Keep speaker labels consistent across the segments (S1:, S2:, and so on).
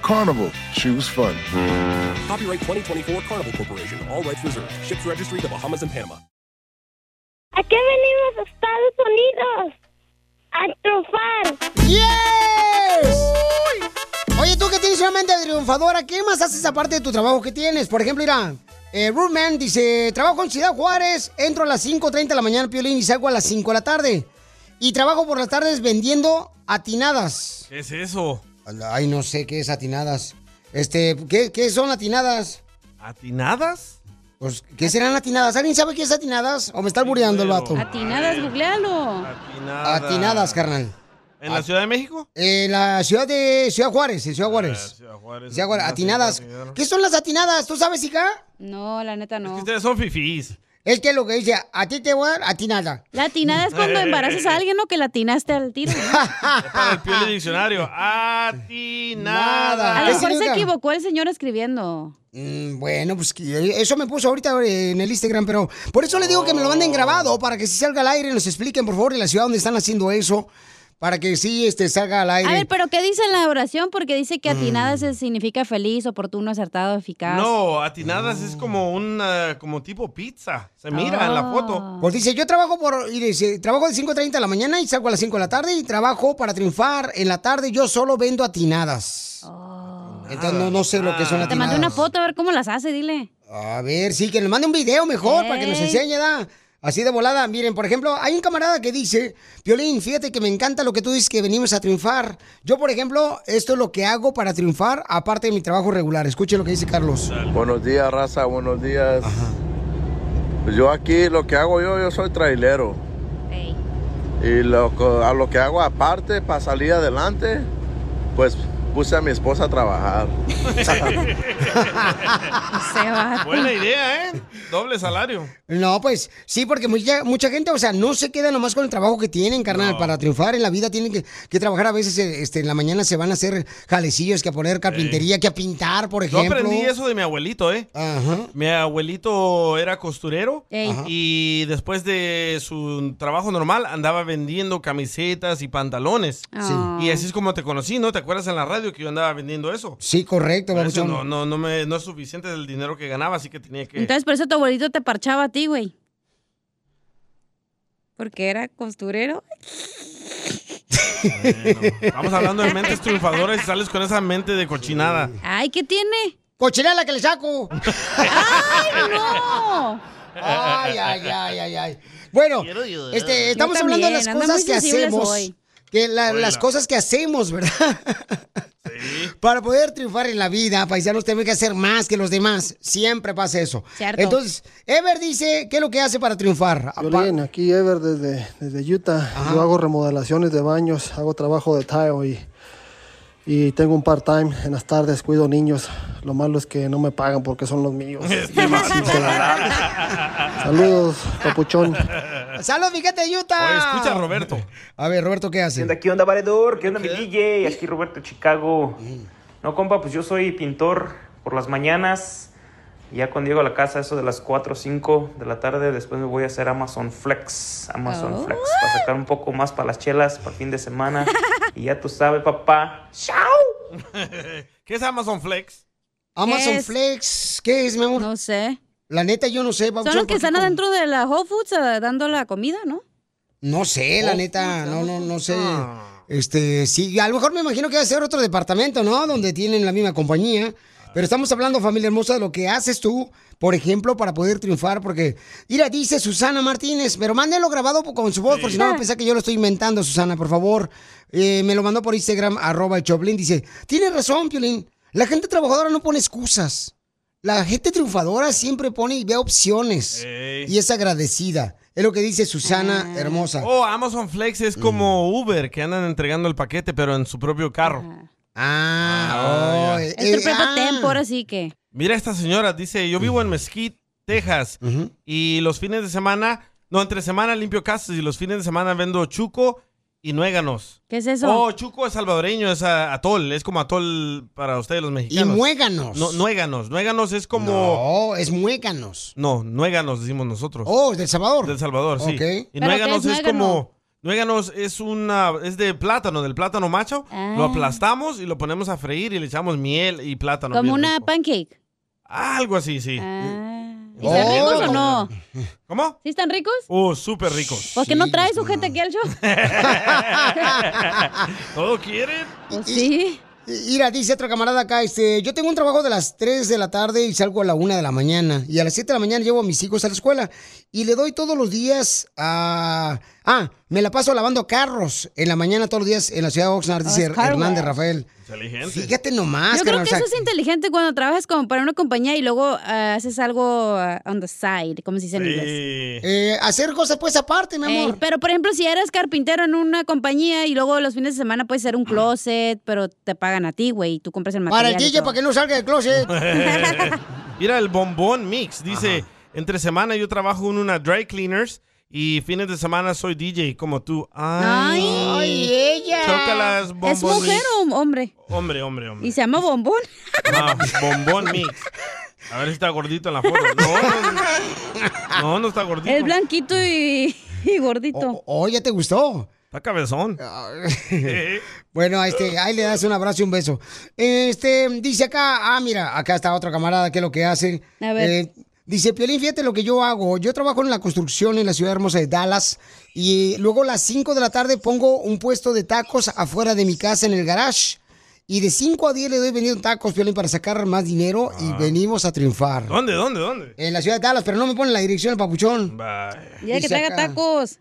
S1: Carnival, choose fun.
S2: Copyright 2024 Carnival Corporation. All rights reserved. Ships registry: The Bahamas and Panama.
S3: ¿A qué venimos a Estados Unidos? A triunfar.
S4: ¡Yes! Oye, tú que tienes una mente triunfadora, ¿qué más haces aparte de tu trabajo que tienes? Por ejemplo, mira, eh, Rootman dice, trabajo en Ciudad Juárez, entro a las 5.30 de la mañana, Piolín, y salgo a las 5 de la tarde. Y trabajo por las tardes vendiendo atinadas.
S5: ¿Qué es eso?
S4: Ay, no sé qué es atinadas. Este, ¿qué, qué son atinadas?
S5: ¿Atinadas?
S4: Pues, ¿qué serán atinadas? ¿Alguien sabe qué es atinadas? ¿O me está albureando el vato?
S6: Atinadas, googlealo.
S5: Atinadas.
S4: Atinadas, carnal.
S5: ¿En la Ciudad de México? Ah,
S4: En la ciudad de Ciudad Juárez, en Ciudad Juárez.
S5: Ciudad Juárez.
S4: Ciudad Juárez, atinadas.
S5: atinadas.
S4: ¿Qué son las atinadas? ¿Tú sabes, hija?
S6: No, la neta no.
S5: Ustedes son fifís.
S4: Es que lo que dice, a ti te voy a dar atinada.
S6: La atinada es cuando embarazas a alguien o que la atinaste al tiro.
S5: Para el piel de diccionario. Ah, Atinadas.
S6: A lo
S4: ¿Qué
S6: mejor se
S4: significa?
S6: equivocó el señor escribiendo.
S4: Mm, bueno, pues que- eso me puso ahorita eh, en el Instagram, pero por eso le digo que me lo manden grabado para que si salga al aire nos expliquen, por favor, en la ciudad donde están haciendo eso, para que sí este, salga al aire.
S6: A ver, pero ¿qué dice en la oración? Porque dice que atinadas es- significa feliz, oportuno, acertado, eficaz.
S5: No, atinadas es como una, como tipo pizza. Se mira en
S6: Ah.
S5: la foto.
S4: Pues dice, yo trabajo por, y dice, trabajo de 5.30 de la mañana y salgo a las 5 de la tarde y trabajo para triunfar en la tarde, yo solo vendo atinadas. Entonces no, no sé lo que son
S6: Oh. Ah. Te mandé una
S4: atinadas.
S6: foto a ver cómo las hace, dile.
S4: A ver, sí, que nos mande un video mejor para que nos
S6: Ey.
S4: enseñe, ¿da? Así de volada. Miren, por ejemplo, hay un camarada que dice, Violín, fíjate que me encanta lo que tú dices que venimos a triunfar. Yo, por ejemplo, esto es lo que hago para triunfar, aparte de mi trabajo regular. Escuche lo que dice Carlos.
S7: Buenos días, raza, buenos días. Pues yo aquí lo que hago yo, yo soy trailero. Y lo, co- a lo que hago aparte para salir adelante, pues puse a mi esposa a trabajar.
S6: Se va.
S5: Buena idea, ¿eh? Doble salario.
S4: No, pues sí, porque mucha, mucha gente, o sea, no se queda nomás con el trabajo que tienen, carnal. Para triunfar en la vida tienen que, que trabajar. A veces eh, este, en la mañana se van a hacer jalecillos, que a poner carpintería, que a pintar, por
S5: Yo
S4: ejemplo.
S5: aprendí eso de mi abuelito, ¿eh?
S4: Ajá.
S5: Mi abuelito era costurero
S6: Ey. Ajá.
S5: y después de su trabajo normal andaba vendiendo camisetas y pantalones.
S6: Ah.
S5: Y así es como te conocí, ¿no? ¿Te acuerdas en la radio que yo andaba vendiendo eso?
S4: Sí, correcto,
S5: Por
S4: vamos.
S5: eso no, no, no, me, no es suficiente el dinero que ganaba, así que tenía que...
S6: Entonces por eso tu abuelito te parchaba a ti, güey. Porque era costurero.
S5: Vamos hablando de mentes triunfadoras y sales con esa mente de cochinada.
S6: Ay, ¿qué tiene?
S4: Cochinela la que le saco.
S6: ¡Ay, no!
S4: Ay, ay, ay, ay, ay. Bueno, este, estamos
S6: Yo
S4: hablando de las
S6: también, andan
S4: cosas
S6: muy
S4: que
S6: sensibles
S4: hacemos.
S6: hoy.
S4: Que la-
S5: Hola.
S4: las cosas que hacemos, ¿verdad? Para poder triunfar en la vida, paisanos, tenemos que hacer más que los demás. Siempre pasa eso.
S6: Cierto.
S4: Entonces, Ever dice, ¿qué es lo que hace para triunfar? Apa-
S8: Violín, aquí Ever desde, desde Utah. Yo hago remodelaciones de baños, hago trabajo de tile y, y tengo un part-time en las tardes, cuido niños. Lo malo es que no me pagan porque son los míos. Saludos, papuchón.
S4: Salud, fíjate, Utah.
S5: Oye, escucha, Roberto.
S4: A ver, Roberto, ¿qué hace?
S9: ¿Qué onda, ¿Qué onda, varedor? ¿Qué onda, mi DJ? Aquí Roberto Chicago. No, compa, pues yo soy pintor por las mañanas. Ya cuando llego a la casa, eso de las 4 o 5 de la tarde, después me voy a hacer Amazon Flex. Amazon
S6: Oh.
S9: Flex, para sacar un poco más para las chelas, para el fin de semana. y ya tú sabes, papá. ¡Chao!
S5: ¿Qué es Amazon Flex?
S4: Amazon
S6: es?
S4: Flex, ¿qué es, mi amor?
S6: No sé.
S4: La neta, yo no sé.
S6: Son los que están adentro de la Whole Foods eh, dando la comida, ¿no?
S4: No sé, la neta, no, no, no sé. Este, sí, a lo mejor me imagino que va a ser otro departamento, ¿no? Donde tienen la misma compañía. Pero estamos hablando, familia hermosa, de lo que haces tú, por ejemplo, para poder triunfar. Porque, mira, dice Susana Martínez, pero mándenlo grabado con su voz, porque si no, van a pensar que yo lo estoy inventando, Susana, por favor. Eh, me lo mandó por Instagram, arroba el Choplin. Dice, tienes razón, Piolín. La gente trabajadora no pone excusas. La gente triunfadora siempre pone y ve opciones. Y es agradecida. Es lo que dice Susana,
S6: Ah.
S4: hermosa. Mm.
S5: Oh, Amazon Flex es como Uber, que andan entregando el paquete, pero en su propio carro.
S4: Ah,
S5: ya.
S6: Es el propio tempo, ahora sí que.
S5: Mira esta señora, dice, yo vivo en Mesquite, Texas, y los fines de semana, no, entre semana limpio casas y los fines de semana vendo chuco y nuéganos.
S6: ¿Qué es eso?
S5: Oh, chuco es salvadoreño, es a- atol, es como atol para ustedes los mexicanos.
S4: muéganos.
S5: No, nuéganos, nuéganos es como...
S4: No, es muéganos.
S5: No, nuéganos decimos nosotros.
S4: Oh, del Salvador.
S5: Del Salvador, sí.
S4: Ok.
S5: Y
S4: ¿Pero
S5: nuéganos
S4: qué
S5: es,
S4: es nuégano?
S5: como... Nuéganos es una... es de plátano, del plátano macho.
S6: Ah.
S5: Lo aplastamos y lo ponemos a freír y le echamos miel y plátano.
S6: Como
S5: bien
S6: una
S5: rico.
S6: pancake.
S5: Algo así, sí.
S6: ¿Y ¿Están
S5: Oh.
S6: ricos o no?
S5: ¿Cómo?
S6: ¿Sí están ricos?
S5: Oh, súper rico.
S6: ¿Por qué no traes sujeta aquí al show?
S5: ¿Todo quieren?
S6: sí.
S4: Mira, dice otro camarada acá, este, yo tengo un trabajo de las 3 de la tarde y salgo a la 1 de la mañana. Y a las 7 de la mañana llevo a mis hijos a la escuela. Y le doy todos los días a... Ah, me la paso lavando carros en la mañana todos los días en la ciudad de Oxnard, dice
S6: es car
S4: Hernández
S6: wash.
S4: Rafael. Fíjate nomás,
S6: Yo creo
S4: carnal,
S6: que
S4: o sea,
S6: eso es inteligente cuando trabajas como para una compañía y luego ah, haces algo ah, on the side, como se dice en inglés.
S4: eh, hacer cosas pues aparte, mi
S6: Ey,
S4: amor.
S6: pero por ejemplo, si eres carpintero en una compañía y luego los fines de semana puedes ser un closet, pero te pagan a ti, güey, y tú compras el
S4: Mm.
S6: material.
S4: Para el DJ, para que no salga del closet.
S5: Mira, el bombón mix dice, entre semana yo trabajo en una dry cleaners y fines de semana soy DJ como tú. Ay,
S6: Ay,
S4: ella.
S5: Chócalas,
S6: ¿Es
S5: bombón
S6: mujer
S5: mix.
S6: o un hombre?
S5: Hombre, hombre, hombre.
S6: Y se llama Bombón.
S5: Ah, bombón mix. A ver si está gordito en la foto. No, no, no, no está gordito.
S6: Es blanquito y, y gordito.
S4: Oh, ya te gustó.
S5: Está cabezón.
S4: Bueno, este, ahí le das un abrazo y un beso. Este, dice acá, ah, mira, acá está otra camarada, que es lo que hace? Eh,
S6: A ver.
S4: dice, Piolín, fíjate lo que yo hago. Yo trabajo en la construcción en la ciudad hermosa de Dallas y luego a las 5 de la tarde pongo un puesto de tacos afuera de mi casa en el garage. Y de 5 a 10 le doy vendiendo tacos, Piolín, para sacar más dinero y venimos a triunfar.
S5: ¿Dónde, dónde, dónde?
S4: En la ciudad de Dallas, pero no me ponen la dirección, el papuchón.
S6: Ya que
S4: Dice
S6: traiga
S4: acá.
S6: tacos.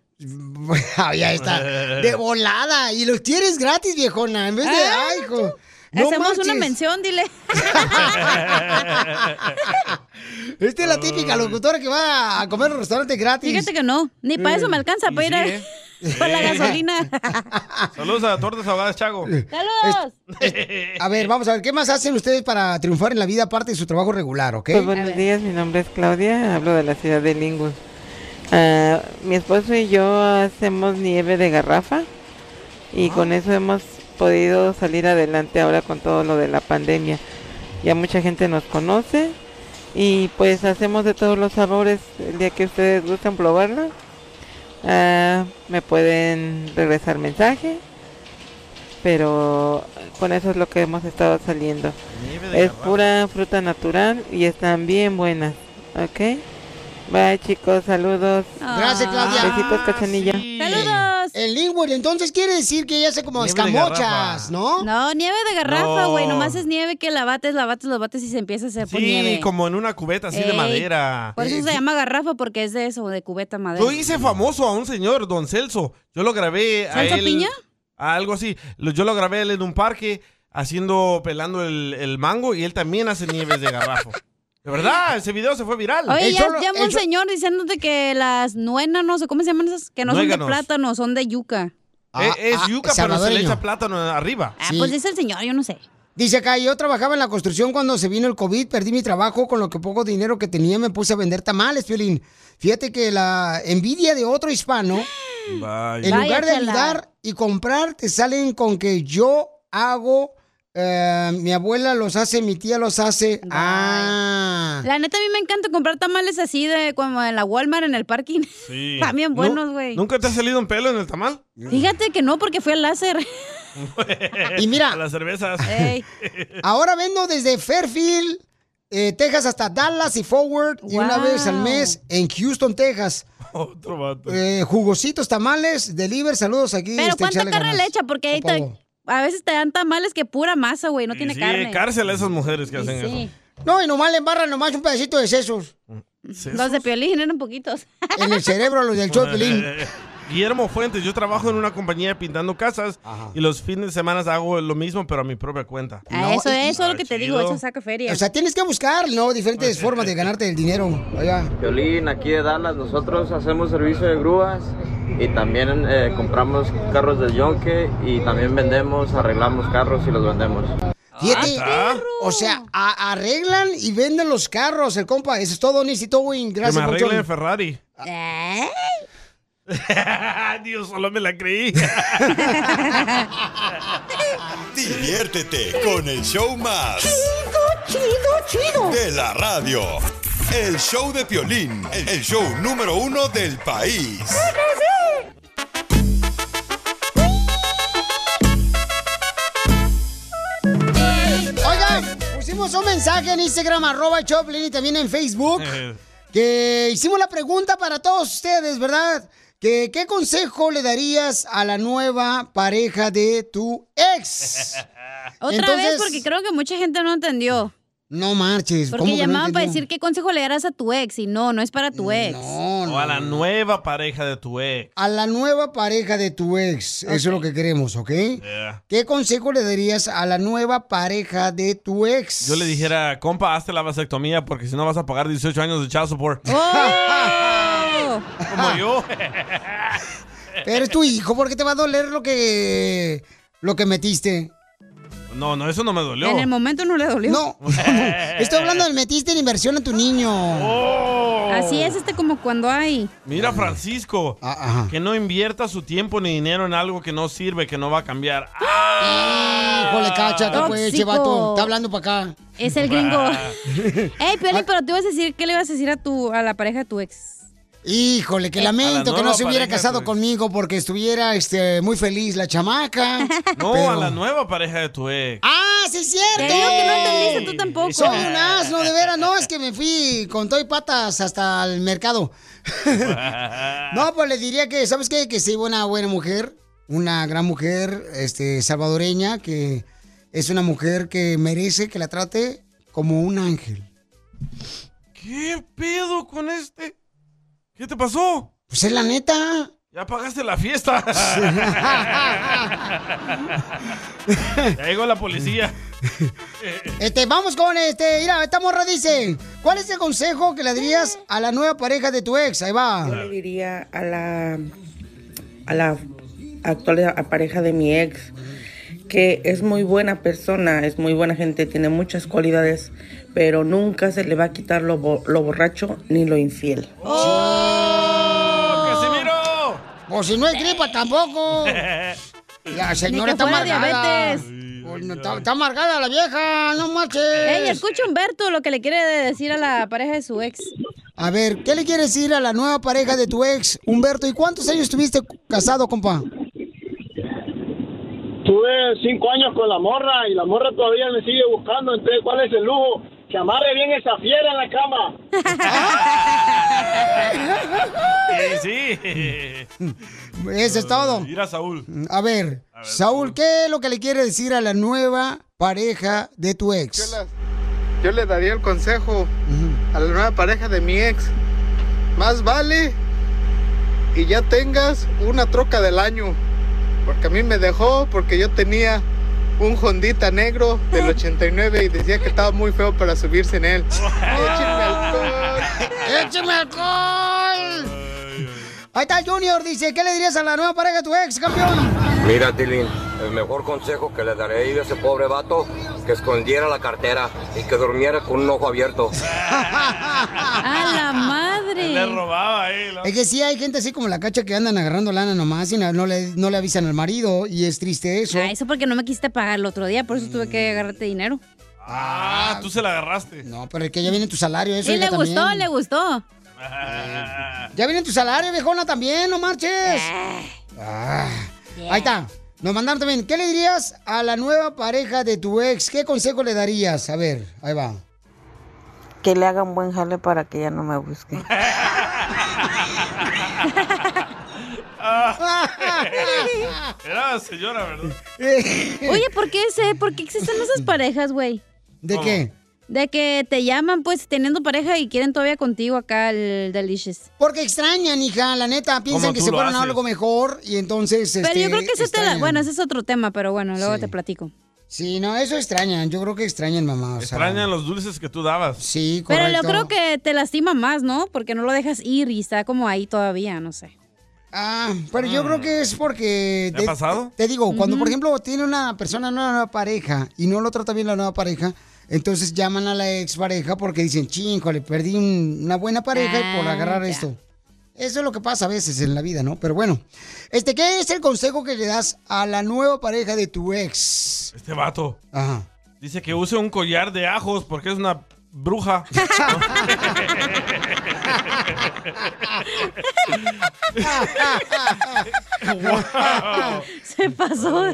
S4: Ahí está. De volada. Y los quieres gratis, viejona. En vez de.
S6: Ah,
S4: ay, hijo.
S6: Hacemos una
S4: marches.
S6: mención, dile.
S4: Esta es la típica locutora que va Ah, a comer a un restaurante gratis.
S6: Fíjate que no, ni para eso me alcanza, para ir a- para la gasolina.
S5: Saludos a Tortas Ahogadas Chago.
S6: ¡Saludos!
S4: A ver, vamos a ver, ¿qué más hacen ustedes para triunfar en la vida aparte de su trabajo regular, ok?
S10: Pues, buenos días, mi nombre es Claudia, hablo de la ciudad de Lingus. Ah, mi esposo y yo hacemos nieve de garrafa y con eso hemos podido salir adelante ahora con todo lo de la pandemia. Ya mucha gente nos conoce y pues hacemos de todos los sabores el día que ustedes gustan probarla. ah, me pueden regresar mensaje, pero con eso es lo que hemos estado saliendo.
S11: Nieve de
S10: Es pura fruta natural y están bien buenas, ¿ok? Bye chicos, saludos.
S4: Gracias, Claudia.
S10: Besitos, cachanilla.
S4: ¡Saludos! El Lingwood, entonces quiere decir que ella hace como
S10: Nieve de
S4: escamochas,
S10: garrafa.
S4: ¿no?
S6: No, nieve de garrafa,
S5: No.
S6: güey. Nomás es nieve que la bates, la bates, la bates y se empieza a hacer por
S5: Sí,
S6: nieve.
S5: como en una cubeta así de
S6: Ey,
S5: madera.
S6: Por eso se llama garrafa, porque es de eso, de cubeta madera.
S5: Yo hice famoso a un señor, don Celso. Yo lo grabé a
S6: ¿Celso
S5: él.
S6: Piña?
S5: a algo así. Lo- Yo lo grabé a él en un parque haciendo, pelando el, el mango y él también hace nieves de garrafo. De verdad, ese video se fue viral. E,
S6: Oye, ya llama un señor diciéndote que las nuenanos, o cómo se llaman esas, que no son
S5: Nuéganos.
S6: de plátano, son de yuca.
S5: Eh, es
S4: Ah,
S5: yuca, pero se le
S4: salvadoreño.
S5: echa plátano arriba.
S6: Ah, pues dice el señor, yo no sé.
S4: Dice acá, yo trabajaba en la construcción cuando se vino el COVID, perdí mi trabajo, con lo que poco dinero que tenía me puse a vender tamales, Piolín. Fíjate que la envidia de otro hispano, en
S5: Vaya
S4: lugar de
S5: chela.
S4: ayudar y comprar, te salen con que yo hago, eh, mi abuela los hace, mi tía los hace. Ah.
S6: La neta, a mí me encanta comprar tamales así de como en la Walmart, en el parking.
S5: Sí.
S6: También buenos,
S5: Nu-
S6: güey.
S5: ¿Nunca te ha salido un pelo en el tamal?
S6: Fíjate que no, porque fui al láser.
S4: Y mira.
S5: A las cervezas.
S6: Ey.
S4: Ahora vendo desde Fairfield, eh, Texas, hasta Dallas y Forward, y una
S5: Wow.
S4: vez al mes en Houston, Texas.
S5: Otro vato.
S4: Eh, jugositos, tamales, deliver, saludos aquí.
S6: Pero
S4: este,
S6: ¿cuánta
S4: échale
S6: carne
S4: ganas.
S6: le echa? Porque ahí
S4: Por
S6: te-
S4: favor.
S6: a veces te dan tamales que pura masa, güey, no tiene
S5: Sí,
S6: carne.
S5: cárcel a esas mujeres que hacen
S6: Sí.
S4: No, y nomás le embarran nomás un pedacito de sesos.
S6: Los de piolín eran poquitos.
S4: En el cerebro, los del show de Piolín.
S5: Eh, Guillermo Fuentes, yo trabajo en una compañía pintando casas y los fines de semana hago lo mismo, pero a mi propia cuenta.
S4: Ah,
S6: A Ah, eso, eso es lo que te digo,
S5: Ah, chido. Ah,
S6: eso saca feria.
S4: O sea, tienes que buscar, ¿no? Diferentes formas de ganarte el dinero. Oiga.
S11: Violín, aquí de Dallas, nosotros hacemos servicio de grúas y también eh, compramos carros del yonque y también vendemos, arreglamos carros y los vendemos.
S4: Ah,
S5: Ah,
S4: Fíjate, o sea, a- arreglan y venden los carros, el compa. Eso es todo, Nisi Towing.
S5: Que me
S4: Gracias,
S5: arregle
S4: Ponchón.
S5: Ferrari.
S4: Ah.
S5: Dios, solo me la creí.
S12: Diviértete con el show más.
S13: Chido, chido, chido.
S12: De la radio. El show de Piolín, el show número uno del país.
S4: Oigan, pusimos un mensaje en Instagram, arroba Choplin y también en Facebook. Que hicimos la pregunta para todos ustedes, ¿verdad? Que, ¿Qué consejo le darías a la nueva pareja de tu ex?
S6: Otra
S4: Entonces-
S6: vez, porque creo que mucha gente no entendió.
S4: No marches. ¿cómo
S6: Porque
S4: que no
S6: llamaban para
S4: entendió?
S6: decir qué consejo le darás a tu ex y no, no es para tu ex.
S5: O a la nueva pareja de tu ex.
S4: A la nueva pareja de tu ex. Eso es lo que queremos, ¿ok?
S5: Yeah.
S4: ¿Qué consejo le darías a la nueva pareja de tu ex?
S5: Yo le dijera, compa, hazte la vasectomía porque si no vas a pagar 18 años de child support.
S4: Oh.
S5: Como yo.
S4: Pero es tu hijo, ¿por qué te va a doler lo que, lo que metiste?
S5: No, no, eso no me dolió.
S4: En el
S6: momento no le dolió.
S4: No, estoy hablando de metiste en inversión a tu niño.
S6: Oh. Así es, este como cuando hay.
S5: Mira, Francisco,
S4: Ah,
S5: que no invierta su tiempo ni dinero en algo que no sirve, que no va a cambiar.
S4: Híjole, pues, cacha, ¿qué fue,
S6: ¡Ah! Tóxico.
S4: che, vato? Está hablando para acá. Ah.
S6: Es el gringo.
S5: Ah.
S6: Ey, Piolín, pero te ibas a decir, ¿qué le ibas a decir a tu, a la pareja de tu ex?
S4: Híjole, que lamento que no se hubiera
S5: pues.
S4: casado conmigo porque estuviera este, muy feliz la chamaca.
S5: No,
S4: pero-
S5: a la nueva pareja de tu ex.
S4: ¡Ah, sí es cierto!
S5: Te digo que no entendiste tú tampoco.
S4: Soy un asno, de veras. No, es que me fui con todo y patas hasta el mercado. No, pues le diría que, ¿sabes qué? Que sea una buena mujer, una gran mujer este, salvadoreña, que es una mujer que merece que la trate como un ángel.
S5: ¿Qué pedo con este? ¿Qué te pasó?
S4: Pues es la neta.
S5: Ya pagaste la fiesta. ya llegó la policía.
S4: Este, vamos con este, mira, esta morra dice, ¿cuál es el consejo que le darías a la nueva pareja de tu ex? Ahí
S14: Yo
S4: va.
S14: le diría a la, a la actual a- pareja de mi ex que es muy buena persona, es muy buena gente, tiene muchas cualidades, pero nunca se le va a quitar lo, bo- lo borracho ni lo infiel.
S5: ¡Casimiro!
S4: O pues, si no es gripa tampoco. La señora está amargada. Pues no, Está, está amargada la vieja, no marches.
S6: Ey, escucha Humberto lo que le quiere decir a la pareja de su ex.
S4: A ver, ¿qué le quieres decir a la nueva pareja de tu ex, Humberto? ¿Y cuántos años estuviste casado, compa?
S15: Tuve cinco años con la morra y la morra todavía me sigue buscando. Entonces, ¿cuál es el lujo? Que amarre bien esa fiera en la cama.
S5: Sí, sí.
S4: Eso es todo.
S5: Mira, Saúl.
S4: A ver, Saúl, ¿qué es lo que le quiere decir a la nueva pareja de tu ex?
S16: Yo le daría el consejo a la nueva pareja de mi ex. Más vale y ya tengas una troca del año. Porque a mí me dejó porque yo tenía un Hondita negro del 89 y decía que estaba muy feo para subirse en él.
S4: ¡Écheme alcohol! ¡Écheme alcohol! Ahí está Junior, dice, ¿qué le dirías a la nueva pareja de tu ex, campeón?
S8: Mira, Tilín, el mejor consejo que le daré a ese pobre vato, que escondiera la cartera y que durmiera con un ojo abierto.
S6: ¡A la madre!
S5: Le robaba, eh.
S4: Es que sí, hay gente así como la cacha que andan agarrando lana nomás y no, no le, no le avisan al marido y es triste eso.
S6: Ah, eso porque no me quisiste pagar el otro día, por eso tuve
S4: Mm.
S6: que agarrarte dinero.
S5: Ah, tú se la agarraste.
S4: No, pero es que ya viene tu salario, eso.
S6: y
S4: oiga,
S6: le gustó,
S4: también.
S6: le gustó.
S4: Ya viene tu salario, viejona, también, no marches.
S6: Eh.
S4: Ah. Ahí está. Nos mandaron también. ¿Qué le dirías a la nueva pareja de tu ex? ¿Qué consejo le darías? A ver, ahí va.
S14: Que le haga un buen jale para que ya no me busque.
S4: Ah.
S5: Era señora, ¿verdad?
S6: Oye, ¿por qué, se, ¿por qué existen esas parejas, güey?
S4: ¿De
S5: ¿Cómo? qué?
S6: De que te llaman, pues, teniendo pareja y quieren todavía contigo acá el Delicious.
S4: Porque extrañan, hija, la neta. Piensan
S6: Como
S4: que
S6: tú
S4: se
S6: lo
S4: fueron a
S6: haces.
S4: algo mejor y entonces. este,
S6: Pero yo creo que eso te la...
S4: extrañan.
S6: Bueno, ese es otro tema, pero bueno, luego te platico.
S4: Sí, no, eso extrañan. Yo creo que extrañan, mamá. O sea,
S5: Extrañan los dulces que tú dabas.
S4: Sí,
S6: Pero yo creo que te lastima más, ¿no? Porque no lo dejas ir y está como ahí todavía, no sé.
S4: Ah, pero yo creo que es porque...
S5: ¿Te ha pasado?
S4: Te digo, cuando por ejemplo tiene una persona una nueva pareja y no lo trata bien la nueva pareja, entonces llaman a la expareja porque dicen, le perdí un- una buena pareja
S17: Ah,
S4: por agarrar
S17: ya.
S4: esto. Eso es lo que pasa a veces en la vida, ¿no? Pero bueno, este, ¿qué es el consejo que le das a la nueva pareja de tu ex?
S5: Este vato.
S4: Ajá.
S5: Dice que use un collar de ajos porque es una bruja.
S6: Se pasó.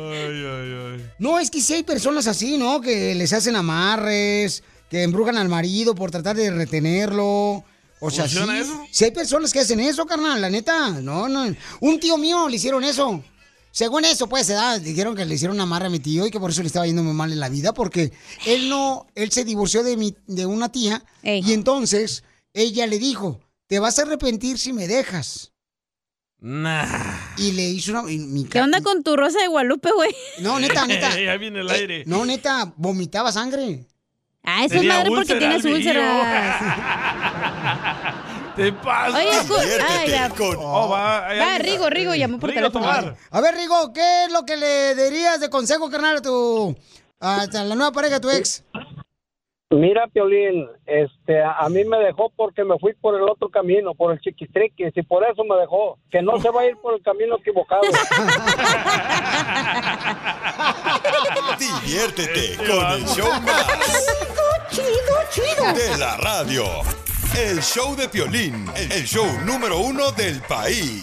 S4: No, es que sí hay personas así, ¿no? Que les hacen amarres, que embrujan al marido por tratar de retenerlo. O sea, sí,
S5: ¿Funciona eso?
S4: sí hay personas que hacen eso, carnal, la neta. No, no. Un tío mío le hicieron eso. Según eso, pues, se da, dijeron que le hicieron una amarre a mi tío y que por eso le estaba yendo muy mal en la vida, porque él no, él se divorció de, mi, de una tía y entonces ella le dijo, te vas a arrepentir si me dejas. Y le hizo una... y mi
S6: ¿Qué onda con tu rosa de Guadalupe, güey?
S4: No, neta, neta.
S5: Ahí viene el
S4: Eh,
S5: aire.
S4: no, neta, vomitaba sangre.
S6: Ah, eso es Tenía madre porque úlcera, tienes el viejillo.
S5: Te pasa.
S6: Oye,
S18: Ah,
S6: escu- ay, ya.
S5: Oh, va, ahí
S6: Va,
S5: anda.
S6: Rigo, Rigo llamó por
S5: Rigo
S6: teléfono.
S5: Tobar.
S4: A ver, Rigo, ¿qué es lo que le dirías de consejo, carnal, a tu... A a la nueva pareja de tu ex.
S19: Mira, Piolín, este, a a mí me dejó porque me fui por el otro camino, por el chiquistriquis, y por eso me dejó. Que no se va a ir por el camino equivocado.
S12: Diviértete con el show más
S13: Chido, chido, chido.
S12: de la radio. El show de Piolín, el show número uno del país.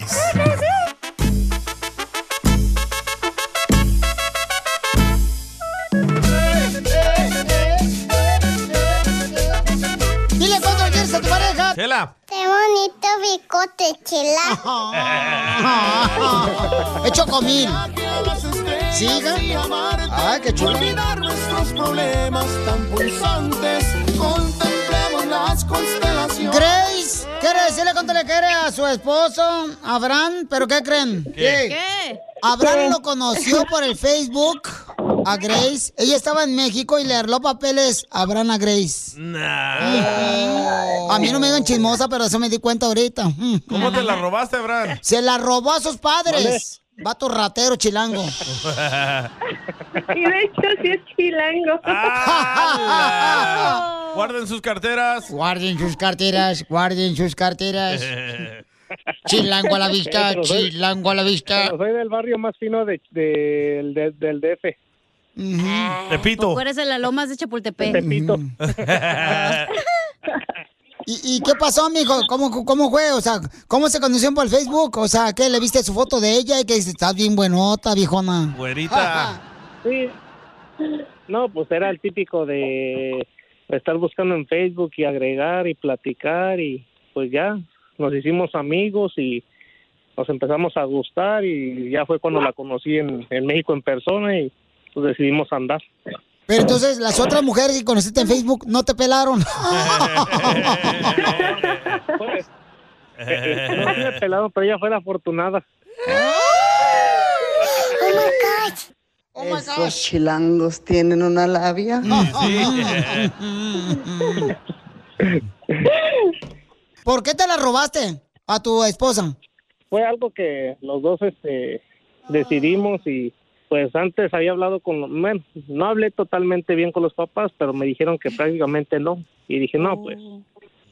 S4: Dile cuánto le quieres a tu pareja.
S5: Chela.
S13: Qué bonito bicote,
S4: chela. Ah. ¡Hecho comil!
S13: Siga.
S4: Ay, qué chulo.
S13: Olvidar nuestros problemas tan pulsantes. Contemplemos las constelaciones.
S4: Grace, ¿quiere decirle cuánto le quiere a su esposo, Abraham? ¿Pero qué creen?
S13: ¿Qué?
S4: Abraham lo conoció por el Facebook a Grace. Ella estaba en México y le arló papeles a Abraham a Grace.
S5: Ah.
S4: A mí no me digan chismosa, pero eso me di cuenta ahorita.
S5: ¿Cómo te la robaste, Bran?
S4: Se la robó a sus padres. Vato ratero chilango.
S5: Y
S4: de hecho sí es chilango.
S5: Ah, Guarden sus carteras.
S4: Guarden sus carteras, guarden sus carteras. Chilango a la vista,
S19: Pero soy-
S4: chilango a la vista.
S19: Pero soy del barrio más fino de, del- del- del DF.
S6: Tú eres de las lomas de Chapultepec.
S4: ¿Y, y qué pasó, mijo? ¿Cómo, ¿Cómo fue? O sea, ¿cómo se conocieron por el Facebook? O sea, ¿qué? ¿Le viste su foto de ella y que dices, estás bien buenota, viejona?
S19: Sí. No, pues era el típico de estar buscando en Facebook y agregar y platicar y pues ya nos hicimos amigos y nos empezamos a gustar y ya fue cuando la conocí en, en México en persona y pues decidimos andar.
S4: Pero entonces, las otras mujeres que conociste en Facebook no te pelaron.
S19: No tiene pelado, pero ella fue la afortunada.
S4: Oh
S9: Esos chilangos tienen una labia.
S4: ¿Por qué te la robaste a tu esposa?
S19: fue algo que los dos este decidimos y pues antes había hablado con bueno, no hablé totalmente bien con los papás, pero me dijeron que prácticamente no y dije, "No, pues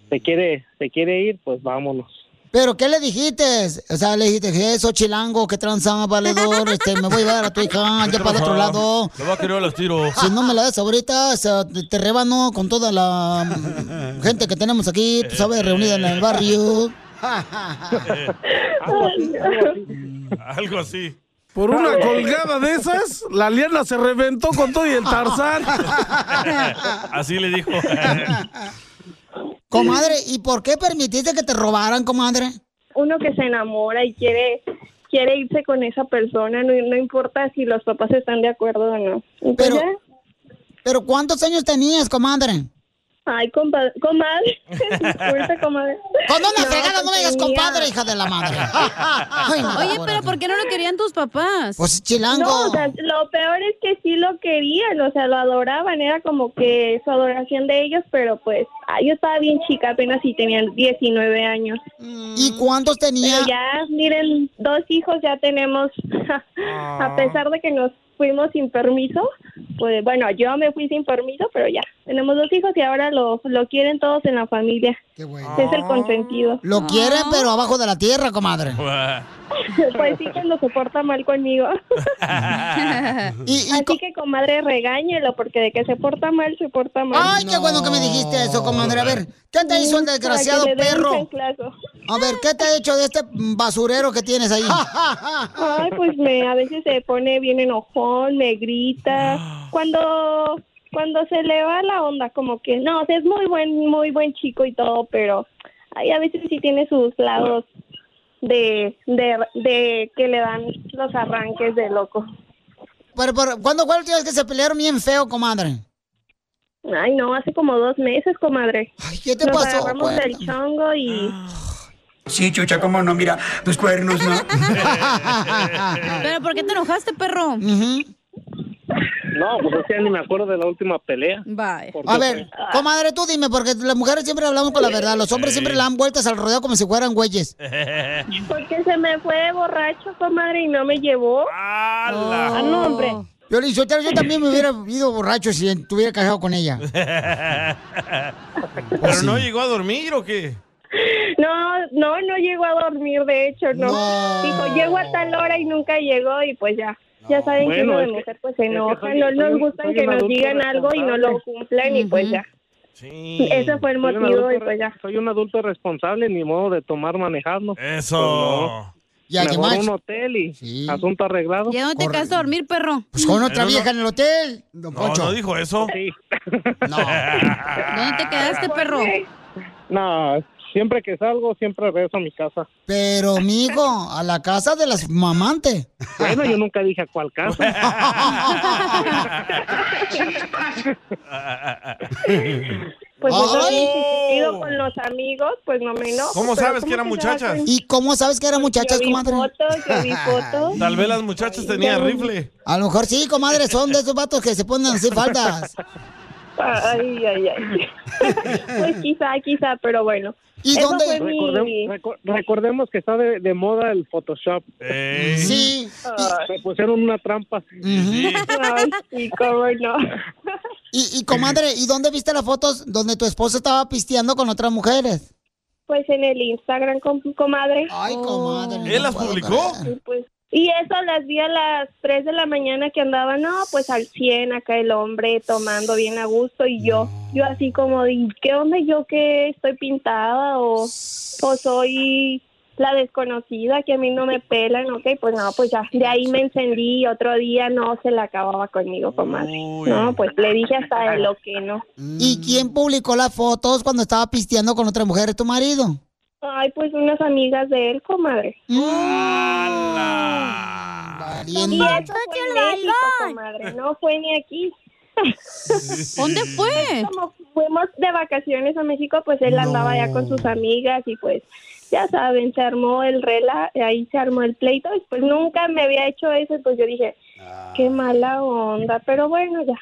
S19: se quiere se quiere ir, pues vámonos."
S4: ¿Pero qué le dijiste? O sea, le dijiste, que eso chilango, que tranza, valedor, este, me voy a llevar a tu hija, ya para el otro lado.
S5: Te va a querer los tiros.
S4: Si no me la das ahorita, o sea, te- te rebano con toda la mm, gente que tenemos aquí, tú sabes, reunida en el barrio.
S5: Algo así.
S1: Por una colgada de esas, la liana se reventó con todo y el tarzán.
S5: Así le dijo.
S4: Comadre, ¿y por qué permitiste que te robaran, comadre?
S20: uno que se enamora y quiere quiere irse con esa persona, no, no importa si los papás están de acuerdo o no. Entonces, ya.
S17: Pero ¿cuántos años tenías, comadre?
S20: Ay, compadre, comadre. Disculpe, comadre.
S17: Con una
S20: No,
S17: fregada no me digas
S20: tenía-
S17: compadre, hija de la madre. Ay, no,
S6: Oye,
S17: ahora
S6: pero ¿por qué no lo querían tus papás?
S17: Pues, chilango.
S20: No, o sea, lo peor es que sí lo querían, o sea, lo adoraban, era como que su adoración de ellos, pero pues ah, yo estaba bien chica, apenas si tenían 19 años.
S17: ¿Y cuántos tenía?
S20: Pero ya, miren, dos hijos ya tenemos, a pesar de que nos fuimos sin permiso, pues bueno, yo me fui sin permiso, pero ya, tenemos dos hijos y ahora lo, lo quieren todos en la familia. Es el consentido.
S17: Lo
S20: Ah.
S17: quieren, pero abajo de la tierra, comadre.
S20: pues sí, cuando se porta mal conmigo. Así que, comadre, regáñelo, porque de que se porta mal, se porta mal.
S17: Ay, qué bueno que me dijiste eso, comadre. A ver, ¿qué te hizo el
S20: Para que
S17: desgraciado
S20: le dé un
S17: perro?
S20: chanclazo.
S17: A ver, ¿qué te ha hecho de este basurero que tienes ahí?
S20: Ay, pues me, a veces se pone bien enojón, me
S17: Ah.
S20: grita. Cuando, cuando se le va la onda, como que, no, o sea, es muy buen, muy buen chico y todo, pero ay, a veces sí tiene sus lados de, de, de que le dan los arranques de loco.
S17: Pero, pero, ¿Cuándo fue la última vez que se pelearon bien feo, comadre?
S20: Ay, no, hace como dos meses, comadre.
S17: ¿qué te
S20: Nos
S17: pasó? Ah.
S20: agarramos del chongo y...
S18: Sí, chucha, cómo no, mira, tus cuernos, ¿no?
S6: ¿Pero por qué te enojaste, perro?
S15: No, pues es que ni me acuerdo de la última pelea.
S6: Bye.
S15: Porque,
S17: A ver,
S15: Ah.
S17: comadre, tú dime, porque las mujeres siempre hablamos con la verdad. Los hombres siempre le dan vueltas al rodeo como si fueran güeyes.
S20: Porque se me fue borracho, comadre, y no me llevó. ¡Ah, no, hombre!
S17: Yo, yo también me hubiera ido borracho si estuviera casado con ella.
S5: ¿Pero no llegó a dormir o qué?
S20: No, no, no llegó a dormir, de hecho, no. Dijo, llego a tal hora y nunca llegó, y pues ya. Ya saben que uno
S15: Bueno,
S20: de
S15: es que-
S20: mujer pues se
S15: es que
S20: enoja,
S15: soy-
S20: no
S15: soy
S20: nos
S15: un-
S20: gustan
S15: soy
S20: que
S15: un
S20: nos
S15: adulto
S20: digan algo y no lo
S15: responsable.
S20: cumplen, y pues ya. Ese fue el
S15: soy un
S20: motivo, y
S15: adulto-
S20: pues ya.
S15: Soy un adulto responsable, ni modo de tomar manejando.
S19: Pues
S5: Eso.
S20: Ya,
S15: Ya, que
S20: ¿qué
S15: más.
S20: más?
S15: un hotel y asunto arreglado.
S6: ¿Ya dónde te quedaste a dormir, perro?
S17: Pues con otra
S15: No, no.
S17: vieja en el hotel. Don
S5: No,
S17: Poncho.
S5: no dijo eso.
S17: No.
S6: ¿Dónde te quedaste, este perro?
S15: Pues No, siempre que salgo, siempre regreso a mi casa.
S17: Pero, mijo, a la casa de las mamantes.
S15: Bueno, yo nunca dije a cuál casa.
S20: Pues yo
S17: ¡Ay!
S20: también, si sigo con los amigos, pues no me enojo. pero se hacen?
S17: ¿Y cómo sabes que eran muchachas,
S20: Yo vi
S17: comadre?
S20: fotos, yo vi fotos.
S5: Tal vez las muchachas tenían rifle.
S17: A lo mejor sí, comadre, son de esos vatos que se ponen así faldas.
S20: Ay, ay, ay. pues quizá, quizá, pero bueno.
S17: ¿Y
S20: Eso
S17: dónde-
S20: fue mi-
S15: Recordem- reco- recordemos que está de, de moda el Photoshop.
S17: Sí.
S15: Me pusieron una trampa.
S20: Ay, sí, cómo no.
S17: Y, y, comadre, ¿y dónde viste las fotos donde tu esposo estaba pisteando con otras mujeres?
S20: Pues en el Instagram, com- comadre.
S17: Ay, comadre.
S5: ¿Él las publicó?
S20: Y, pues, y eso las vi a las 3 de la mañana que andaba, no, pues al 100 acá el hombre tomando bien a gusto y yo, yo así como, ¿y qué onda yo que estoy pintada o, o soy la desconocida que a mí no me pelan? Ok, pues no, pues ya, de ahí me encendí y otro día no se la acababa conmigo, comadre. No, pues le dije hasta de lo que no.
S17: ¿Y quién publicó las fotos cuando estaba pisteando con otras mujeres tu marido?
S20: Ay, pues unas amigas de él, comadre.
S17: Valiente.
S20: Y eso fue en México, comadre, no fue ni aquí.
S6: ¿Dónde fue?
S20: Como fuimos de vacaciones a México, pues él andaba ya con sus amigas y pues ya saben, se armó el rela, ahí se armó el pleito y pues nunca me había hecho eso, y, pues yo dije, qué mala onda, pero bueno, ya.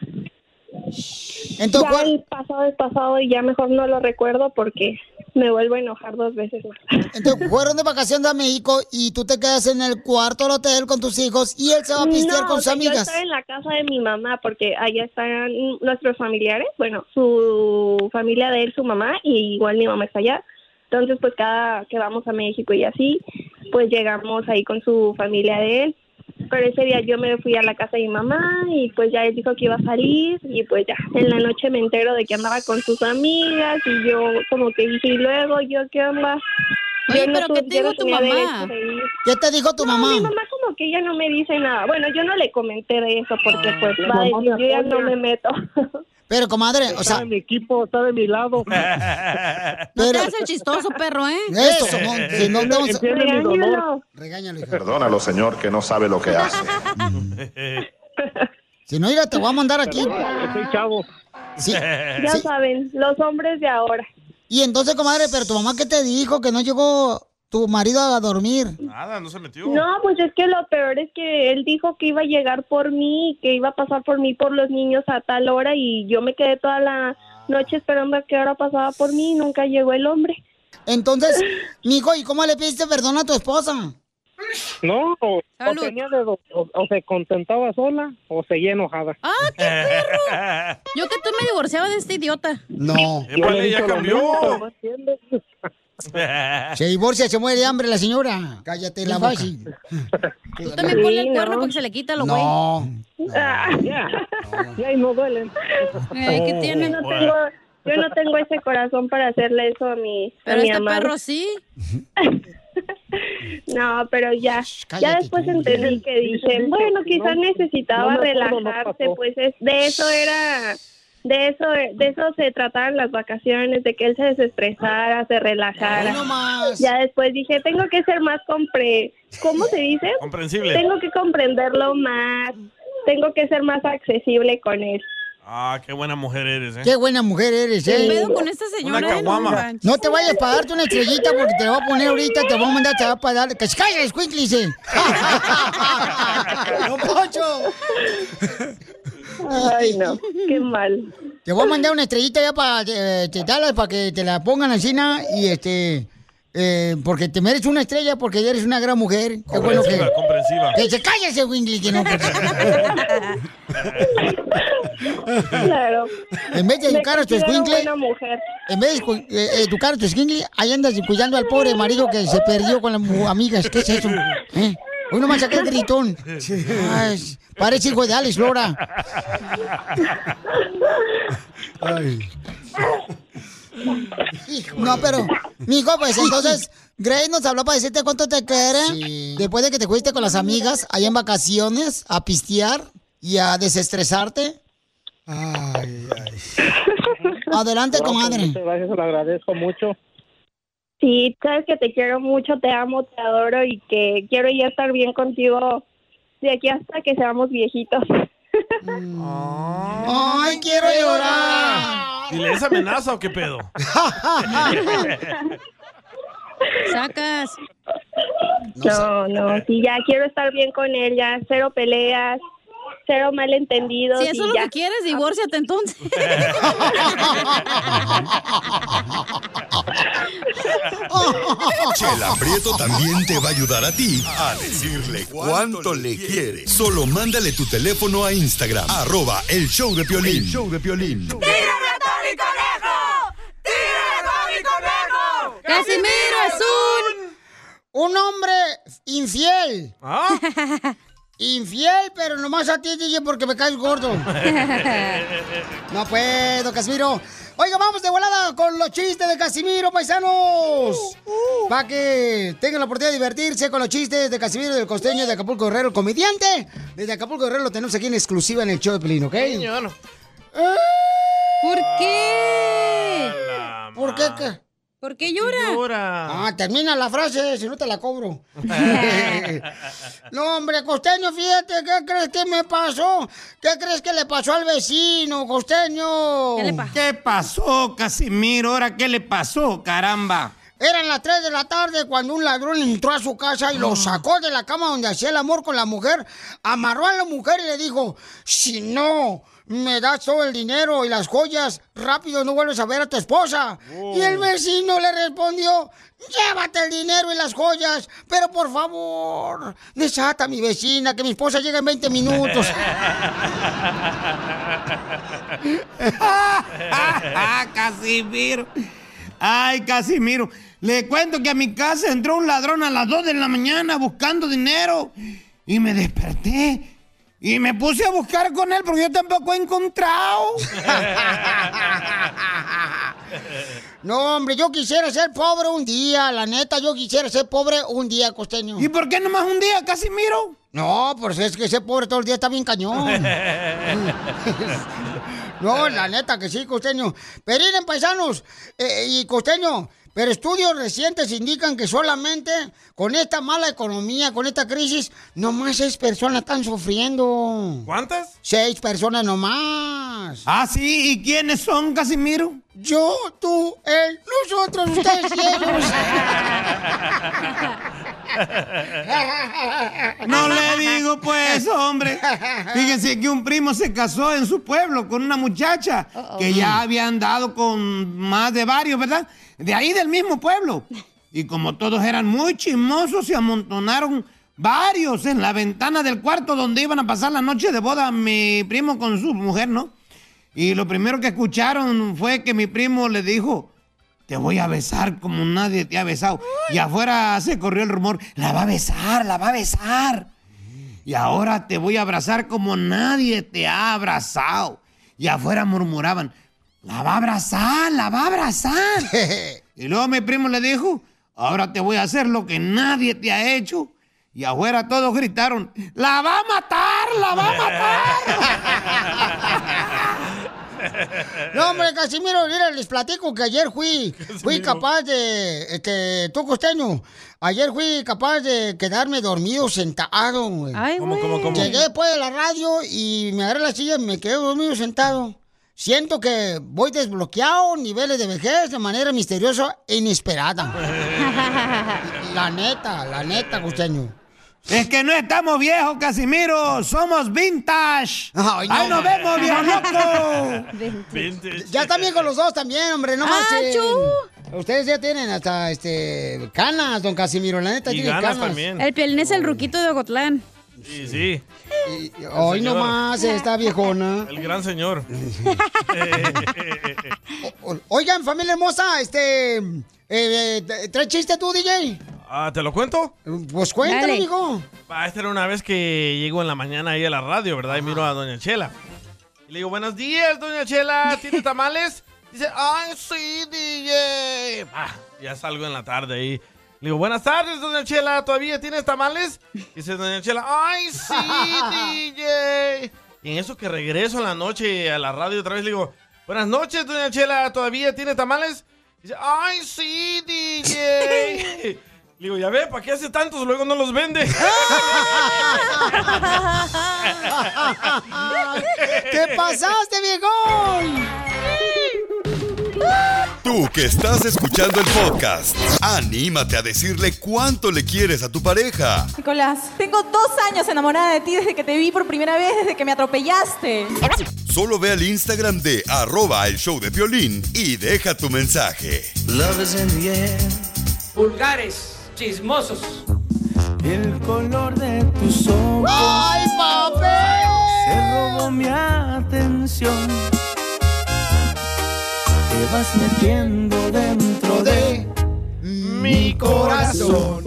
S17: Entonces,
S20: ya el pasado es pasado y ya mejor no lo recuerdo porque me vuelvo a enojar dos veces más.
S17: Entonces fueron de vacaciones a México y tú te quedas en el cuarto del hotel con tus hijos y él se va a pistear
S20: No,
S17: con
S20: o
S17: sus
S20: sea, Yo
S17: amigas.
S20: estaba en la casa de mi mamá porque allá están nuestros familiares, bueno, su familia de él, su mamá, y igual mi mamá está allá. Entonces, pues cada que vamos a México y así, pues llegamos ahí con su familia de él. Pero ese día yo me fui a la casa de mi mamá y pues ya él dijo que iba a salir y pues ya en la noche me entero de que andaba con sus amigas y yo como que dije, y luego yo qué onda.
S6: Oye,
S20: Yo no
S6: pero ¿qué
S20: tu-
S6: te
S20: yo no
S6: dijo tu
S20: tenía
S6: mamá?
S20: derecho de ir.
S17: ¿Qué te dijo tu
S20: No,
S17: mamá?
S20: mi mamá como que ella no me dice nada. Bueno, yo no le comenté de eso porque pues
S17: Ah, La
S20: va a
S17: mamá
S20: decir,
S17: me
S20: yo ya
S17: apoya.
S20: no me meto.
S4: Pero, comadre, o sea.
S17: mi equipo, está de mi lado.
S6: No te hagas el chistoso, perro, ¿eh?
S4: Eso, no, si no estamos-
S17: Entiende mi dolor.
S4: Regáñalo, hija.
S13: Perdónalo, señor, que no sabe lo que hace.
S4: Si no, mira, te voy a mandar aquí.
S17: Soy chavo.
S4: Sí.
S20: Ya saben, los hombres de ahora.
S4: Y entonces, comadre, pero tu mamá qué te dijo que no llegó tu marido a dormir.
S5: Nada, no se metió.
S20: No, pues es que lo peor es que él dijo que iba a llegar por mí, que iba a pasar por mí por los niños a tal hora y yo me quedé toda la noche esperando a qué hora pasaba por mí y nunca llegó el hombre.
S4: Entonces, mijo, ¿y cómo le pediste perdón a tu esposa?
S19: No, o, o
S4: Salud.
S19: tenía de do- o- o se contentaba sola o seguía enojada.
S6: ¡Ah, qué perro! Yo que tú me divorciaba de este idiota.
S4: No. Se divorcia, se muere de hambre la señora. Cállate la boca.
S6: Tú también ponle el cuerno porque se le quita lo güey.
S4: No.
S17: Ah, Ya, y no duelen.
S6: Eh, ¿qué tiene?
S20: Ah. Yo no tengo, yo no tengo ese corazón para hacerle eso a mi, a
S6: Pero
S20: mi
S6: este
S20: amado.
S6: perro sí.
S20: No, pero ya,
S6: cállate
S20: ya después entendí que dicen, bueno, quizás necesitaba
S17: no me acuerdo, no
S20: relajarse,
S17: pasó.
S20: pues es- de eso era, de eso, de eso se trataban las vacaciones, de que él se desestresara, se relajara. Ya después dije, tengo que ser más compre, ¿cómo se dice?
S5: Comprensible.
S20: Tengo que comprenderlo más, tengo que ser más accesible con él.
S5: Ah, qué buena mujer eres, ¿eh?
S4: Qué buena mujer eres, ¿eh?
S5: ¿Qué pedo con esta señora, Una eh? No caguama. manches.
S4: No te vayas para darte una estrellita porque te la voy a poner ahorita, te voy a mandar, te va a pagar. ¡Que se calles, Quickly! ¡No, Pocho!
S20: Ay, no, qué mal.
S4: Te voy a mandar una estrellita ya para eh, te darla para que te la pongan en China y este. eh, porque te mereces una estrella porque eres una gran mujer. Qué bueno que.
S5: Comprensiva, comprensiva.
S4: Que se calle ese Wingley, que no.
S20: Claro.
S4: En vez de
S20: Me
S4: educar a tu
S20: considero
S4: escuincle,
S20: buena mujer.
S4: en vez de cu- eh, educar a tu escuincle, ahí andas cuidando al pobre marido que se perdió con las mu- amigas. ¿Qué es eso? ¿Eh? Hoy nomás saqué el gritón. Ay, parece hijo de Alex Lora. No, pero, mijo, pues entonces, Grace nos habló para decirte cuánto te quiere. Después de que te fuiste con las amigas allá en vacaciones a pistear y a desestresarte. Ay, ay.
S15: pues,
S4: Adelante,
S19: Wow,
S4: comadre.
S19: Muchas gracias, se lo agradezco mucho.
S20: Sí, sabes que te quiero mucho, te amo, te adoro y que quiero ya estar bien contigo de aquí hasta que seamos viejitos.
S4: ¡Ay, quiero llorar!
S5: Dile, ¿es amenaza o qué pedo?
S6: Sacas.
S20: No, no, sí, ya quiero estar bien con él, ya cero peleas, cero malentendidos.
S6: Si eso es
S20: y
S6: lo
S20: ya.
S6: que quieres, divórciate entonces.
S12: Chela Prieto también te va a ayudar a ti a decirle cuánto le quiere. Solo mándale tu teléfono a Instagram, arroba el show de Piolín. El show de Piolín.
S4: ¡Casimiro es un... Un hombre infiel.
S20: ¿Ah?
S4: Infiel, pero nomás a ti, DJ, porque me caes gordo. no puedo, Casimiro. Oiga, vamos de volada con los chistes de Casimiro, paisanos. Para que tengan la oportunidad de divertirse con los chistes de Casimiro del Costeño de Acapulco Guerrero, el comediante. Desde Acapulco Guerrero lo tenemos aquí en exclusiva en el show de Pelín, ¿ok? ¡Eh!
S6: ¿Por qué?
S4: ¿Por qué? qué?
S6: ¿Por qué llora?
S4: Ah, termina la frase, si no te la cobro. No, hombre, costeño, fíjate, ¿qué crees que me pasó? ¿Qué crees que le pasó al vecino, costeño?
S21: ¿Qué pasó, Casimiro? ¿Ahora qué le pasó, caramba?
S4: Eran las 3 de la tarde cuando un ladrón entró a su casa y lo sacó de la cama donde hacía el amor con la mujer, amarró a la mujer y le dijo, si no me das todo el dinero y las joyas, rápido no vuelves a ver a tu esposa. Y el vecino le respondió, llévate el dinero y las joyas, pero por favor, desata a mi vecina, que mi esposa llega en 20 minutos.
S21: ah, Casimiro. Ay, Casimiro. Le cuento que a mi casa entró un ladrón a las 2 de la mañana buscando dinero. Y me desperté. Y me puse a buscar con él porque yo tampoco he encontrado.
S4: No, hombre, yo quisiera ser pobre un día, la neta, yo quisiera ser pobre un día, costeño. ¿Y por qué nomás un día, Casimiro? No, pues es que ser pobre todo el día está bien cañón. No, la neta que sí, costeño. Pero miren, paisanos eh, y costeño, pero estudios recientes indican que solamente con esta mala economía, con esta crisis, nomás seis personas están sufriendo.
S5: ¿Cuántas?
S4: Seis personas nomás.
S21: Ah, sí, ¿y quiénes son, Casimiro?
S4: Yo, tú, él, nosotros, ustedes y ellos.
S21: No le digo pues, hombre. Fíjense que un primo se casó en su pueblo con una muchacha que ya había andado con más de varios, ¿verdad? De ahí del mismo pueblo. Y como todos eran muy chismosos, se amontonaron varios en la ventana del cuarto donde iban a pasar la noche de boda mi primo con su mujer, ¿no? Y lo primero que escucharon fue que mi primo le dijo, te voy a besar como nadie te ha besado. Y afuera se corrió el rumor, la va a besar, la va a besar. Y ahora te voy a abrazar como nadie te ha abrazado. Y afuera murmuraban, la va a abrazar, la va a abrazar. y luego mi primo le dijo, ahora te voy a hacer lo que nadie te ha hecho. Y afuera todos gritaron, la va a matar, la va a matar.
S4: No, hombre, Casimiro, mira, les platico que ayer fui, fui capaz de, este, tú costeño, ayer fui capaz de quedarme dormido sentado, güey.
S5: ¿Cómo, cómo, cómo?
S4: Llegué después de la radio y me agarré la silla y me quedé dormido sentado. Siento que voy desbloqueado niveles de vejez de manera misteriosa e inesperada. la neta, la neta, costeño.
S21: Es que no estamos viejos, Casimiro. Somos vintage.
S4: Ay, no.
S21: ¡Ahí nos vemos, viejo loco!
S4: Ya están bien con los dos también, hombre, no
S21: Ah,
S4: marchen. Ustedes ya tienen hasta este canas, don Casimiro, la neta
S5: Y
S4: tienen
S5: ganas
S4: canas.
S5: también.
S22: El pielín es el ruquito de Ocotlán.
S5: Sí, sí.
S4: Hoy
S5: El señor.
S4: nomás está viejona.
S5: El gran señor.
S4: O- Oigan, familia hermosa, este eh, eh, t- trae chiste tú, DJ.
S5: Ah, ¿Te lo cuento?
S4: Pues cuéntalo,
S5: Dale.
S4: mijo.
S5: Ah, Esta era una vez que llego en la mañana ahí a la radio, ¿verdad? Y miro a Doña Chela. Y le digo, buenos días, Doña Chela. ¿Tiene tamales? Dice, ay, sí, DJ. Ah, ya salgo en la tarde ahí. Le digo, buenas tardes, Doña Chela. ¿Todavía tienes tamales? Dice Doña Chela, ay, sí, DJ. Y en eso que regreso en la noche a la radio otra vez, le digo, buenas noches, Doña Chela. ¿Todavía tiene tamales? Dice, ay, sí, DJ. Le digo, ya ve, ¿para qué hace tantos? Luego no los vende.
S4: ¿Qué pasaste, viejón?
S12: Tú que estás escuchando el podcast, anímate a decirle cuánto le quieres a tu pareja.
S6: Nicolás, tengo dos años enamorada de ti desde que te vi por primera vez, desde que me atropellaste.
S12: Solo ve al Instagram de arroba el show de violín y deja tu mensaje.
S3: Vulgares, chismosos. El color de tus ojos.
S4: ¡Ay, papel!
S3: Se robó mi atención. Te vas metiendo dentro de mi corazón.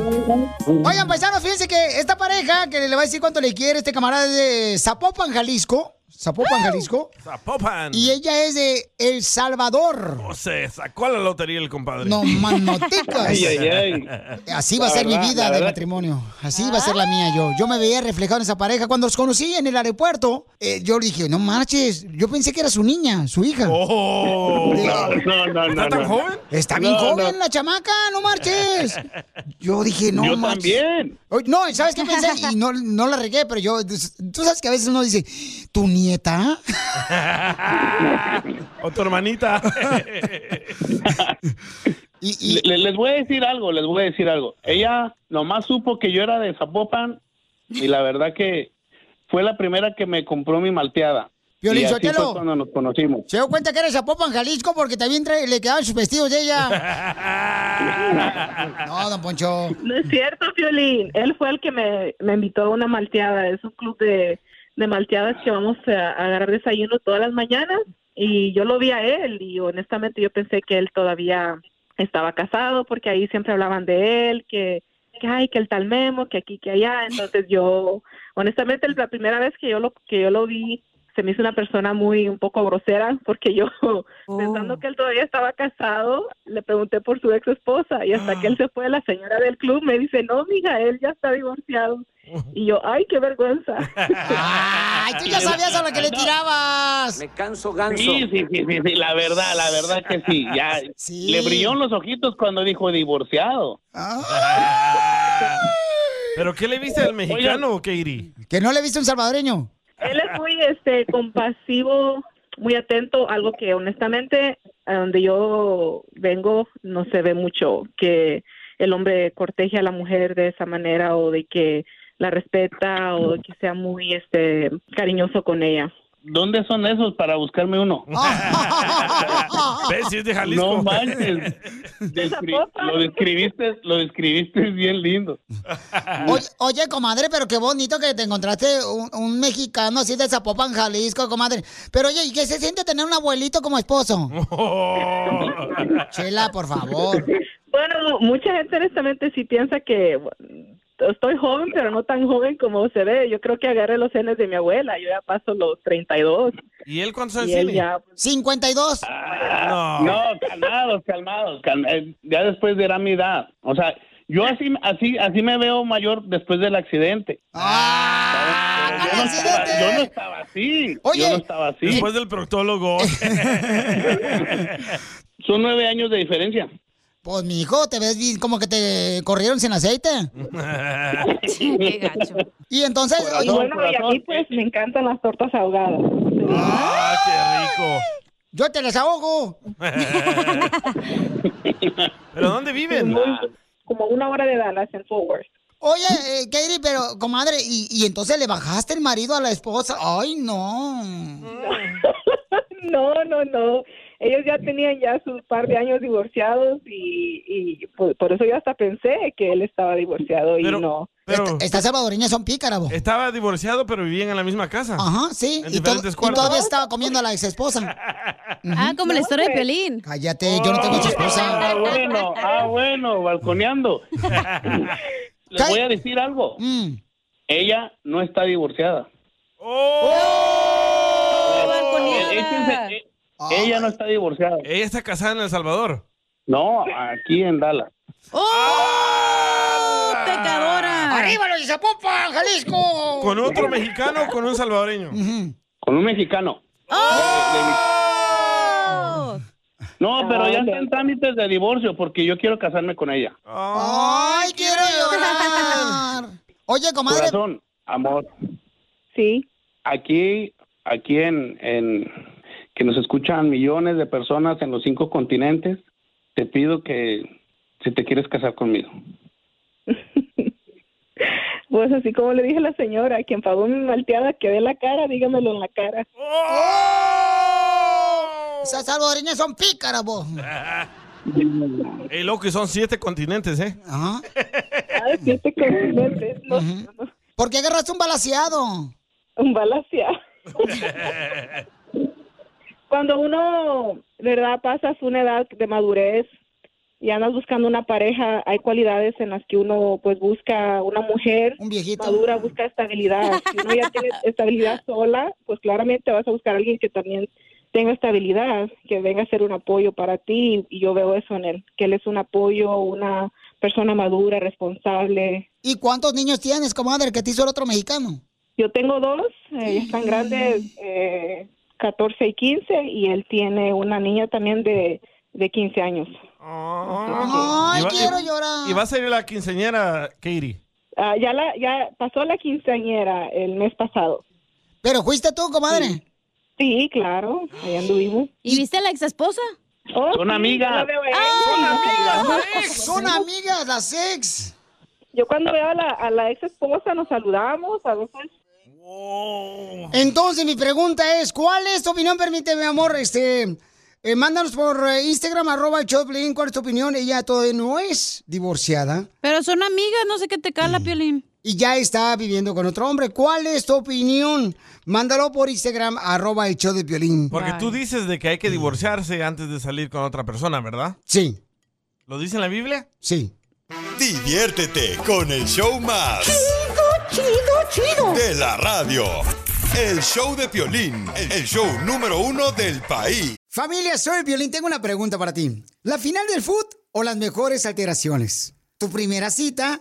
S4: Oigan, paisanos, fíjense que esta pareja que le va a decir cuánto le quiere este camarada es de Zapopan, Jalisco. Zapopan, Jalisco.
S5: Zapopan.
S4: Y ella es de El Salvador.
S5: No sé, sacó la lotería el compadre.
S4: No, manoticas.
S5: Ay, ay, ay.
S4: Así va a
S5: La
S4: ser
S5: verdad,
S4: mi vida
S5: la
S4: de
S5: verdad.
S4: matrimonio. Así va a ser la mía yo. Yo me veía reflejado en esa pareja. Cuando los conocí en el aeropuerto, eh, yo dije, no marches. Yo pensé que era su niña, su hija.
S3: Oh,
S23: No, no, no, no.
S4: ¿Está tan
S23: no.
S4: joven? Está bien
S23: No,
S4: joven
S23: no.
S4: la chamaca, no marches. Yo dije, no
S23: Yo
S4: marches.
S23: también.
S4: Oye, No, ¿sabes qué pensé? Y no, no la regué, pero yo... Tú sabes que a veces uno dice, ¿tu nieta?
S5: o tu hermanita.
S3: Le-
S7: le- les voy a decir algo, les voy a decir algo. Ella nomás supo que yo era de Zapopan y la verdad que fue la primera que me compró mi malteada.
S4: Piolín
S7: y así
S4: Sotelo.
S7: fue cuando nos conocimos.
S4: Se dio cuenta que era Zapopan, Jalisco, porque también trae- le quedaban sus vestidos de ella. No, don Poncho.
S24: No es cierto, Violín. Él fue el que me, me invitó a una malteada. Es un club de, de malteadas que vamos a, a agarrar desayuno todas las mañanas. Y yo lo vi a él y honestamente yo pensé que él todavía estaba casado porque ahí siempre hablaban de él, que, que ay, que el tal Memo, que aquí, que allá. Entonces yo, honestamente, la primera vez que yo lo, que yo lo vi se me hizo una persona muy un poco grosera porque yo pensando que él todavía estaba casado le pregunté por su ex esposa y hasta que él se fue la señora del club me dice no mija él ya está divorciado y yo ay qué vergüenza
S17: ay tú ya sabías a lo que le tirabas
S21: me canso
S7: Sí, sí, sí, sí, sí, la verdad, la verdad que sí. Ya le brilló en los ojitos cuando dijo divorciado.
S5: ¿Pero qué le viste al mexicano, Katie?
S17: ¿Que no le viste un salvadoreño?
S24: Él es muy este, compasivo, muy atento, algo que honestamente a donde yo vengo no se ve mucho, que el hombre corteje a la mujer de esa manera o de que la respeta o de que sea muy este cariñoso con ella.
S7: ¿Dónde son esos para buscarme uno?
S3: Ah,
S5: ¿Ves? Si es de Jalisco.
S7: No manches. Descri- lo describiste, lo describiste bien lindo.
S17: Oye, oye, comadre, pero qué bonito que te encontraste un, un mexicano así de Zapopan, Jalisco, comadre. Pero oye, ¿y qué se siente tener un abuelito como esposo? Chela, por favor.
S24: Bueno, mucha gente honestamente sí piensa que bueno, estoy joven, pero no tan joven como se ve. Yo creo que agarré los genes de mi abuela. Yo ya paso los 32.
S5: ¿Y él cuántos años
S24: Y él
S5: tiene?
S24: ya... pues,
S17: 52.
S7: No, calmados, calmados. calm- eh, ya después de mi edad. O sea, yo así, así, así me veo mayor después del accidente.
S17: Pero
S7: yo, no estaba, yo no estaba así.
S5: Oye,
S7: yo no estaba así.
S5: después del proctólogo.
S7: Son nueve años de diferencia.
S17: Pues, mi hijo, te ves bien como que te corrieron sin aceite.
S24: Qué gacho.
S17: Y entonces...
S24: Y bueno, y a mí pues me encantan las tortas ahogadas.
S5: ¡Ah, qué rico!
S17: Yo te les ahogo.
S5: ¿Pero dónde viven?
S24: Como una hora de Dallas en Fort Worth.
S17: Oye, eh, Katie, pero comadre, ¿y, y entonces le bajaste el marido a la esposa? Ay, no.
S24: No, no, no. Ellos ya tenían ya sus par de años divorciados y, y por, por eso yo hasta pensé que él estaba divorciado y no.
S5: Pero
S17: Estas salvadoreñas son pícaras, vos.
S5: estaba divorciado, pero vivían en la misma casa.
S17: Ajá, sí.
S5: En
S17: Y, to-
S5: diferentes
S17: y
S5: cuartos.
S17: todavía estaba comiendo a la ex esposa.
S3: Ah, como la historia de Piolín.
S17: Cállate, yo no tengo ex esposa.
S7: Ah, bueno, ah, bueno, balconeando. Les voy a decir algo. Ella no está divorciada.
S5: ¡Oh!
S4: ¡Oh!
S5: Échense-
S7: eh, Ella no está divorciada.
S5: Ella está casada en El Salvador.
S7: No, aquí en Dallas.
S3: ¡Oh!
S5: ¡Ah!
S3: ¡Pecadora!
S17: ¡Arriba los de Zapopan, Jalisco!
S5: ¿Con otro mexicano o con un salvadoreño?
S7: Con un mexicano. No, pero ya está en trámites de divorcio porque yo quiero casarme con ella.
S17: ¡Ay, quiero llorar! Oye, comadre.
S7: Corazón, amor.
S24: Sí.
S7: Aquí, aquí en, en que nos escuchan millones de personas en los cinco continentes, te pido que si te quieres casar conmigo.
S24: Pues así como le dije a la señora, quien pagó mi malteada, que ve la cara, dígamelo en la cara.
S17: Esas salvadoreñas son pícaras, vos.
S24: Ah,
S5: Ey, loco, y son siete continentes, ¿eh?
S17: Ajá.
S24: siete continentes.
S17: ¿Por qué agarraste un balaseado?
S24: Un balaseado. Cuando uno, de verdad, pasas una edad de madurez y andas buscando una pareja, hay cualidades en las que uno, pues, busca una mujer madura, busca estabilidad. Si uno ya tiene estabilidad sola, pues, claramente vas a buscar a alguien que también tenga estabilidad, que venga a ser un apoyo para ti. Y yo veo eso en él, que él es un apoyo, una persona madura, responsable.
S17: ¿Y cuántos niños tienes, comadre, que te hizo el otro mexicano?
S24: Yo tengo dos, eh, ya están grandes, eh, 14 y 15, y él tiene una niña también de, de 15 años.
S5: Y va- y-
S17: llorar.
S5: Y va a salir la quinceñera, Katie.
S24: Ah, ya, la, ya pasó la quinceañera el mes pasado.
S17: ¿Pero fuiste tú, comadre?
S24: Sí, Sí, claro, ahí anduvimos. Oh,
S3: ¿Y viste a la ex esposa?
S7: Son amigas.
S24: Son
S17: Son amigas las ex.
S24: Yo cuando veo a la, a la ex esposa nos saludamos, a veces
S17: Entonces, mi pregunta es, ¿cuál es tu opinión? Permíteme, amor, este... eh, mándanos por eh, Instagram, arroba el show de Piolín, ¿cuál es tu opinión? Ella todavía no es divorciada.
S3: Pero son amigas, no sé qué te
S4: Mm.
S3: cala, Piolín.
S17: Y ya está viviendo con otro hombre. ¿Cuál es tu opinión? Mándalo por Instagram, arroba el show de Piolín.
S5: Porque tú dices de que hay
S4: Mm.
S5: que divorciarse antes de salir con otra persona, ¿verdad?
S17: Sí.
S5: ¿Lo dice en la Biblia?
S17: Sí.
S12: Diviértete con el show más.
S25: Chido, chido, chido.
S12: De la radio. El show de Piolín, el show número uno del país.
S4: Familia, soy Violín. Tengo una pregunta para ti. ¿La final del foot o las mejores alteraciones? ¿Tu primera cita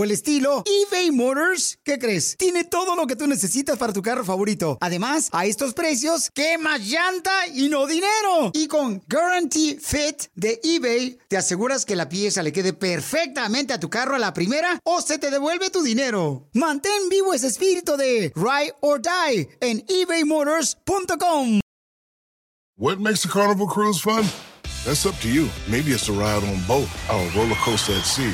S4: el estilo, eBay Motors, ¿qué crees? Tiene todo lo que tú necesitas para tu carro favorito. Además, a estos precios, ¿qué más llanta y no dinero? Y con Guarantee Fit de eBay, te aseguras que la pieza le quede perfectamente a tu carro a la primera o se te devuelve tu dinero. Mantén vivo ese espíritu de Ride or Die en ebaymotors.com.
S1: What makes a carnival cruise fun? That's up to you. Maybe it's a ride on boat, or a roller coaster at sea,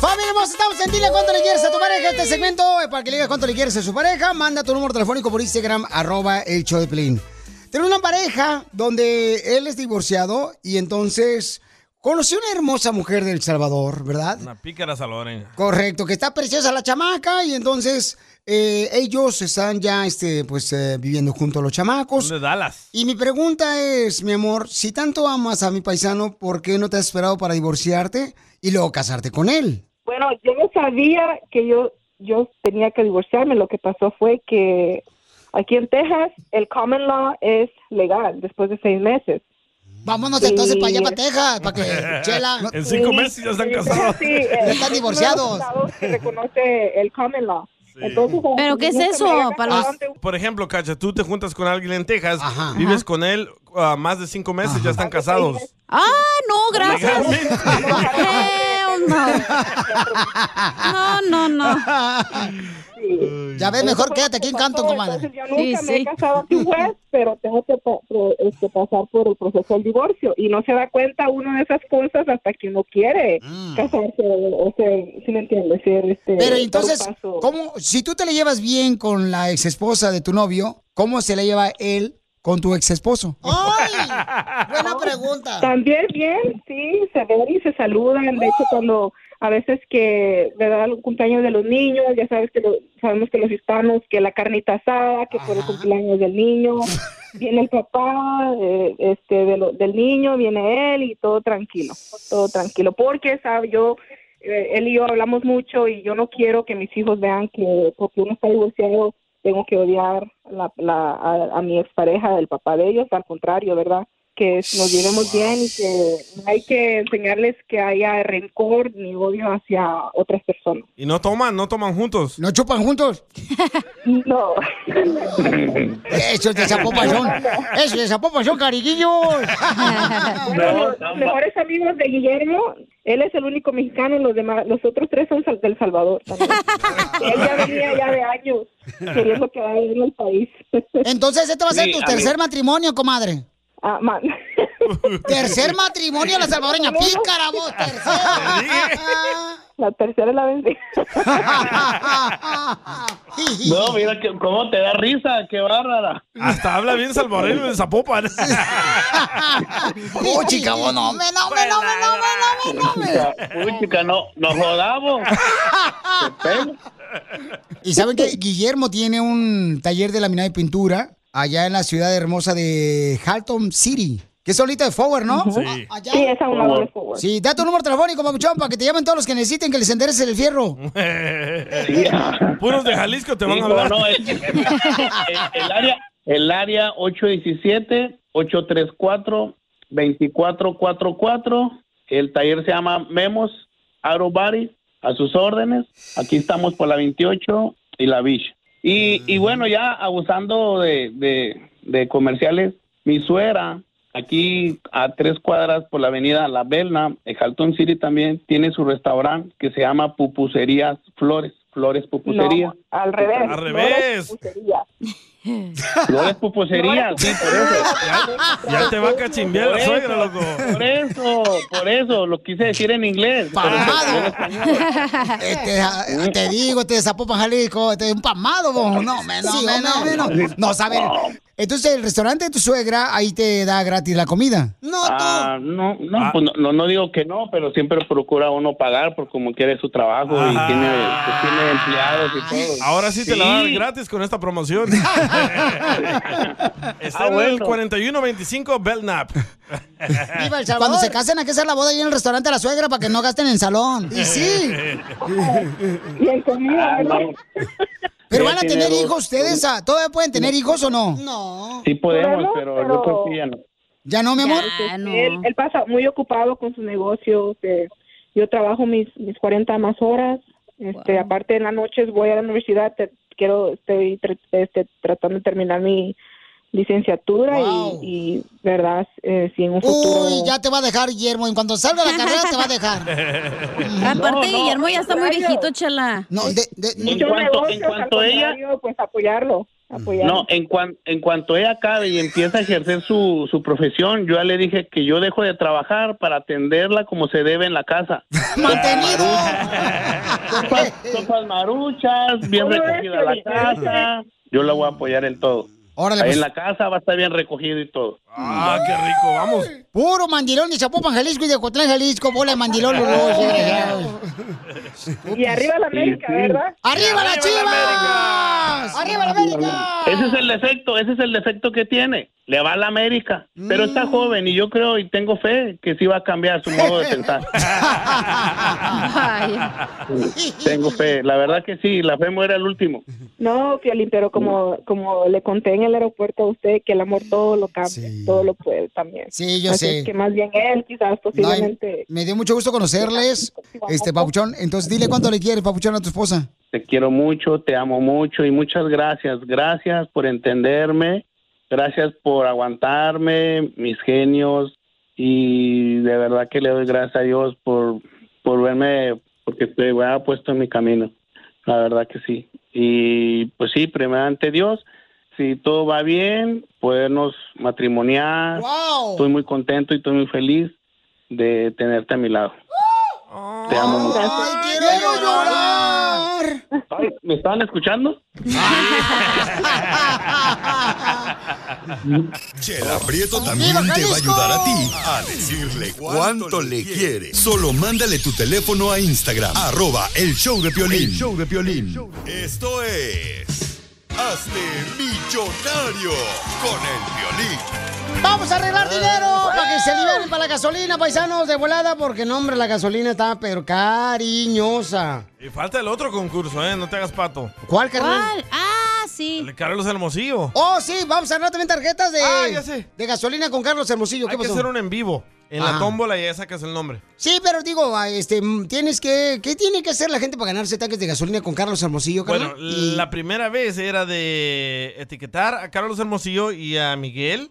S4: Familia hermosa, estamos en Dile cuánto le quieres a tu pareja. Este segmento es para que le digas cuánto le quieres a su pareja. Manda tu número telefónico por Instagram, arroba el show de Piolín. Tenemos una pareja donde él es divorciado y entonces conoció una hermosa mujer del Salvador, ¿verdad?
S5: Una pícara salvadoreña.
S4: Correcto, que está preciosa la chamaca y entonces eh, ellos están ya este, pues, eh, viviendo juntos los chamacos.
S5: De Dallas.
S4: Y mi pregunta es, mi amor, si tanto amas a mi paisano, ¿por qué no te has esperado para divorciarte y luego casarte con él?
S24: Bueno, yo no sabía que yo, yo tenía que divorciarme. Lo que pasó fue que aquí en Texas el common law es legal después de seis meses.
S4: Vámonos entonces
S24: Sí.
S4: para allá, para Texas, para que Chela...
S24: En cinco meses ya están casados. Sí, eh,
S4: Ya están divorciados.
S24: Estados que reconoce el common law. Entonces,
S6: ¿Pero qué es
S24: nunca me
S6: eso,
S24: había
S6: Paloma?
S24: casado antes.
S5: Ah, Por ejemplo, Cacha, tú te juntas con alguien en Texas, vives con él ah, más de cinco meses, ya están casados.
S6: Ah, no, gracias. Hell no. No, no, no.
S4: Ya ves, mejor quédate aquí en Canton, comadre.
S24: Yo nunca me he casado aquí, Wes, pero tengo que pa- pro- este, pasar por el proceso del divorcio. Y no se da cuenta uno de esas cosas hasta que uno quiere casarse. O, o sea, ¿sí me entiendes? Ser, este,
S4: Mm. Pero
S24: dar un
S4: entonces,
S24: paso.
S4: ¿cómo, si tú te le llevas bien con la ex esposa de tu novio, ¿cómo se le lleva él con tu ex esposo?
S24: Oh.
S4: Buena pregunta.
S24: También bien, sí, se ven y se saludan. De hecho, cuando a veces que le da el cumpleaños de los niños, ya sabes que lo- sabemos que los hispanos, que la carnita asada, que por el cumpleaños del niño, viene el papá eh, este de lo- del niño, viene él y todo tranquilo, todo tranquilo. Porque, sabe, yo, eh, él y yo hablamos mucho y yo no quiero que mis hijos vean que porque uno está divorciado tengo que odiar la- la- a, a mi expareja, el papá de ellos, al contrario, ¿verdad? Que nos llevemos bien y que no hay que enseñarles que haya rencor ni odio hacia otras personas.
S5: Y no toman, no toman juntos.
S4: ¿No chupan juntos?
S24: No.
S4: Eso es de Zapopayón. Eso es de Zapopayón, cariguillos.
S24: Bueno, los, los mejores amigos de Guillermo, él es el único mexicano, los demás, los otros tres son sal- del Salvador. también. él ya venía ya de años queriendo quedarse en el país.
S4: Entonces, este va a ser
S24: Sí,
S4: tu
S24: a
S4: tercer
S24: ver.
S4: matrimonio, comadre.
S24: Ah, man.
S4: Tercer matrimonio a la salvadoreña. Pícara vos, tercera.
S24: La tercera es la vencida.
S7: No, mira que, cómo te da risa, qué bárbara.
S5: Hasta habla bien salvadoreño de Zapopan.
S4: Oh, chica, vos no, hombre, no, hombre, no, hombre, no, hombre, no, hombre, no, hombre.
S7: Uy, chica, no, nos jodamos.
S4: Y saben que Guillermo tiene un taller de laminado y pintura allá en la ciudad hermosa de Halton City, que es solita de Forward, ¿no?
S24: Ujú. Sí. Sí, es a un lado de Forward.
S4: Sí, da tu número telefónico, papuchón, para que te llamen todos los que necesiten que les enderece el fierro.
S5: Puros de Jalisco te van
S7: Sí,
S5: a hablar.
S7: no, no, es- El área, el área 817-834-2444. El taller se llama Memos Auto Body. A sus órdenes. Aquí estamos por la 28 y la Beach. Y, y bueno, ya abusando de, de- de comerciales, mi suegra Aquí a tres cuadras por la avenida La Belna, en Halton City también tiene su restaurante que se llama Pupuserías Flores. Flores Pupusería.
S24: No, al revés.
S5: Al revés.
S7: Flores Pupusería, sí, por eso.
S5: Ya te va a cachimbear la
S7: Por
S5: suegra,
S7: eso,
S5: loco.
S7: Por eso, por eso, lo quise decir en inglés.
S4: Este, ah, te digo, este Zapopan Jalisco, este un pamado, vos. No, me, no,
S3: Sí,
S4: me, no, me, no, No, saben. Entonces, el restaurante de tu suegra, ahí te da gratis la comida.
S7: No, no, no,
S5: Ah.
S7: pues no, no, no digo que no, pero siempre procura uno pagar por como quiere su trabajo y tiene, pues tiene empleados y todo.
S5: Ah. Ahora sí te la dan gratis con esta promoción. Está
S7: Ah,
S5: en el
S7: bueno.
S5: 4125 Belknap.
S4: Cuando se casen, hay que hacer la boda ahí en el restaurante de la suegra para que no gasten en el salón. Y sí.
S24: Y en comida,
S7: Ah,
S24: ¿verdad?
S7: no,
S4: Pero
S7: Ya
S4: van a
S7: tiene
S4: tener
S7: dos.
S4: hijos ustedes, ah, ¿todavía pueden tener hijos o no?
S7: Sí podemos,
S24: Podemos,
S7: pero,
S24: pero-
S7: yo creo que ya no.
S4: ¿Ya no, mi
S24: amor? Él, él pasa muy ocupado con su negocio. que yo trabajo mis, mis 40 más horas. Este, Aparte, en las noches voy a la universidad. te- quiero, estoy tr- este, tratando de terminar mi licenciatura y- y, ¿verdad? Eh, si en un futuro...
S4: Uy, ya te va a dejar, Guillermo. En cuanto salga la carrera, te va a dejar.
S6: Aparte, Guillermo ya está muy
S4: contrario.
S6: viejito, chela.
S4: No,
S7: En cuanto, en cuanto ella,
S24: Pues apoyarlo.
S4: Mm.
S24: apoyarlo.
S7: no, en, cuan- en cuanto ella acabe y empieza a ejercer su, su profesión, yo ya le dije que yo dejo de trabajar para atenderla como se debe en la casa.
S4: Mantenido.
S7: Sopas, sopas maruchas, bien
S24: Todo
S7: recogida la
S24: eso,
S7: casa. Yo la voy a apoyar en todo.
S4: Órale,
S7: Ahí
S4: pues.
S7: en la casa va a estar bien recogido y todo.
S5: Ah, qué rico, vamos.
S4: Puro mandilón de Zapopan, Jalisco y de Cotlán, Jalisco. Bola de mandilón, los dos.
S24: Y arriba la América,
S7: Sí, sí.
S24: ¿verdad?
S4: ¡Arriba la chivas! ¡Arriba la América!
S7: Ese es el defecto, ese es el defecto que tiene. Le va a la América, pero está
S4: Mm.
S7: joven y yo creo y tengo fe que sí va a cambiar su modo de pensar. tengo fe, la verdad que sí, la fe muere al último.
S24: No, Fiolín, pero como,
S4: Mm.
S24: como le conté en el aeropuerto a usted, que el amor todo lo cambia, todo lo puede también.
S4: Sí, yo
S24: Así
S4: sé.
S24: es que más bien él, quizás,
S4: No, y
S24: posiblemente.
S4: me dio mucho gusto conocerles, este Papuchón. Entonces, dile cuánto le quieres, Papuchón, a tu esposa.
S7: Te quiero mucho, te amo mucho y muchas gracias. Gracias por entenderme, gracias por aguantarme, mis genios y de verdad que le doy gracias a Dios por, por verme, porque te ha puesto en mi camino. La verdad que sí. Y pues sí, primero ante Dios, si todo va bien, podernos matrimoniar.
S4: ¡Wow!
S7: Estoy muy contento y estoy muy feliz de tenerte a mi lado. Te amo mucho.
S4: ¡Ay, quiero llorar!
S7: Ay, ¿Me estaban escuchando?
S12: Chela Prieto también te va a ayudar a ti a decirle cuánto le quiere. Solo mándale tu teléfono a Instagram, arroba el show de Piolín.
S26: El
S12: show de Esto es... Hazte millonario con el Piolín.
S4: Vamos a arreglar dinero para que se liberen para la gasolina, paisanos, de volada, porque no, hombre, la gasolina está pero cariñosa.
S5: Y falta el otro concurso, ¿eh? No te hagas pato.
S4: ¿Cuál, carnal?
S6: Ah, sí.
S5: El de Carlos Hermosillo.
S4: Oh, sí, vamos a arreglar también tarjetas de,
S5: Ah, ya sé.
S4: de gasolina con Carlos Hermosillo. ¿Qué
S5: Hay que
S4: pasó? Ah.
S5: hacer un en vivo. En
S4: Ajá.
S5: la tómbola y ya sacas el nombre.
S4: Sí, pero digo, ah, este, mm, tienes que, ¿qué tiene que hacer la gente para ganarse tanques de gasolina con Carlos Hermosillo, carnal?
S5: Bueno, la primera vez era de etiquetar a Carlos Hermosillo y a Miguel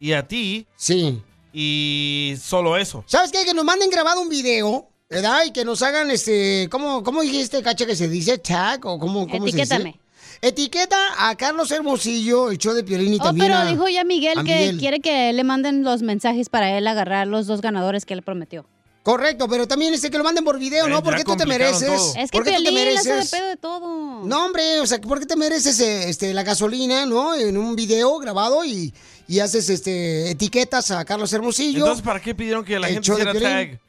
S5: y a ti.
S4: Sí.
S5: Y solo eso.
S4: ¿Sabes qué? Que nos manden grabado un video, ¿verdad? Y que nos hagan, este, ¿cómo, cómo dijiste, cacha, que se dice tag o cómo, cómo se dice?
S6: Etiquétame.
S4: Etiqueta a Carlos Hermosillo, el show de Piolín y
S6: Oh,
S4: también
S6: pero
S4: a-
S6: dijo ya Miguel
S4: a
S6: que
S4: Miguel.
S6: quiere que le manden los mensajes para él agarrar los dos ganadores que él prometió.
S4: Correcto, pero también este que lo manden por video, ¿no?
S6: Ya
S4: Porque tú te
S6: complicaron
S4: mereces.
S6: todo. Es que
S4: ¿Por qué tú te
S6: Piolín le hace de
S4: mereces?
S6: pedo de todo.
S4: No, hombre, o sea, ¿por qué te mereces eh, este, la gasolina, no? En un video grabado y, y haces este, etiquetas a Carlos Hermosillo.
S5: Entonces, ¿para qué pidieron que la
S4: el
S5: gente
S4: show de
S5: hiciera
S4: Piolín.
S5: tag?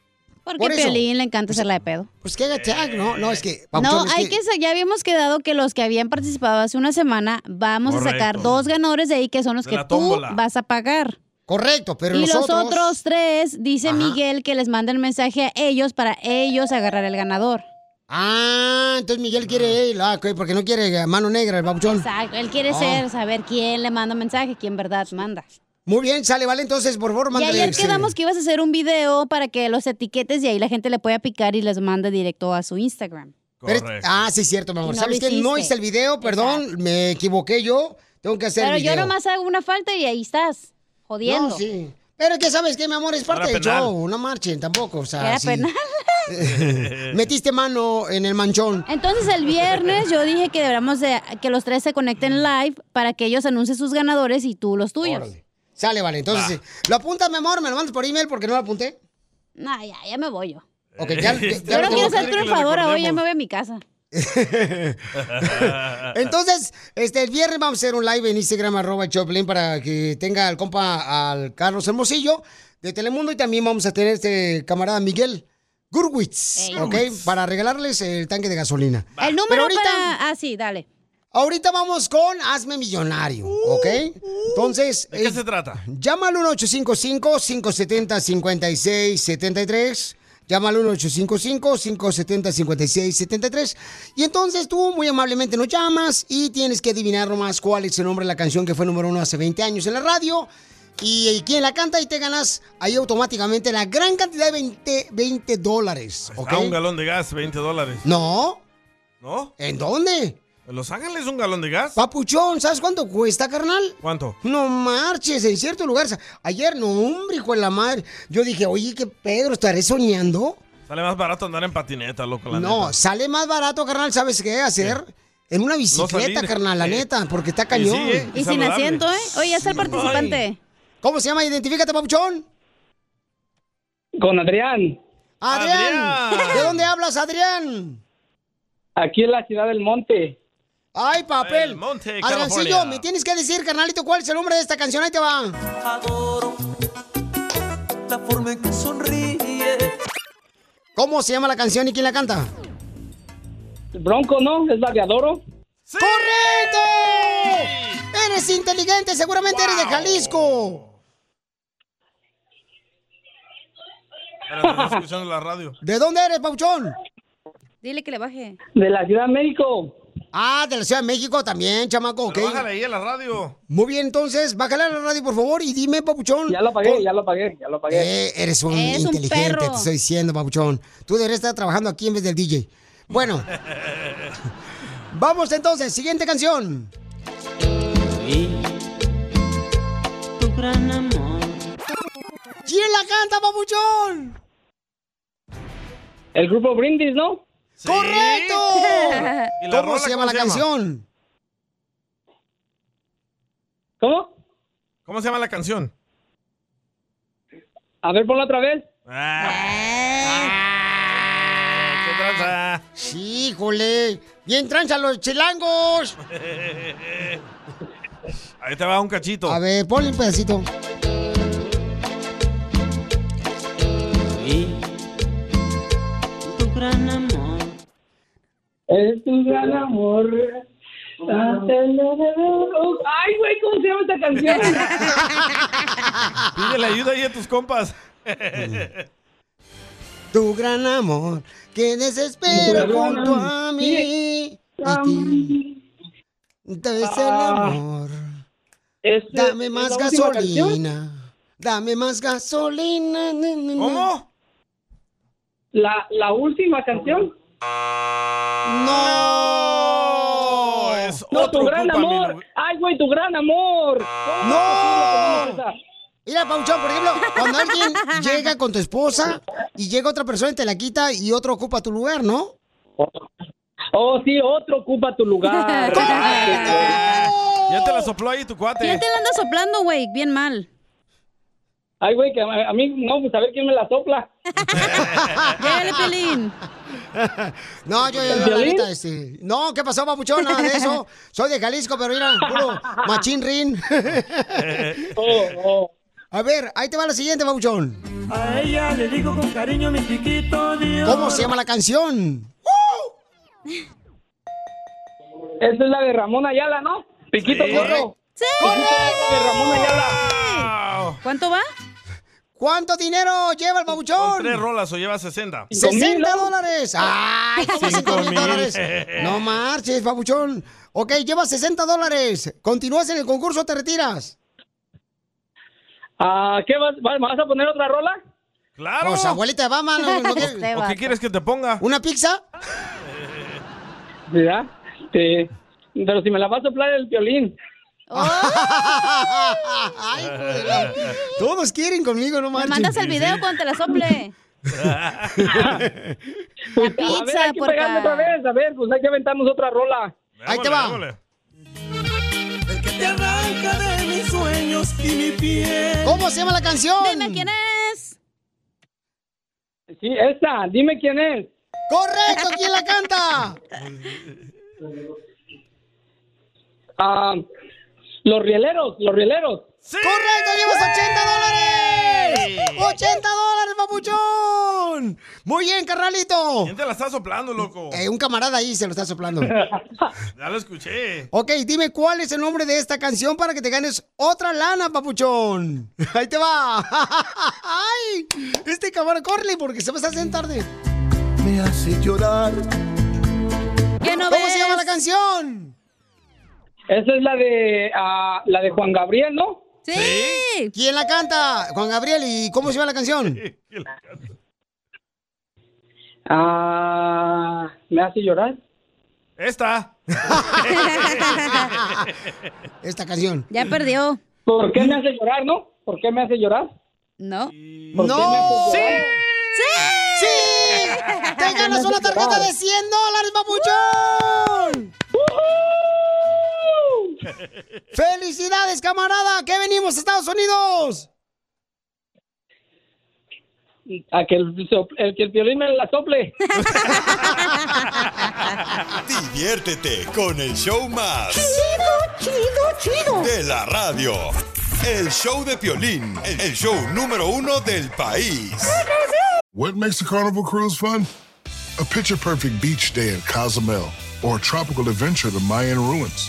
S6: Porque
S4: por
S6: a
S4: eso.
S6: Piolín le encanta hacerla de pedo.
S4: Pues que haga tag, ¿no? No, es que...
S6: No,
S4: Papuchón, es
S6: hay
S4: que-
S6: que sa- ya habíamos quedado que los que habían participado hace una semana, vamos a sacar
S4: Correcto.
S6: dos ganadores de ahí que son los
S4: De
S6: que
S4: la
S6: tú
S4: tómbola.
S6: vas a pagar.
S4: Correcto, pero
S6: y
S4: los otros-
S6: tres, dice
S4: Ajá.
S6: Miguel, que les manda el mensaje a ellos para ellos agarrar el ganador.
S4: Ah, entonces Miguel quiere él, ah, ok, porque no quiere mano negra el babuchón.
S6: Exacto, él quiere
S4: Ah.
S6: ser, saber quién le manda mensaje, quién verdad manda.
S4: Muy bien, sale, vale, entonces, por favor,
S6: Y
S4: mándale.
S6: ayer
S4: este,
S6: quedamos que ibas a hacer un video para que los etiquetes y ahí la gente le pueda picar y les manda directo a su Instagram.
S4: pero- ah, sí, cierto, mi amor.
S6: Y no
S4: ¿Sabes
S6: lo
S4: qué? No
S6: hiciste.
S4: hice el video, perdón, me equivoqué yo. Tengo que hacer
S6: Pero
S4: el video.
S6: yo nomás hago una falta y ahí estás, jodiendo.
S4: No, sí. Pero es que sabes que, mi amor, es parte
S17: Era
S4: del
S17: penal.
S4: show. No marchen tampoco. O sea,
S6: Era
S4: sí.
S6: penal.
S4: Metiste mano en el manchón.
S6: Entonces el viernes yo dije que deberíamos de- que los tres se
S4: Mm.
S6: conecten live para que ellos anuncien sus ganadores y tú los tuyos.
S4: Sale, vale. Entonces,
S6: Va.
S4: sí. lo apuntas, mi amor, me lo mandas por email porque no lo apunté.
S6: No, ya, ya me voy yo.
S4: Ok, ya, ya- ya
S6: yo
S4: lo
S6: no quiero
S4: tengo.
S6: ser triunfadora hoy, ya me voy a mi casa.
S3: Ah,
S4: Entonces, este, el viernes vamos a hacer un live en Instagram, arroba el Choplin, para que tenga al compa, al Carlos Hermosillo de Telemundo y también vamos a tener este camarada Miguel Gurwitz,
S6: Ey.
S4: ¿ok? Para regalarles el tanque de gasolina.
S6: El
S4: Pero
S6: número
S4: ahorita,
S6: para... Ah, sí, dale.
S4: ahorita vamos con Hazme Millonario,
S5: Uh,
S4: ¿ok? Entonces... ¿De qué se
S5: trata?
S4: Llama al 1-855-570-5673. Llama al 1-855-570-5673. Y entonces tú muy amablemente nos llamas y tienes que adivinar nomás cuál es el nombre de la canción que fue número uno hace 20 años en la radio. Y, y quién la canta y te ganas ahí automáticamente la gran cantidad de 20, 20 dólares. ¿ok?
S5: Ah, un galón de gas, 20 dólares.
S4: No.
S5: ¿No?
S4: ¿En dónde?
S5: ¿En Los Ángeles un galón de gas?
S4: Papuchón, ¿sabes cuánto cuesta, carnal?
S5: ¿Cuánto?
S4: No marches, en cierto lugar. Ayer, no, hombre, hijo de la madre. Yo dije, oye, que Pedro, ¿estaré soñando?
S5: Sale más barato andar en patineta, loco, la
S4: no,
S5: neta.
S4: sale más barato, carnal, ¿sabes qué hacer? En una bicicleta,
S5: salir.
S4: carnal, la
S5: Sí.
S4: neta, porque está
S5: sí,
S4: cañón.
S5: ¿eh?
S6: Y sin asiento, ¿eh? Oye, es el participante.
S4: ¿Cómo se llama? Identifícate, papuchón.
S11: Con Adrián,
S4: Adrián.
S11: Adrián.
S4: ¿De dónde hablas, Adrián?
S11: aquí en la ciudad del monte.
S4: Ay, papel.
S11: El Monte,
S4: Adriancillo,
S11: California.
S4: me tienes que decir, carnalito, cuál es el nombre de esta canción. Ahí te va.
S2: Adoro la forma en que sonríe.
S4: ¿Cómo se llama la canción y quién la canta?
S11: Bronco, ¿no? Es la de Adoro.
S4: ¡Correcto! Eres inteligente, seguramente eres de Jalisco.
S5: Espérate, estoy escuchando la radio.
S4: ¿De dónde eres, Pauchón?
S6: Dile que le baje.
S4: De la Ciudad de México. Ah, de la Ciudad de México también, chamaco, ok.
S5: Bájale ahí a la radio.
S4: Muy bien, entonces, bájale a la radio, por favor, y dime, Papuchón.
S11: Ya lo pagué, ya lo pagué, ya lo pagué.
S4: Oh. Eh, eres un
S11: Eres un
S4: inteligente,
S11: perro.
S4: te estoy diciendo, Papuchón. Tú deberías estar trabajando aquí en vez del DJ. Bueno, vamos entonces, siguiente canción.
S2: Tu gran amor.
S4: ¿Quién la canta, Papuchón?
S11: El grupo Brindis, ¿no?
S4: ¡Correcto!
S11: ¿Y la
S4: ¿Cómo
S11: rola
S4: se llama la
S11: cómo se llama?
S4: canción?
S11: ¿Cómo?
S5: ¿Cómo se llama la canción?
S11: A ver, ponlo otra vez.
S4: Eh.
S5: Ah, ¿Qué tranza?
S4: ¡Híjole! ¡Bien trancha los chilangos!
S7: Ah.
S5: Ahí te va un cachito.
S4: A ver, ponle un pedacito.
S2: Tu gran amor.
S11: Es tu gran amor. Ay, güey, ¿cómo se llama esta canción?
S5: Pídele ayuda ahí a tus compas.
S4: Tu gran amor, que desespero
S2: Tu gran
S4: junto
S2: amor.
S4: a mí. Y ti. Te ves el
S2: Ah.
S4: amor.
S11: Este,
S4: Dame
S11: ¿es
S4: más
S11: la última
S4: gasolina. Dame más gasolina. na, na, na.
S11: ¿Cómo? La, la última canción.
S4: No.
S11: Es no, tu gran amor. Ay, güey, tu gran amor.
S4: ¡No! Ah. Mira, Pauchón, por ejemplo, cuando alguien llega con tu esposa y llega otra persona y te la quita y otro ocupa tu lugar, ¿no?
S11: Oh, sí, otro ocupa tu lugar.
S5: Ya te la sopló ahí tu cuate.
S6: ¿Quién te la anda soplando, güey? Bien mal.
S11: Ay, güey, que a a mí no, pues a ver quién me la sopla.
S6: Llegale, Pelín.
S4: No, yo, yo, yo, la
S11: ¿Violín?
S4: neta, este, No, ¿qué pasó, papuchón? Nada de eso. Soy de Jalisco, pero mira, puro machín rin.
S11: Oh,
S4: A ver, ahí te va la siguiente, papuchón.
S2: A ella le digo con cariño mi chiquito Dios.
S4: ¿Cómo se llama la canción?
S11: ¡Uh! Esta es la de Ramón Ayala, ¿no? Piquito
S2: Sí.
S11: Corro.
S6: ¡Sí!
S11: De Ramón Ayala.
S6: ¿Cuánto va?
S4: ¿Cuánto dinero lleva el papuchón?
S5: Tres rolas o lleva 60.
S4: 60 dólares. ¡Ay! ¿Cómo
S5: Cinco
S4: 5 mil
S5: mil.
S4: dólares? No marches, papuchón. Ok, lleva 60 dólares. ¿Continúas en el concurso o te retiras?
S11: Ah, ¿Qué vas, va- vas a poner otra rola?
S5: Claro.
S4: Pues abuelita de Bama, no, no quiere-
S5: ¿O qué quieres que te ponga?
S4: ¿Una pizza?
S11: ¿Verdad? Te- pero si me la vas a soplar el violín.
S4: Oh. Ay, güey, la- Todos quieren conmigo, no
S6: Me
S4: marchen.
S6: mandas el video cuando te la sople.
S11: La
S6: pizza,
S11: a ver, hay que
S6: puerca.
S11: pegarle otra vez, a ver, pues hay que aventarnos otra rola.
S4: Ahí te va. Démosle,
S2: Te arranca de mis sueños y mi piel.
S4: ¿Cómo se llama la canción?
S6: Dime quién es.
S11: Sí, esta, dime quién es.
S4: ¡Correcto! ¿Quién la canta?
S11: Ah, los rieleros, los rieleros.
S4: ¡Correcto! ¡Llevas 80 dólares! ¡80 dólares, papuchón! Muy bien, carnalito.
S5: ¿Quién te la está soplando, loco?
S4: Eh, un camarada ahí se lo está soplando.
S5: Ya lo escuché.
S4: ok, dime cuál es el nombre de esta canción para que te ganes otra lana, papuchón. Ahí te va. ¡Ay! Este camarada, córrele porque se me está haciendo tarde.
S2: Me hace llorar.
S4: ¿Cómo se llama la canción?
S11: Esa es la de ah, la de Juan Gabriel, ¿no?
S4: Sí. ¿Quién la canta? Juan Gabriel. ¿Y cómo se llama la canción?
S11: Ah, me hace llorar.
S5: Esta.
S4: Esta canción.
S6: Ya perdió.
S11: ¿Por qué me hace llorar, no? ¿Por qué me hace llorar?
S6: No.
S11: ¿Por qué me
S4: ¡No!
S11: hace llorar?
S4: ¡Sí! ¡Te ganas una tarjeta de 100 dólares, papuchón! ¡Felicidades, camarada! ¡Que venimos a Estados Unidos!
S11: A que el, sop- el que el violín me la sople.
S12: Diviértete con el show más.
S2: Chido, chido, chido.
S12: De la radio. El show de Piolín, el show número uno del país.
S7: What makes a carnival cruise fun? A picture perfect beach day in Cozumel or a tropical adventure to Mayan ruins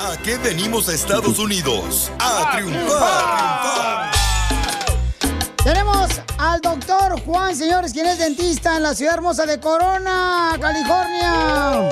S12: ¿A qué venimos a Estados Unidos? A triunfar.
S4: Tenemos al doctor Juan, señores, quien es dentista en la ciudad hermosa de Corona, California.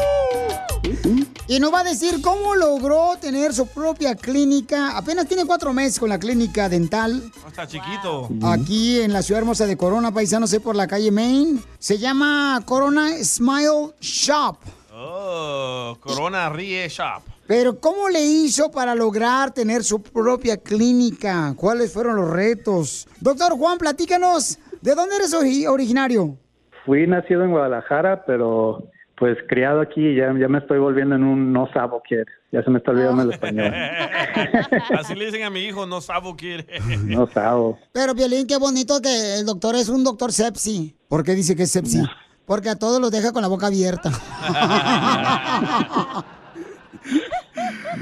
S4: Y nos va a decir cómo logró tener su propia clínica. Apenas tiene cuatro meses con la clínica dental.
S5: No, está chiquito.
S4: Aquí en la ciudad hermosa de Corona, paisano, sé por la calle Main. Se llama Corona Smile Shop.
S5: Oh, Corona Rie Shop.
S4: Pero ¿cómo le hizo para lograr tener su propia clínica? ¿Cuáles fueron los retos? Doctor Juan, platícanos, ¿de dónde eres ori- originario?
S16: Fui nacido en Guadalajara, pero pues criado aquí, ya, ya me estoy volviendo en un no sabo que ya se me está olvidando
S4: Ah.
S16: el español.
S5: Así le dicen a mi hijo, no sabo quiere.
S16: No sabo.
S4: Pero Violín, qué bonito que el doctor es un doctor sepsi. ¿Por qué dice que es sepsi? Porque a todos los deja con la boca abierta.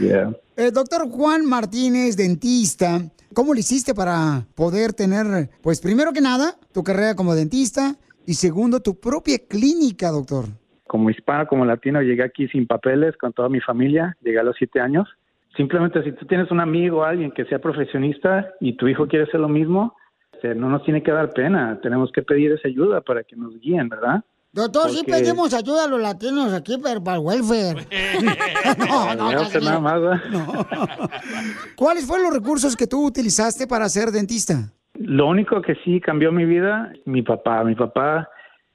S16: Yeah.
S4: El Eh, doctor Juan Martínez, dentista, ¿cómo le hiciste para poder tener, pues primero que nada, tu carrera como dentista y segundo, tu propia clínica, doctor?
S16: Como hispano, como latino, llegué aquí sin papeles, con toda mi familia, llegué a los siete años. Simplemente si tú tienes un amigo o alguien que sea profesionista y tu hijo quiere hacer lo mismo, este, no nos tiene que dar pena, tenemos que pedir esa ayuda para que nos guíen, ¿verdad?
S4: Doctor, sí
S16: Porque-
S4: pedimos ayuda a los latinos aquí, pero para el welfare. no, no,
S16: Ya, pues, nada
S4: Casimiro.
S16: más, ¿verdad?
S4: ¿Cuáles fueron los recursos que tú utilizaste para ser dentista?
S16: Lo único que sí cambió mi vida, mi papá. Mi papá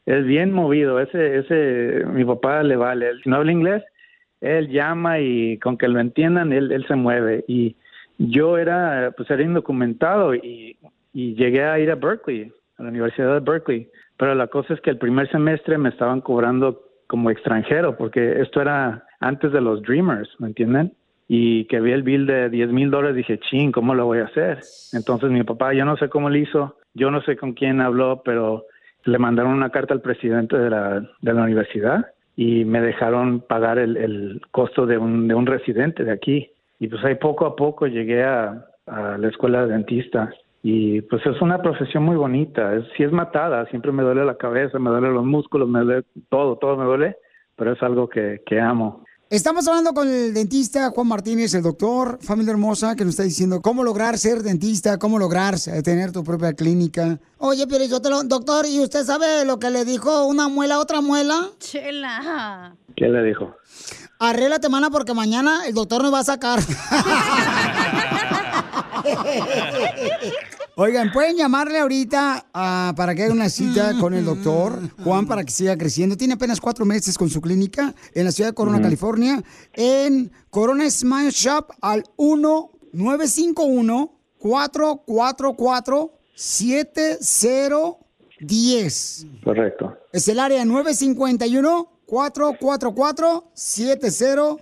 S16: es bien movido. Ese, ese, mi papá le vale. Él, Si no habla inglés, él llama y con que lo entiendan, él, él se mueve. Y yo era, pues era indocumentado y, y llegué a ir a Berkeley, a la Universidad de Berkeley. Pero la cosa es que el primer semestre me estaban cobrando como extranjero, porque esto era antes de los Dreamers, ¿me entienden? y que vi el bill de 10 mil dólares, dije, ching, ¿cómo lo voy a hacer? Entonces mi papá, yo no sé cómo lo hizo, yo no sé con quién habló, pero le mandaron una carta al presidente de la, de la universidad y me dejaron pagar el, el costo de un, de un residente de aquí. Y pues ahí poco a poco llegué a, a la escuela de dentista. Y pues es una profesión muy bonita. Es, sí es matada, siempre me duele la cabeza, me duele los músculos, me duele todo, todo me duele, pero es algo que, que amo.
S4: Estamos hablando con el dentista Juan Martínez, el doctor, familia hermosa, que nos está diciendo cómo lograr ser dentista, cómo lograr eh, tener tu propia clínica.
S17: Oye, pero yo te lo, doctor, ¿y usted sabe lo que le dijo una muela a otra muela?
S6: Chela.
S16: ¿Qué le dijo?
S17: Arréglate, mana, porque mañana el doctor nos va a sacar.
S4: Oigan, pueden llamarle ahorita ah, para que haga una cita con el doctor Juan para que siga creciendo. Tiene apenas cuatro meses con su clínica en la ciudad de Corona,
S17: Ujú.
S4: California, en Corona Smile Shop al 1-951-444-7010.
S16: Correcto.
S4: Es el área 951-444-7010.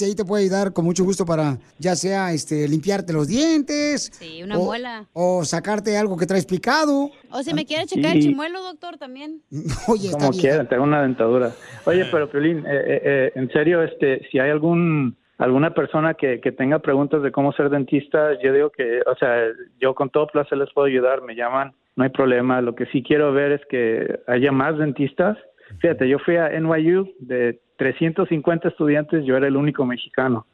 S4: Y ahí te puede ayudar con mucho gusto para ya sea este limpiarte los dientes.
S6: Sí, una
S4: o-
S6: muela.
S4: O sacarte algo que traes picado.
S6: O si me
S5: Ah,
S6: quiere checar el
S16: Sí.
S6: chimuelo, doctor, también.
S4: Oye,
S16: Como quieran, tengo una dentadura. Oye, pero Piolín, eh, eh, eh, en serio, este, si hay algún alguna persona que, que tenga preguntas de cómo ser dentista, yo digo que, o sea, yo con todo placer les puedo ayudar, me llaman, no hay problema. Lo que sí quiero ver es que haya más dentistas. Fíjate, yo fui a NYU de 350 estudiantes, yo era el único mexicano.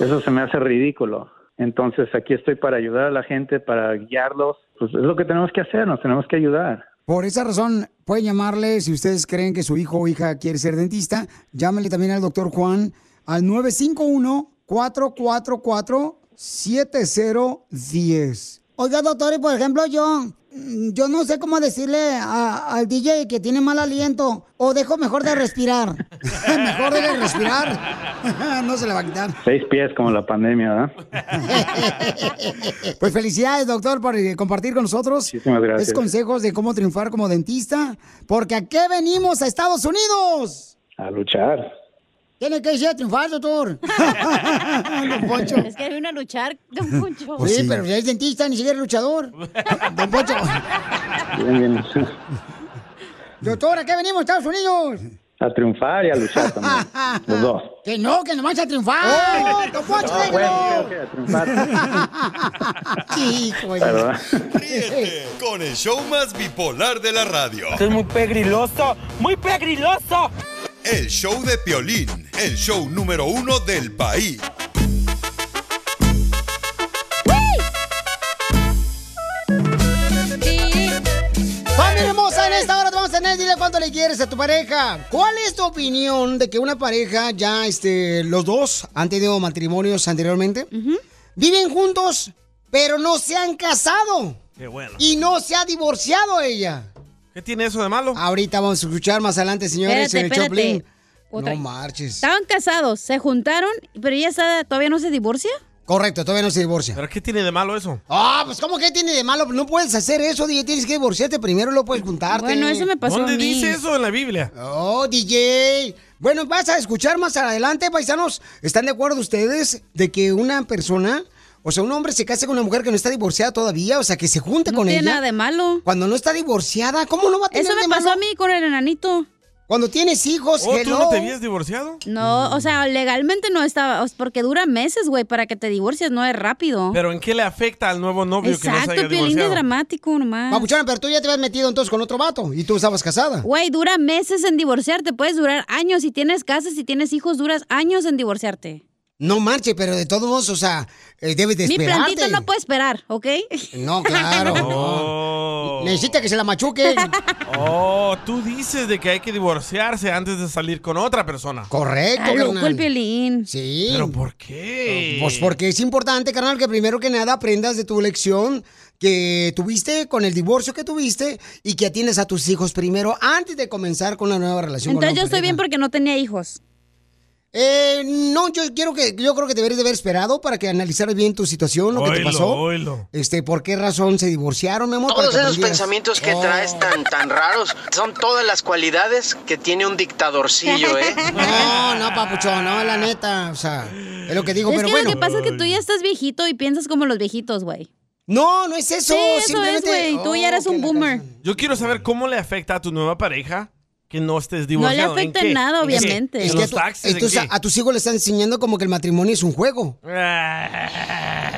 S16: Eso se me hace ridículo. Entonces, aquí estoy para ayudar a la gente, para guiarlos. Pues es lo que tenemos que hacer, nos tenemos que ayudar.
S4: Por esa razón, pueden llamarle si ustedes creen que su hijo o hija quiere ser dentista. Llámenle también al doctor Juan al 951-444-7010.
S17: Oiga, doctor, y por ejemplo, yo, mm, yo no sé cómo decirle a- al DJ que tiene mal aliento o dejo mejor de respirar.
S4: Mejor debe respirar. no se le va a quitar.
S16: Seis pies como la pandemia, ¿verdad?
S4: Pues felicidades, doctor, por eh, compartir con nosotros
S16: Muchísimas gracias.
S4: esos consejos de cómo triunfar como dentista. Porque ¿a qué venimos a Estados Unidos?
S16: A luchar.
S4: Tiene que ser a triunfar, doctor. Don Poncho.
S6: Es que vino a luchar, don Poncho.
S4: Pues sí, pero ya es dentista, ni siquiera es luchador. Don Poncho.
S16: Bien, bien.
S4: Doctor, ¿a qué venimos a Estados Unidos?
S16: A triunfar y a luchar también. Los dos.
S4: Que no, que nomás a triunfar.
S17: ¡Oh,
S4: Don Poncho,
S17: no!
S16: Ah. Bueno, creo que a triunfar.
S17: Hijo de-
S16: Pero,
S12: Ríete con el show más bipolar de la radio.
S9: Esto es muy pegriloso, muy pegriloso.
S12: El show de Piolín, el show número uno del país.
S17: Familia hermosa, en esta hora te vamos a tener, dile cuánto le quieres a tu pareja.
S4: ¿Cuál es tu opinión de que una pareja ya, este, los dos han tenido matrimonios anteriormente?
S17: Viven juntos, pero no se han casado
S5: Qué bueno.
S17: y no se ha divorciado ella.
S5: ¿Qué tiene eso de malo?
S4: Ahorita vamos a escuchar más adelante, señores,
S6: Espérate,
S4: en el
S6: espérate.
S4: Choplin.
S6: Otra.
S4: No marches.
S6: Estaban casados, se juntaron, pero ella está, todavía no se divorcia.
S4: Correcto, todavía no se divorcia.
S5: ¿Pero qué tiene de malo eso?
S4: Ah, pues ¿cómo que tiene de malo? No puedes hacer eso, DJ. Tienes que divorciarte primero, lo puedes juntarte.
S5: ¿Dónde dice eso en la Biblia?
S4: Oh, DJ. Bueno, vas a escuchar más adelante, paisanos. ¿Están de acuerdo ustedes de que una persona, o sea, un hombre se case con una mujer que no está divorciada todavía? O sea, que se junte con
S6: tiene
S4: ella.
S6: nada de malo.
S4: Cuando no está divorciada, ¿cómo no va a tener
S6: Eso me
S4: de
S6: pasó
S4: malo?
S6: a mí con el enanito.
S4: Cuando tienes hijos,
S5: ¿O Oh, tú
S6: hello.
S5: no te habías divorciado?
S6: No, o sea, legalmente no estaba, o sea, porque dura meses, güey, para que te divorcies, no es rápido.
S5: ¿Pero en qué le afecta al nuevo novio que no se haya
S6: Exacto, Piolín de
S5: divorciado?
S6: dramático nomás.
S4: Papuchona, pero tú ya te habías metido entonces con otro vato y tú estabas casada.
S6: Güey, dura meses en divorciarte, puedes durar años. Si tienes casas, si tienes hijos, duras años en divorciarte.
S4: No marche, pero de todos modos, o sea, eh, debes de
S6: Mi
S4: esperarte.
S6: plantita no puede esperar, ¿ok?
S4: No, claro. no. Necesita que se la machuque.
S5: Oh, tú dices de que hay que divorciarse antes de salir con otra persona.
S4: Correcto,
S6: Está loco
S4: carnal.
S6: el Piolín.
S4: Sí.
S5: ¿Pero por qué?
S4: Pues porque es importante, carnal, que primero que nada aprendas de tu lección que tuviste con el divorcio que tuviste y que atiendes a tus hijos primero antes de comenzar con una nueva relación.
S6: Entonces yo estoy bien porque no tenía hijos.
S4: Eh, no, yo quiero que, yo creo que deberías de haber esperado para que analizaras bien tu situación, lo que te
S5: Oílo,
S4: pasó.
S5: oílo.
S4: Este, por qué razón se divorciaron, mi amor. para
S1: Todos
S4: que
S1: esos
S4: aprendieras.
S1: pensamientos que
S4: Oh.
S1: traes tan, tan raros son todas las cualidades que tiene un dictadorcillo, ¿eh?
S4: No, Oh, no, papuchón, no, la neta, o sea, es lo que digo,
S6: es
S4: pero
S6: que
S4: bueno.
S6: lo que pasa es que tú ya estás viejito y piensas como los viejitos, güey.
S4: No, no es eso.
S6: Sí, eso es,
S4: simplemente...
S6: güey, tú ya eres un boomer.
S5: Yo quiero saber cómo le afecta a tu nueva pareja que no estés
S6: No le
S5: divorciado.
S6: afecta
S5: ¿En qué?
S6: en nada,
S5: ¿En qué?
S6: obviamente.
S5: ¿En los
S4: tú-
S5: taxis? ¿En
S4: entonces,
S5: qué?
S4: a tus hijos les están enseñando como que el matrimonio es un juego. Ah,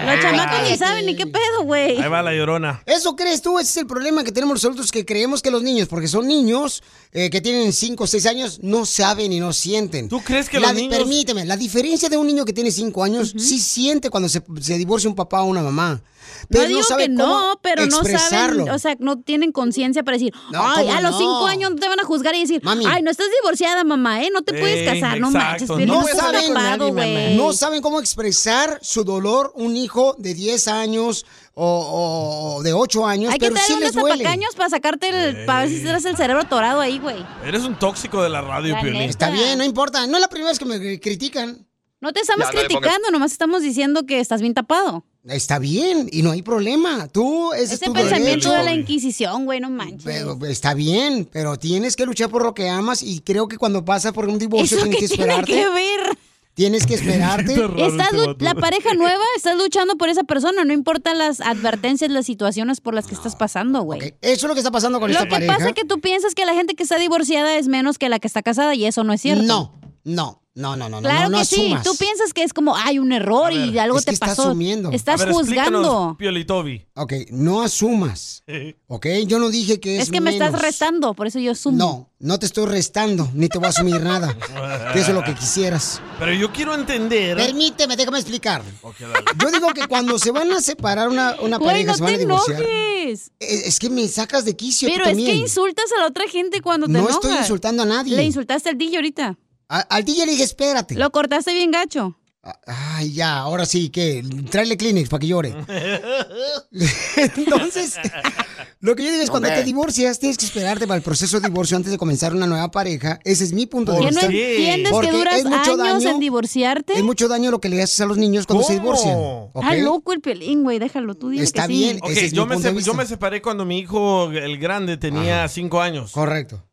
S6: Los chamacos ni saben ni qué pedo, güey.
S5: Ah, Ahí va la llorona.
S4: ¿Eso crees tú? Ese es el problema que tenemos nosotros, que creemos que los niños, porque son niños eh, que tienen 5 o 6 años, no saben y no sienten. ¿Tú
S5: crees que los niños-
S4: Permíteme, la diferencia de un niño que tiene 5 años, sí siente cuando se, se divorcia un papá o una mamá. Pero
S6: no
S4: no,
S6: digo
S4: sabe
S6: que
S4: cómo
S6: no, pero no
S4: expresarlo.
S6: saben, o sea, no tienen conciencia para decir,
S4: No,
S6: ay,
S4: ¿cómo
S6: a los
S4: no?
S6: cinco años te van a juzgar y decir, ay, no estás divorciada, mamá, ¿eh? No te puedes
S4: Ey,
S6: casar, no
S4: exacto,
S6: manches, Piolín,
S4: no
S6: estás
S4: saben,
S6: atrapado, güey.
S4: no saben cómo expresar su dolor un hijo de 10 años o, o de 8 años,
S6: Hay que
S4: pero
S6: traer
S4: sí
S6: unos
S4: les duele.
S6: zapacaños para sacarte el, para ver si tienes el cerebro torado ahí, güey.
S5: Eres un tóxico de la radio,
S6: La
S5: Piolín.
S6: neta.
S4: Está bien, no importa, no es la primera vez que me critican.
S6: No te estamos
S4: Ya, no le pongas-
S6: criticando, nomás estamos diciendo que estás bien tapado.
S4: Está bien y no hay problema. Tú, ese, es
S6: Ese
S4: tu
S6: pensamiento de
S4: derecho.
S6: la Inquisición, güey, no manches.
S4: Pero está bien, pero tienes que luchar por lo que amas y creo que cuando pasas por un divorcio
S6: ¿Eso
S4: tienes
S6: qué
S4: que
S6: tiene
S4: esperarte.
S6: que ver?
S4: Tienes que esperarte.
S6: Estás
S4: este
S6: lu- la pareja nueva, estás luchando por esa persona, no importan las advertencias, las situaciones por las que estás pasando, güey.
S4: Eso es lo que está pasando con
S6: Lo
S4: esta
S6: que
S4: pareja.
S6: pasa es que tú piensas que la gente que está divorciada es menos que la que está casada y eso no es cierto.
S4: No, no, no, no, no,
S6: Claro
S4: no, no
S6: que sí,
S4: asumas.
S6: tú piensas que es como hay un error y algo
S4: es
S6: te
S4: que estás
S6: pasó.
S4: asumiendo.
S6: Estás juzgando.
S5: Piolitobi.
S4: Ok, no asumas. Ok, yo no dije que es
S6: Es, que me estás
S4: menos.
S6: restando, por eso yo sumo.
S4: No, no te estoy restando, ni te voy a asumir nada. Que eso es ¿eh? lo que quisieras.
S5: Pero yo quiero entender.
S4: Permíteme, déjame explicar.
S5: Ok, dale.
S4: Yo digo que cuando se van a separar una, una
S6: Güey,
S4: pareja,
S6: no
S4: se van a
S6: te
S4: divorciar.
S6: enojes.
S4: Es, es que me sacas de quicio. tú
S6: Pero es que
S4: también.
S6: insultas a la otra gente cuando te
S4: No
S6: enojas.
S4: estoy insultando a nadie.
S6: Le insultaste al DJ ahorita.
S4: al DJ le dije, espérate.
S6: Lo cortaste bien gacho.
S4: Ay, ya, ahora sí, que tráele Kleenex para que llore. Entonces, lo que yo digo es cuando
S6: Hombre.
S4: te divorcias, tienes que esperarte para el proceso de divorcio antes de comenzar una nueva pareja. Ese es mi punto de
S6: ¿Que no
S4: vista.
S6: entiendes
S4: Porque
S6: que duras
S4: es mucho
S6: años
S4: daño,
S6: en divorciarte?
S4: es mucho daño lo que le haces a los niños cuando se
S5: ¿Cómo?
S4: divorcian. ¿ok?
S6: Ah, loco el pelín, güey, déjalo tú. Dile que sí.
S5: Ok, yo, me se- yo me separé cuando mi hijo, el grande, tenía cinco años.
S4: Correcto.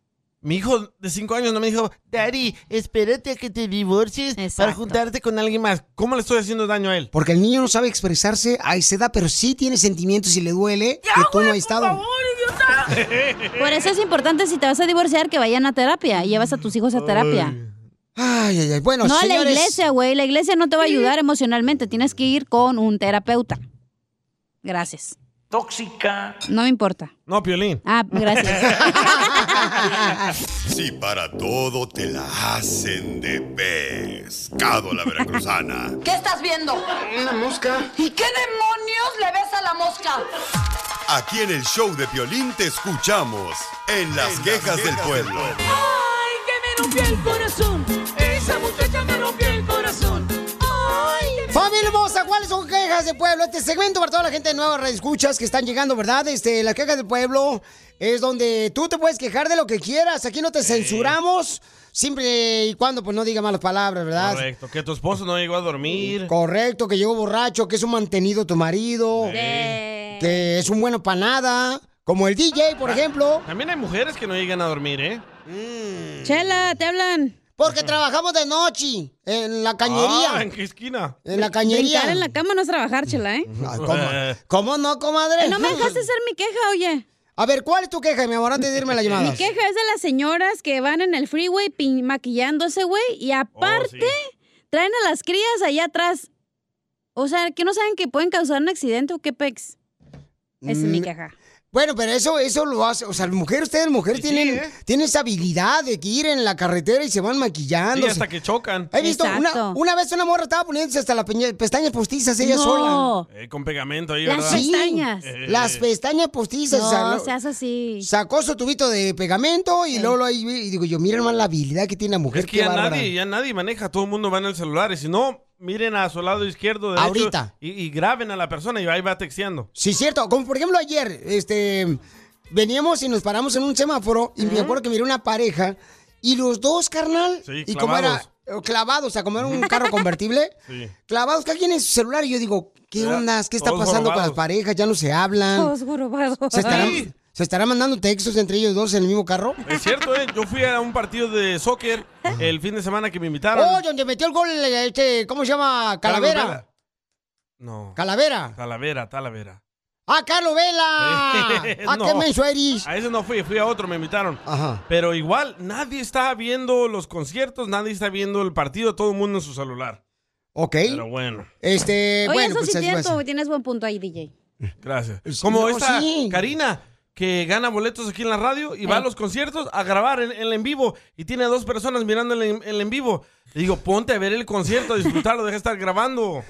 S5: Mi hijo de cinco años no me dijo, Daddy, espérate a que te divorcies para juntarte con alguien más. ¿Cómo le estoy haciendo daño a él?
S4: Porque el niño no sabe expresarse a esa edad, pero sí tiene sentimientos y le duele que tú no has estado.
S6: Por eso es importante si te vas a divorciar que vayan a terapia. Llevas a tus hijos a terapia.
S4: Ay, ay, ay. Bueno,
S6: no a la
S4: señores,
S6: iglesia, güey. La iglesia no te va a ayudar emocionalmente. Tienes que ir con un terapeuta. Gracias.
S5: Tóxica.
S6: No me importa.
S5: No, Piolín.
S6: Ah, gracias.
S12: Si para todo te la hacen de pescado la veracruzana.
S3: ¿Qué estás viendo? Una mosca. ¿Y qué demonios le ves a la mosca?
S12: Aquí en el show de Piolín te escuchamos en las quejas del pueblo.
S3: ¡Ay, que me rompió el corazón! Esa muchacha me rompió el corazón.
S4: Familia hermosa, ¿cuáles son quejas del pueblo? Este segmento para toda la gente de Nueva Red Escuchas que están llegando, ¿verdad? Este, las quejas del pueblo es donde tú te puedes quejar de lo que quieras. Aquí no te censuramos, siempre y cuando pues no diga malas palabras, ¿verdad?
S5: Correcto, que tu esposo no llegó a dormir.
S4: Correcto, que llegó borracho, que es un mantenido tu marido, que es un bueno para nada, como el DJ, por ejemplo.
S5: También hay mujeres que no llegan a dormir, ¿eh?
S6: Chela, te hablan.
S4: Porque trabajamos de noche, en la cañería.
S5: Ah, ¿En qué esquina?
S4: En la cañería.
S6: Brincar en la cama no es trabajar, chela, ¿eh?
S4: Ay, ¿cómo? ¿Cómo no, comadre?
S6: Eh, No me dejaste hacer mi queja, oye.
S4: A ver, ¿cuál es tu queja, mi amor, antes de irme a la llamada?
S6: Mi queja es de las señoras que van en el freeway pin- maquillándose, güey, y aparte traen a las crías allá atrás. O sea, que no saben que pueden causar un accidente o qué pex. Esa es mi
S4: Mm,
S6: queja.
S4: Bueno, pero eso, eso lo hace, o sea, mujeres, ustedes mujeres tienen, tienen esa habilidad de que ir en la carretera y se van maquillando.
S5: ¿eh? Sí,
S4: o sea,
S5: hasta que chocan.
S4: He visto una, una vez una morra estaba poniéndose hasta las peña- pestañas postizas ella
S5: No.
S4: sola.
S5: Eh, con pegamento ahí,
S4: Las
S5: ¿verdad?
S4: pestañas.
S5: Eh,
S4: Las pestañas postizas. o sea,
S6: No,
S4: lo-
S6: seas así.
S4: Sacó su tubito de pegamento y luego lo ahí vi- y digo yo, mira hermano la habilidad que tiene la mujer.
S5: Es que
S4: qué
S5: ya
S4: bárbara.
S5: nadie, ya nadie maneja, todo el mundo va en el celular. Y si no, miren a su lado izquierdo, derecho.
S4: Ahorita.
S5: Y, y graben a la persona y ahí va texteando.
S4: Sí, cierto. Como por ejemplo ayer, este, veníamos y nos paramos en un semáforo y me acuerdo que miré una pareja y los dos, carnal,
S5: Sí,
S4: y como era
S5: clavados.
S4: eh, clavados, o sea, como era un carro convertible,
S5: Sí.
S4: clavados, cada quien en su celular y yo digo, ¿qué
S5: Ya,
S4: ondas? ¿Qué está
S5: todos
S4: pasando con las
S5: jorobados.
S4: parejas? Ya no se hablan.
S6: Todos jorobados.
S4: ¿Se estarán,
S5: Sí.
S4: se estarán mandando textos entre ellos dos en el mismo carro?
S5: Es cierto, ¿eh? Yo fui a un partido de soccer el fin de semana que me invitaron.
S4: Oh, donde metió el gol, este, ¿cómo se llama? Calavera.
S5: No.
S4: Calavera.
S5: Talavera, Talavera.
S4: ¡A Ah, Carlos Vela! ¿A qué
S5: No,
S4: menso eres?
S5: A ese no fui, fui a otro, me invitaron. Pero igual, nadie está viendo los conciertos, nadie está viendo el partido, todo el mundo en su celular.
S4: Ok.
S5: Pero bueno.
S4: Este,
S6: Oye, eso sí es cierto, tienes buen punto ahí, DJ.
S5: Gracias. Como
S6: no,
S5: esta
S6: sí.
S5: Karina, que gana boletos aquí en la radio
S4: Eh.
S5: y va a los conciertos a grabar el, el en vivo y tiene a dos personas mirando el, en- el en vivo. Le digo, ponte a ver el concierto, a disfrutarlo, deja de estar grabando.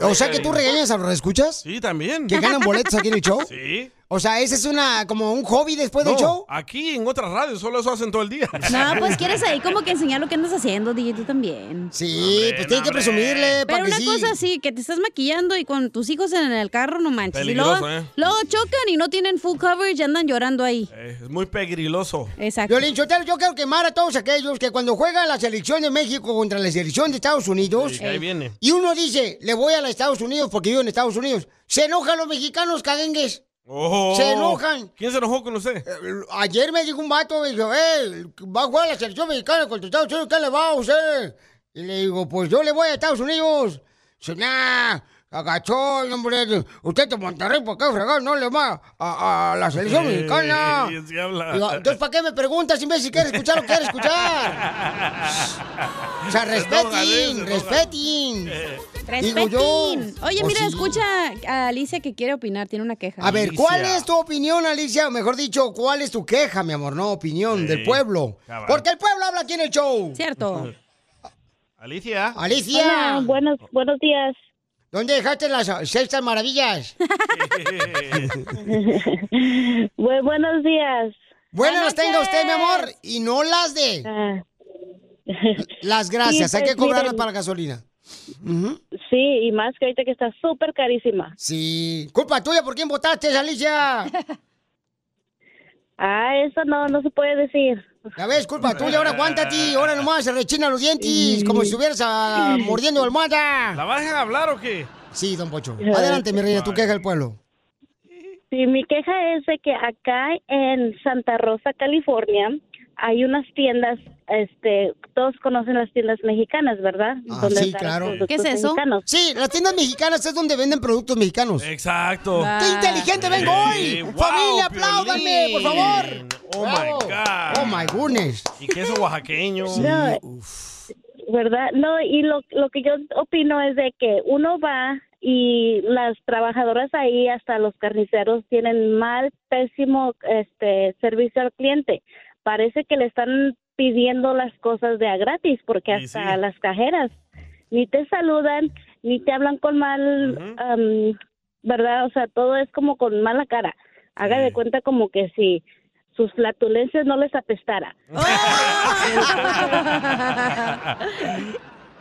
S4: O sea que tú regañas a los escuchas.
S5: Sí, también.
S4: ¿Que ganan boletos aquí en el show?
S5: Sí.
S4: O sea, ese es una como un hobby después
S5: No,
S4: del show.
S5: Aquí en otras radios solo eso hacen todo el día.
S6: No, pues quieres ahí como que enseñar lo que andas haciendo, DJ, tú también.
S4: Sí,
S5: pues tienes que hombre. presumirle, pa'
S6: Pero
S5: que
S6: una
S5: sí.
S6: cosa así, que te estás maquillando y con tus hijos en el carro, no manches. Y
S5: Peligroso,
S6: luego,
S5: ¿eh?
S6: luego chocan y no tienen full coverage y andan llorando ahí.
S5: Eh, es muy pegriloso.
S6: Exacto.
S4: Violín Sotelo, yo quiero quemar a todos aquellos que cuando juega la selección de México contra la selección de Estados Unidos.
S5: Sí, que ahí viene.
S4: Y uno dice, le voy a los Estados Unidos porque vivo en Estados Unidos. Se enojan los mexicanos, cadengues.
S5: Oh.
S4: Se enojan. Eh,
S5: ¿Quién se enojó con usted?
S4: Ayer me dijo un vato, me dijo, eh, va a jugar la selección mexicana contra Estados Unidos, ¿qué le va a usted? Y le digo, pues yo le voy a Estados Unidos. Dice, nah, agachón, hombre, usted es de Monterrey, ¿por qué fregado no le va a, a la selección
S5: Eh,
S4: mexicana?
S5: y así habla.
S4: Digo, Entonces, ¿para qué me preguntas, imbécil, quieres escuchar o quieres escuchar? O sea, respetin, respetin. Digo
S6: Respetín.
S4: yo.
S6: Oye,
S4: Oh,
S6: mira,
S4: sí.
S6: escucha a Alicia que quiere opinar, tiene una queja.
S4: A ver, ¿cuál es tu opinión, Alicia? O mejor dicho, ¿cuál es tu queja, mi amor? No, opinión del pueblo.
S5: cabal.
S4: Porque el pueblo habla aquí en el show.
S6: Cierto.
S5: Alicia.
S4: Alicia. buenos, buenos días. ¿Dónde dejaste las sextas maravillas?
S20: buenos
S4: Buenas
S20: días. Buenas
S4: las tenga usted, mi
S20: noches. Ah.
S4: amor, y no las de. Las gracias,
S20: Sí,
S4: hay que
S20: pues,
S4: cobrarlas
S20: miren.
S4: para gasolina.
S20: Sí, y más que ahorita que está súper carísima.
S4: Sí. Culpa tuya, ¿por quién votaste, Alicia?
S20: Ah, eso no, no se puede decir.
S4: Ya ves, culpa tuya, ahora aguántate, ahora nomás se rechina los dientes, como si estuvieras ah, mordiendo almohada.
S5: ¿La vas a hablar o qué?
S4: Sí, don Pocho. Adelante, mi reina, tu queja del pueblo.
S20: Sí, mi queja es de que acá en Santa Rosa, California, hay unas tiendas, este, todos conocen las tiendas mexicanas, ¿verdad? Donde están los productos mexicanos.
S4: Ah, Sí, las tiendas mexicanas es donde venden productos mexicanos.
S5: Exacto.
S4: ¡Qué inteligente vengo hoy!
S5: Eh, wow,
S4: ¡Familia, apláudanme, por favor!
S5: Oh my God.
S4: Oh my goodness.
S5: Y queso oaxaqueño.
S20: No, ¿Verdad? No, y lo, lo que yo opino es de que uno va y las trabajadoras ahí, hasta los carniceros, tienen mal, pésimo este servicio al cliente. Parece que le están pidiendo las cosas de a gratis, porque hasta
S19: sí.
S20: las cajeras ni te saludan, ni te hablan con mal, am, ¿verdad? O sea, todo es como con mala cara. Haga de cuenta como que si sus flatulencias no les apestara.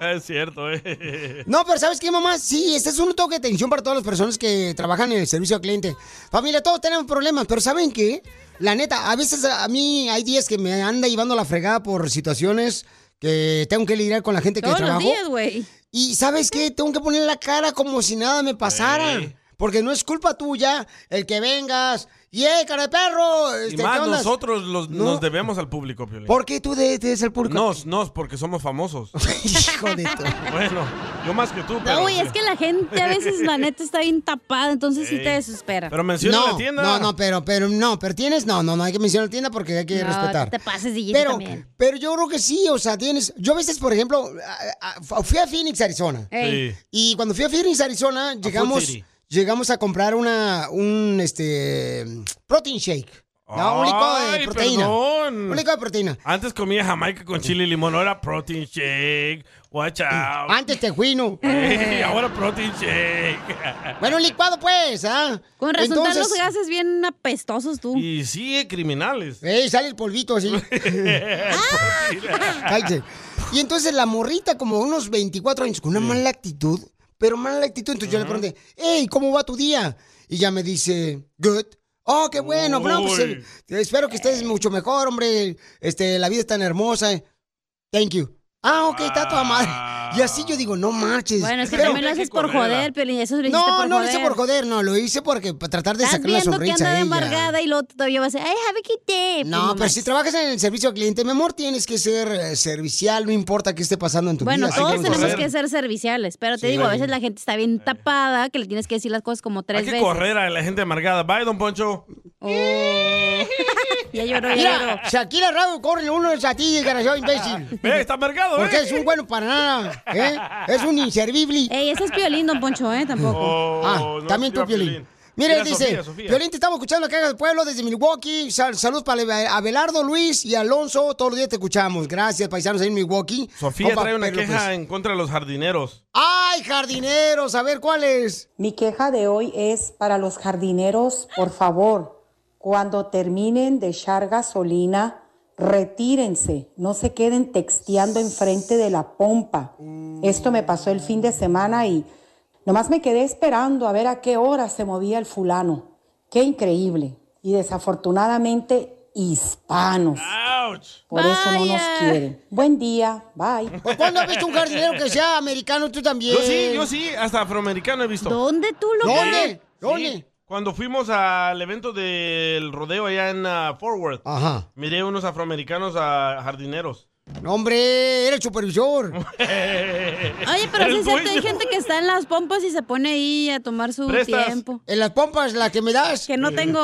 S5: es cierto, eh.
S4: No, pero ¿sabes qué, mamá? Sí, este es un toque de atención para todas las personas que trabajan en el servicio al cliente. Familia, todos tenemos problemas, pero ¿saben qué? La neta, a veces a mí hay días que me anda llevando la fregada por situaciones que tengo que lidiar con la gente que
S6: Todos los
S4: trabajo.
S6: días, güey.
S4: Y ¿sabes qué? Tengo que poner la cara como si nada me pasara. Porque no es culpa tuya el que vengas. Y, eh, cara de perro!
S5: Y
S4: este,
S5: más
S4: ¿qué onda?
S5: nosotros los-
S4: No.
S5: nos debemos al público, Piolín.
S4: ¿Por qué tú de, de ser público?
S5: Nos, nos, porque somos famosos.
S4: Hijo de tu...
S5: Bueno, yo más que tú, pero...
S6: No, güey, es que la gente a veces, la neta, está bien tapada, entonces sí te desespera.
S4: no, No, no, pero, pero no, pero tienes, no, no, no hay que mencionar la tienda porque hay que
S6: No,
S4: respetar.
S6: te pases, DJ, tú
S4: pero,
S6: también.
S4: pero yo creo que sí, o sea, tienes. Yo a veces, por ejemplo, a- a- fui a Phoenix, Arizona.
S6: Ey. Sí.
S4: Y cuando fui a Phoenix, Arizona, llegamos,
S17: City.
S4: llegamos a comprar una, un este protein shake. No, un licuado de
S5: Ay,
S4: proteína.
S5: perdón.
S4: Un licuado de proteína.
S5: Antes comía jamaica con chile y limón, ahora protein shake, watch out.
S4: Antes te juino.
S5: Ey, ahora protein shake.
S4: Bueno, un licuado pues, ¿ah?
S6: Con razón están
S4: Entonces-
S6: los gases bien apestosos tú.
S5: Y sí, eh, criminales.
S4: Ey, sale el polvito así. Cállate. Y entonces la morrita, como unos 24 años, con una mala actitud, pero mala actitud. Entonces yo le pregunté, hey, ¿cómo va tu día? Y ya me dice, good. Oh, qué bueno. No, pues,
S17: Uy.
S4: eh, espero que estés mucho eh. mejor, hombre. Este, la vida es tan hermosa. Thank you. Ah, ok, está toda madre. Y así yo digo, no marches.
S6: Bueno, es que
S4: Pero-
S6: también lo haces por joder, Piolín. Eso lo hiciste
S4: No, no
S6: por
S4: lo
S6: joder.
S4: hice por joder, no, lo hice porque para tratar de
S6: Estás
S4: sacar la
S6: viendo que
S4: sonrisa
S6: anda
S4: a
S6: de
S4: ella.
S6: amargada y lo todavía vas a decir, ay, have a good day. Pues
S4: No, pero
S6: manches.
S4: si trabajas en el servicio al cliente, mi amor, tienes que ser eh, servicial, no importa qué esté pasando en tu
S6: Bueno,
S4: vida.
S6: todos tenemos
S4: correr.
S6: que ser serviciales, pero te
S4: Sí,
S6: digo, a
S4: oye.
S6: veces la gente está bien tapada, que le tienes que decir las cosas como tres
S5: Hay que
S6: veces. Oh.
S5: correr a la gente amargada. Bye, don Poncho.
S6: ya lloró, ya
S4: Mira,
S6: lloró.
S4: Shakira Rabo, corre uno es a ti, desgraciado imbécil.
S5: Ve, está amargado, ¿eh?
S4: Porque es un bueno para nada, ¿eh? Es un inservible.
S6: Ey, ese es Piolín, Don Poncho, ¿eh? Tampoco. Oh,
S4: ah,
S6: no,
S4: también tú,
S6: yo, Piolín.
S4: Piolín. Mira,
S6: Mira,
S4: dice,
S6: Sofía, Sofía.
S4: Piolín, te estamos escuchando acá en el pueblo desde Milwaukee. Sal- Saludos para Abelardo, Luis y Alonso. Todos los días te escuchamos. Gracias, paisanos ahí en Milwaukee.
S5: Sofía
S4: Compa,
S5: trae una
S4: Pedro
S5: queja en contra de los jardineros.
S4: ¡Ay, jardineros! A ver, ¿cuál es?
S27: Mi queja de hoy es para los jardineros, por favor, cuando terminen de echar gasolina, retírense, no se queden texteando enfrente de la pompa. Esto me pasó el fin de semana y nomás me quedé esperando a ver a qué hora se movía el fulano. Qué increíble. Y desafortunadamente, hispanos. Por eso no nos
S4: Vaya.
S27: quieren. Buen día, bye.
S4: Pues, ¿Cuándo has visto un jardinero que sea americano tú también?
S5: Yo sí, yo sí, hasta afroamericano he visto.
S6: ¿Dónde tú
S4: lo ¿Dónde? ves? ¿Dónde?
S5: Cuando fuimos al evento del rodeo allá en ah, Fort Worth,
S4: Ajá.
S5: miré unos afroamericanos a jardineros.
S4: No, hombre, era el supervisor.
S6: Oye, pero sí es cierto, hay gente que está en las pompas y se pone ahí a tomar su
S4: Prestas.
S6: tiempo.
S4: En las pompas, la que me das.
S6: Que no
S5: Eh,
S6: tengo.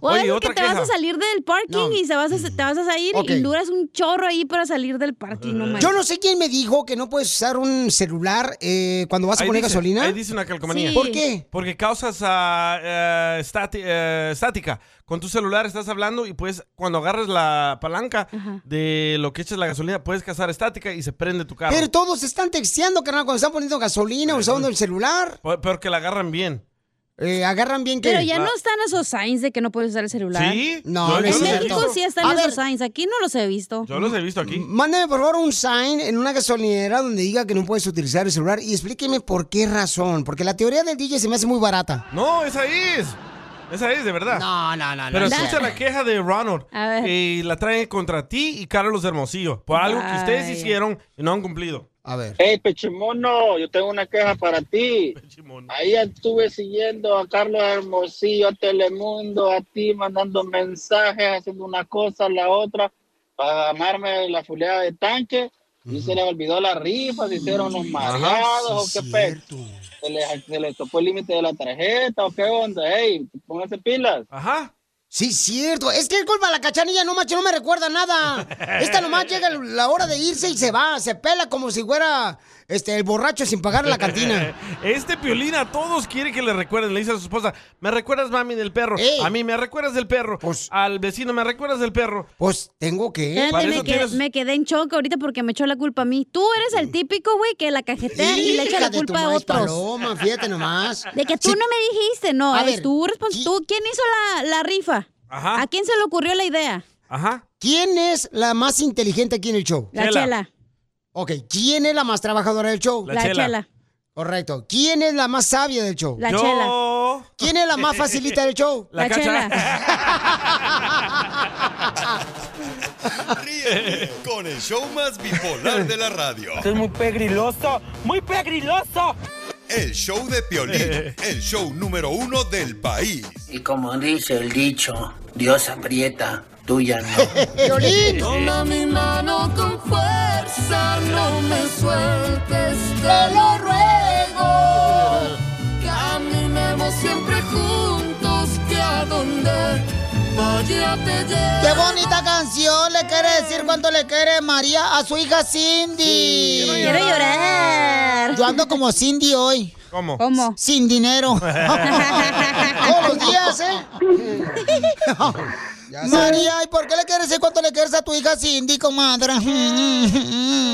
S6: O
S4: Oye,
S6: es que
S4: otra
S6: te vas
S4: queja.
S6: a salir del parking y se vas a, te vas a salir
S4: Ok.
S6: y duras un chorro ahí para salir del parking,
S5: Eh.
S6: no manches.
S4: Yo no sé quién me dijo que no puedes usar un celular eh, cuando vas a
S5: Ahí
S4: poner
S5: dice-
S4: gasolina.
S5: Ahí dice una calcomanía.
S4: Sí. ¿Por qué?
S5: Porque causas ah, eh, estati- eh, estática. Con tu celular estás hablando y pues cuando agarras la palanca de lo que echas la gasolina, puedes causar estática y se prende tu carro.
S4: Pero todos están texteando, carnal, cuando están poniendo gasolina, usando el celular.
S5: Pe- Pero que la agarran bien.
S4: Eh, agarran bien que.
S6: Pero ya no están esos signs de que no puedes usar el celular.
S5: Ah. ¿Sí?
S4: No,
S5: Yo-
S4: no es
S5: yo los he
S4: cierto.
S6: México
S5: visto.
S6: sí están
S4: A
S6: esos
S4: ver.
S6: signs. Aquí no los he visto.
S5: Yo los he visto aquí.
S4: Mándame por favor un sign en una gasolinera donde diga que no puedes utilizar el celular y explíqueme por qué razón. Porque la teoría del DJ se me hace muy barata.
S5: No, esa es. Esa es, de verdad.
S4: No, no, no.
S5: Pero
S4: no.
S5: escucha la queja de Ronald.
S4: A ver.
S5: Y la traen contra ti y Carlos Hermosillo. Por algo que ustedes
S4: Vaya.
S5: hicieron y no han cumplido.
S4: A ver.
S19: Hey, Pechimono, yo tengo una queja para ti. Ahí estuve siguiendo a Carlos Hermosillo, a Telemundo, a ti, mandando mensajes, haciendo una cosa, la otra, para ganarme la fuleada de tanque. Y se les olvidó la rifa, se hicieron los mareados, o qué pe. Se les, se les topó el límite de la tarjeta, o qué onda, hey, pónganse pilas.
S5: Ajá.
S4: Sí, cierto. Es que es culpa de la cachanilla, no macho, no me recuerda nada. Esta nomás llega la hora de irse y se va. Se pela como si fuera este, el borracho sin pagar la cantina.
S5: Este piolín a todos quiere que le recuerden. Le dice a su esposa: Me recuerdas, mami, del perro.
S4: Eh.
S5: A mí me recuerdas del perro. Al vecino me recuerdas del perro.
S4: Pues tengo que.
S6: Fíjate, me, quedé, me quedé en shock ahorita porque me echó la culpa a mí. Tú eres el típico, güey, que la cajetea y le echa la
S4: Mm. Hija de tu
S6: culpa a
S4: maíz
S6: otros.
S4: paloma, fíjate nomás.
S6: De que tú no me dijiste, no.
S4: A
S6: es
S4: ver,
S6: tú, respons- tú. ¿Quién hizo la, la rifa?
S5: Ajá.
S6: ¿A quién se le ocurrió la idea?
S5: Ajá.
S4: ¿Quién es la más inteligente aquí en el show?
S6: La Chela. Chela.
S4: Ok, ¿quién es la más trabajadora del show?
S6: La La Chela. Chela.
S4: Correcto. ¿Quién es la más sabia del show?
S6: La Yo. Chela.
S4: ¿Quién es la más facilita del show?
S3: La La Cacha.
S12: Ríete con el show más bipolar de la radio.
S9: Es muy pegriloso, muy pegriloso.
S12: El show de Piolín, el show número uno del país.
S18: Y como dice el dicho, Dios aprieta, tuya no.
S3: Toma mi mano con fuerza, no me sueltes, te lo ruego. Caminemos siempre juntos, que a donde vaya te llevo.
S4: Qué bonita canción le quiere decir cuánto le quiere María a su hija Cindy.
S3: Quiero llorar.
S4: Yo ando como Cindy hoy.
S5: ¿Cómo?
S4: ¿Cómo? Sin dinero. Todos los días, ¿eh? Ya sé. María, ¿y por qué le quieres decir cuánto le quieres a tu hija Cindy, comadre?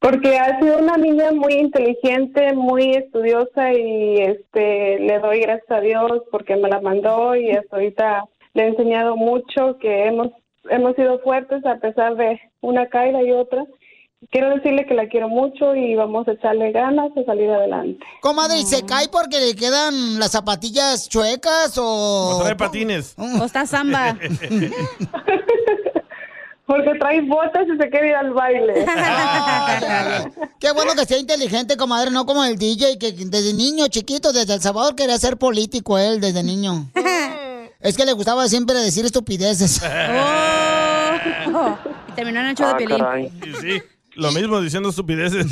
S24: Porque ha sido una niña muy inteligente, muy estudiosa y este le doy gracias a Dios porque me la mandó y hasta ahorita le he enseñado mucho que hemos hemos sido fuertes a pesar de una caída y otra. Quiero decirle que la quiero mucho y vamos a echarle ganas a salir adelante.
S4: Comadre, ¿y se cae porque le quedan las zapatillas chuecas o...?
S5: O trae patines.
S6: O está samba.
S24: Porque trae botas y se quiere ir al baile.
S17: Qué bueno que sea inteligente, comadre, no como el DJ, que desde niño, chiquito, desde El Salvador quería ser político él, desde niño. es que le gustaba siempre decir estupideces.
S3: Oh, y terminó en el
S17: Ah,
S5: Ah,
S3: show de Piolín.
S5: Y sí, lo mismo diciendo estupideces.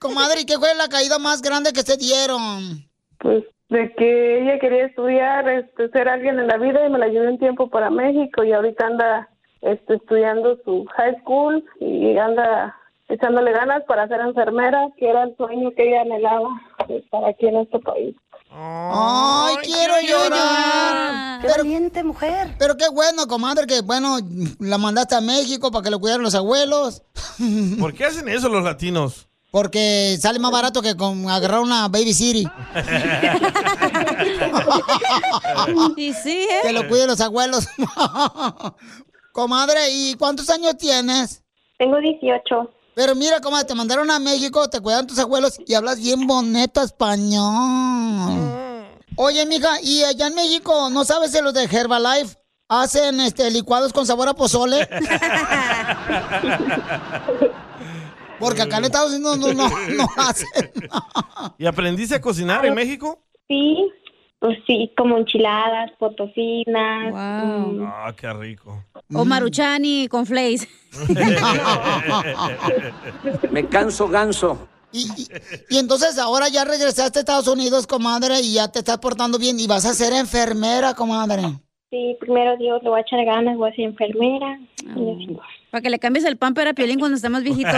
S17: comadre, ¿y qué fue la caída más grande que se dieron?
S24: Pues de que ella quería estudiar, este, ser alguien en la vida y me la llevé un tiempo para México y ahorita anda este, estudiando su high school y anda echándole ganas para ser enfermera, que era el sueño que ella anhelaba estar aquí en este país.
S17: Ay, quiero llorar.
S24: Qué valiente mujer.
S17: Pero qué bueno, comadre, que bueno, la mandaste a México para que lo cuidaran los abuelos.
S5: ¿Por qué hacen eso los latinos?
S17: Porque sale más barato que con agarrar una Baby City.
S3: Y sí, ¿eh?
S17: Que lo cuiden los abuelos. comadre, ¿y cuántos años tienes?
S24: Tengo 18.
S17: Pero mira, comadre, te mandaron a México, te cuidan tus abuelos y hablas bien bonito
S3: Mm.
S17: español. Oye, mija, ¿y allá en México no sabes de los de Herbalife? ¿Hacen este licuados con sabor a pozole? Porque acá en Estados Unidos no, no, no hacen.
S5: ¿Y aprendiste a cocinar en México?
S24: Sí, pues sí, como enchiladas, potosinas.
S28: mm.
S3: Wow.
S5: Ah, qué rico.
S3: O Maruchani con Flays.
S21: Me canso ganso.
S17: Y, y- y entonces ahora ya regresaste a Estados Unidos, comadre, y ya te estás portando bien y vas a ser enfermera, comadre.
S24: Sí, primero Dios, lo voy a echar ganas, voy a ser enfermera.
S6: Ah,
S24: Y así.
S3: Para que le cambies el pamper a Piolín cuando está más viejito.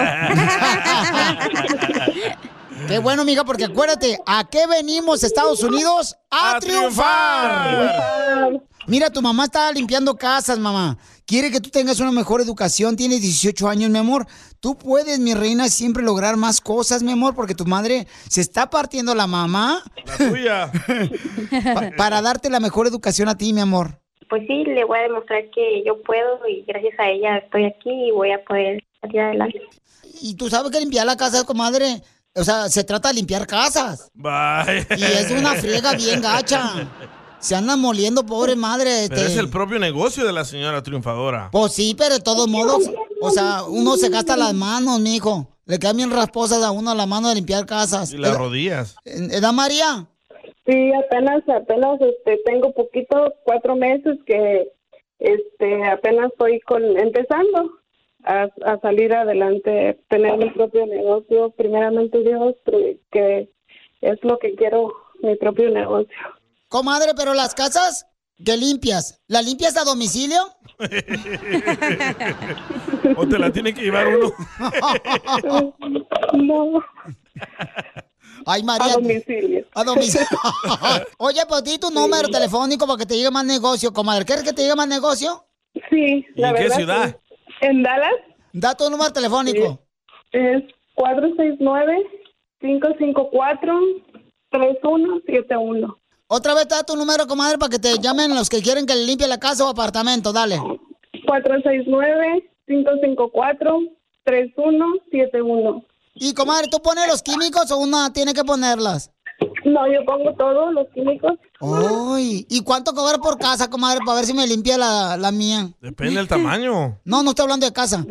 S17: Qué bueno, amiga, porque acuérdate, ¿a qué venimos Estados Unidos? ¡A, triunfar! Mira, tu mamá está limpiando casas, mamá. Quiere que tú tengas una mejor educación. Tienes 18 años, mi amor. Tú puedes, mi reina, siempre lograr más cosas, mi amor, porque tu madre se está partiendo la mamá
S5: Tuya.
S17: pa- para darte la mejor educación a ti, mi amor.
S24: Pues sí, le voy a demostrar que yo puedo y gracias a ella estoy aquí y voy a poder salir adelante.
S17: Y tú sabes que limpiar la casa, comadre, o sea, se trata de limpiar casas.
S5: Bye.
S17: Y es una friega bien gacha. Se andan moliendo, pobre madre.
S5: Pero
S17: este.
S5: es el propio negocio de la señora triunfadora.
S17: Pues sí, pero de todos modos, o sea, uno se gasta las manos, mijo. Le quedan bien rasposas a uno la mano de limpiar casas.
S5: Y las rodillas.
S17: ¿Ed- ¿Edad María?
S24: Sí, apenas, apenas, este, tengo poquito, cuatro meses que, este, apenas estoy con, empezando a, a salir adelante, tener mi propio negocio, primeramente Dios, pre- que es lo que quiero, mi propio negocio.
S17: Comadre, pero las casas que limpias, ¿las limpias a domicilio?
S5: o te la tiene que llevar uno.
S24: No.
S17: Ay, María.
S24: A domicilio.
S17: A domicilio. Oye, pues di tu número telefónico para que te llegue más negocio, comadre. ¿Quieres que te llegue más negocio?
S24: Sí,
S5: ¿Y en qué ciudad?
S24: En Dallas
S17: Da tu número telefónico.
S24: es 469-554-3171.
S17: Otra vez da tu número, comadre, para que te llamen los que quieren que le limpie la casa o apartamento. Dale.
S24: 469-554-3171.
S17: Y, comadre, ¿tú pones los químicos o una tiene que ponerlas?
S24: No, yo pongo todos los químicos.
S17: Ay, ¿y cuánto cobrar por casa, comadre, para ver si me limpia la, la mía?
S5: Depende del tamaño.
S17: No, no estoy hablando de casa.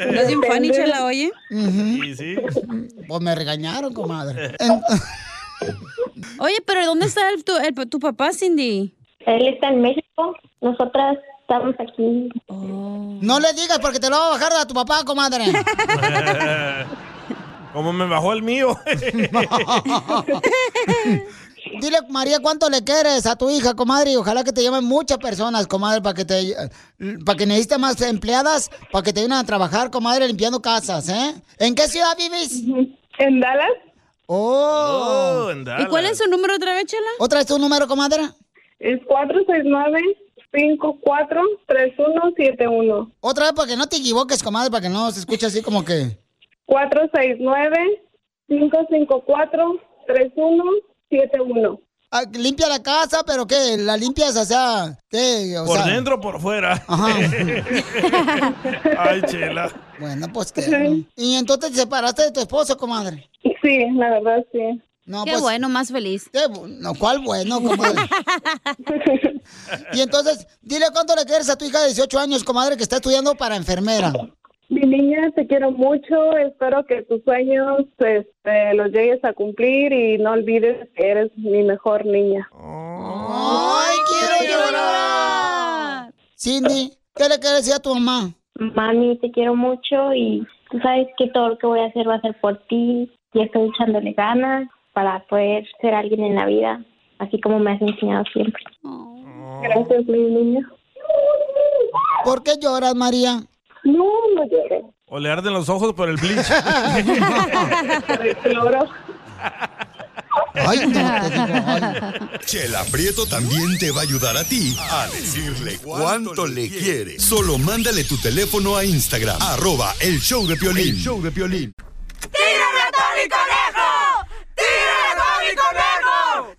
S3: ¿No es de un fan y chela, oye?
S17: Ujú.
S5: Sí, sí.
S17: Pues me regañaron, comadre. Eh,
S3: Oye, pero ¿dónde está el- tu, el- tu papá, Cindy?
S24: Él está en México, nosotras estamos aquí.
S17: No le digas porque te lo va a bajar a tu papá, comadre.
S5: Como me bajó el mío.
S17: Dile, María, cuánto le quieres a tu hija, comadre, y ojalá que te llamen muchas personas, comadre, para que te para que necesites más empleadas, para que te vengan a trabajar, comadre, limpiando casas, ¿eh? ¿En qué ciudad vives?
S24: ¿En Dallas?
S17: Oh.
S5: Oh, en
S3: ¿Y
S5: Dallas.
S3: cuál es su número otra vez, chela?
S17: ¿Otra vez tu número, comadre?
S24: Es 469-54-3171.
S17: Otra vez para que no te equivoques, comadre, para que no se escuche así como que
S24: 469-554-3171.
S17: ah, limpia la casa, pero que la limpias, o sea, que o
S5: por
S17: sea,
S5: dentro o por fuera. Ay, chela.
S17: Bueno, pues que. Y entonces te separaste de tu esposo, comadre.
S24: Sí, la verdad, sí.
S4: No,
S6: Qué
S4: pues-
S6: bueno, más feliz.
S4: No, ¿cuál bueno, comadre? y entonces, dile cuánto le quieres a tu hija de 18 años, comadre, que está estudiando para enfermera.
S24: Mi niña, te quiero mucho. Espero que tus sueños este, los llegues a cumplir y no olvides que eres mi mejor niña.
S4: ¡Ay, quiero llorar! Cindy, ¿qué le quieres decir a tu mamá?
S28: Mami, te quiero mucho y tú sabes que todo lo que voy a hacer va a ser por ti y estoy echándole ganas para poder ser alguien en la vida, así como me has enseñado siempre.
S3: Oh.
S5: Oh.
S24: Gracias, mi niña.
S4: ¿Por qué lloras, María?
S24: No, no llores.
S5: O le arden los ojos por el bleach.
S4: Ay, no, te digo,
S12: Chela Prieto también te va a ayudar a ti a decirle cuánto le quiere. Solo mándale tu teléfono a Instagram, arroba el show de Piolín. El show de Piolín.
S3: ¡Tírame a Tony Conejo! ¡Tírame a Tony Conejo!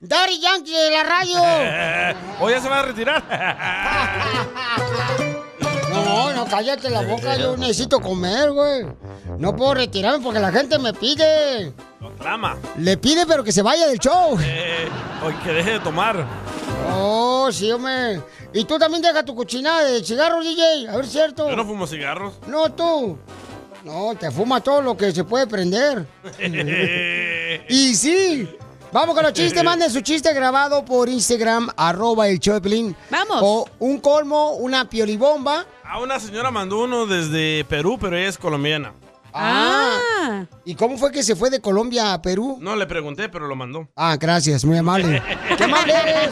S3: ¡Casimiro son!
S4: ¡Dari Yankee de la radio!
S5: Hoy ya se va a retirar.
S4: No, no, cállate la boca, yo necesito comer, güey. No puedo retirarme porque la gente me pide.
S5: Clama.
S4: Le pide, pero que se vaya del show.
S5: Eh, hoy que deje de tomar.
S4: Oh, sí, hombre. Y tú también deja tu cochinada de cigarros, DJ. A ver, ¿cierto?
S5: Yo no fumo cigarros.
S4: No, tú. No, te fuma todo lo que se puede prender. Y sí. Vamos con los chistes. Manden su chiste grabado por Instagram, arroba el Choplin. Vamos. O un colmo, una piolibomba.
S5: A una señora mandó uno desde Perú, pero ella es colombiana.
S4: Ah. ¿Y cómo fue que se fue de Colombia a Perú?
S5: No le pregunté, pero lo mandó.
S4: Ah, gracias, muy amable. ¡Qué amable eres!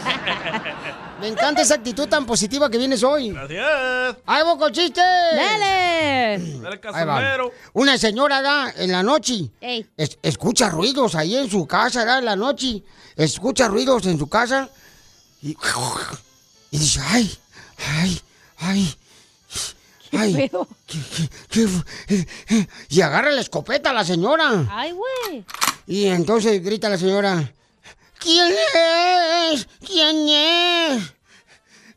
S4: Me encanta esa actitud tan positiva que vienes hoy.
S5: Gracias.
S4: ¡Ahí voy con chistes! ¡Dale!
S5: Dale,
S4: Ahí va.
S5: casomero.
S4: Una señora da en la noche. es- escucha ruidos ahí en su casa, da en la noche. Escucha ruidos en su casa. Y, y dice, ay, ay, ay. Ay, qué- qué- qué fu- eh, eh". y agarra la escopeta a la señora.
S3: ¡Ay, güey!
S4: Y entonces grita la señora, ¿Quién es? ¿Quién es?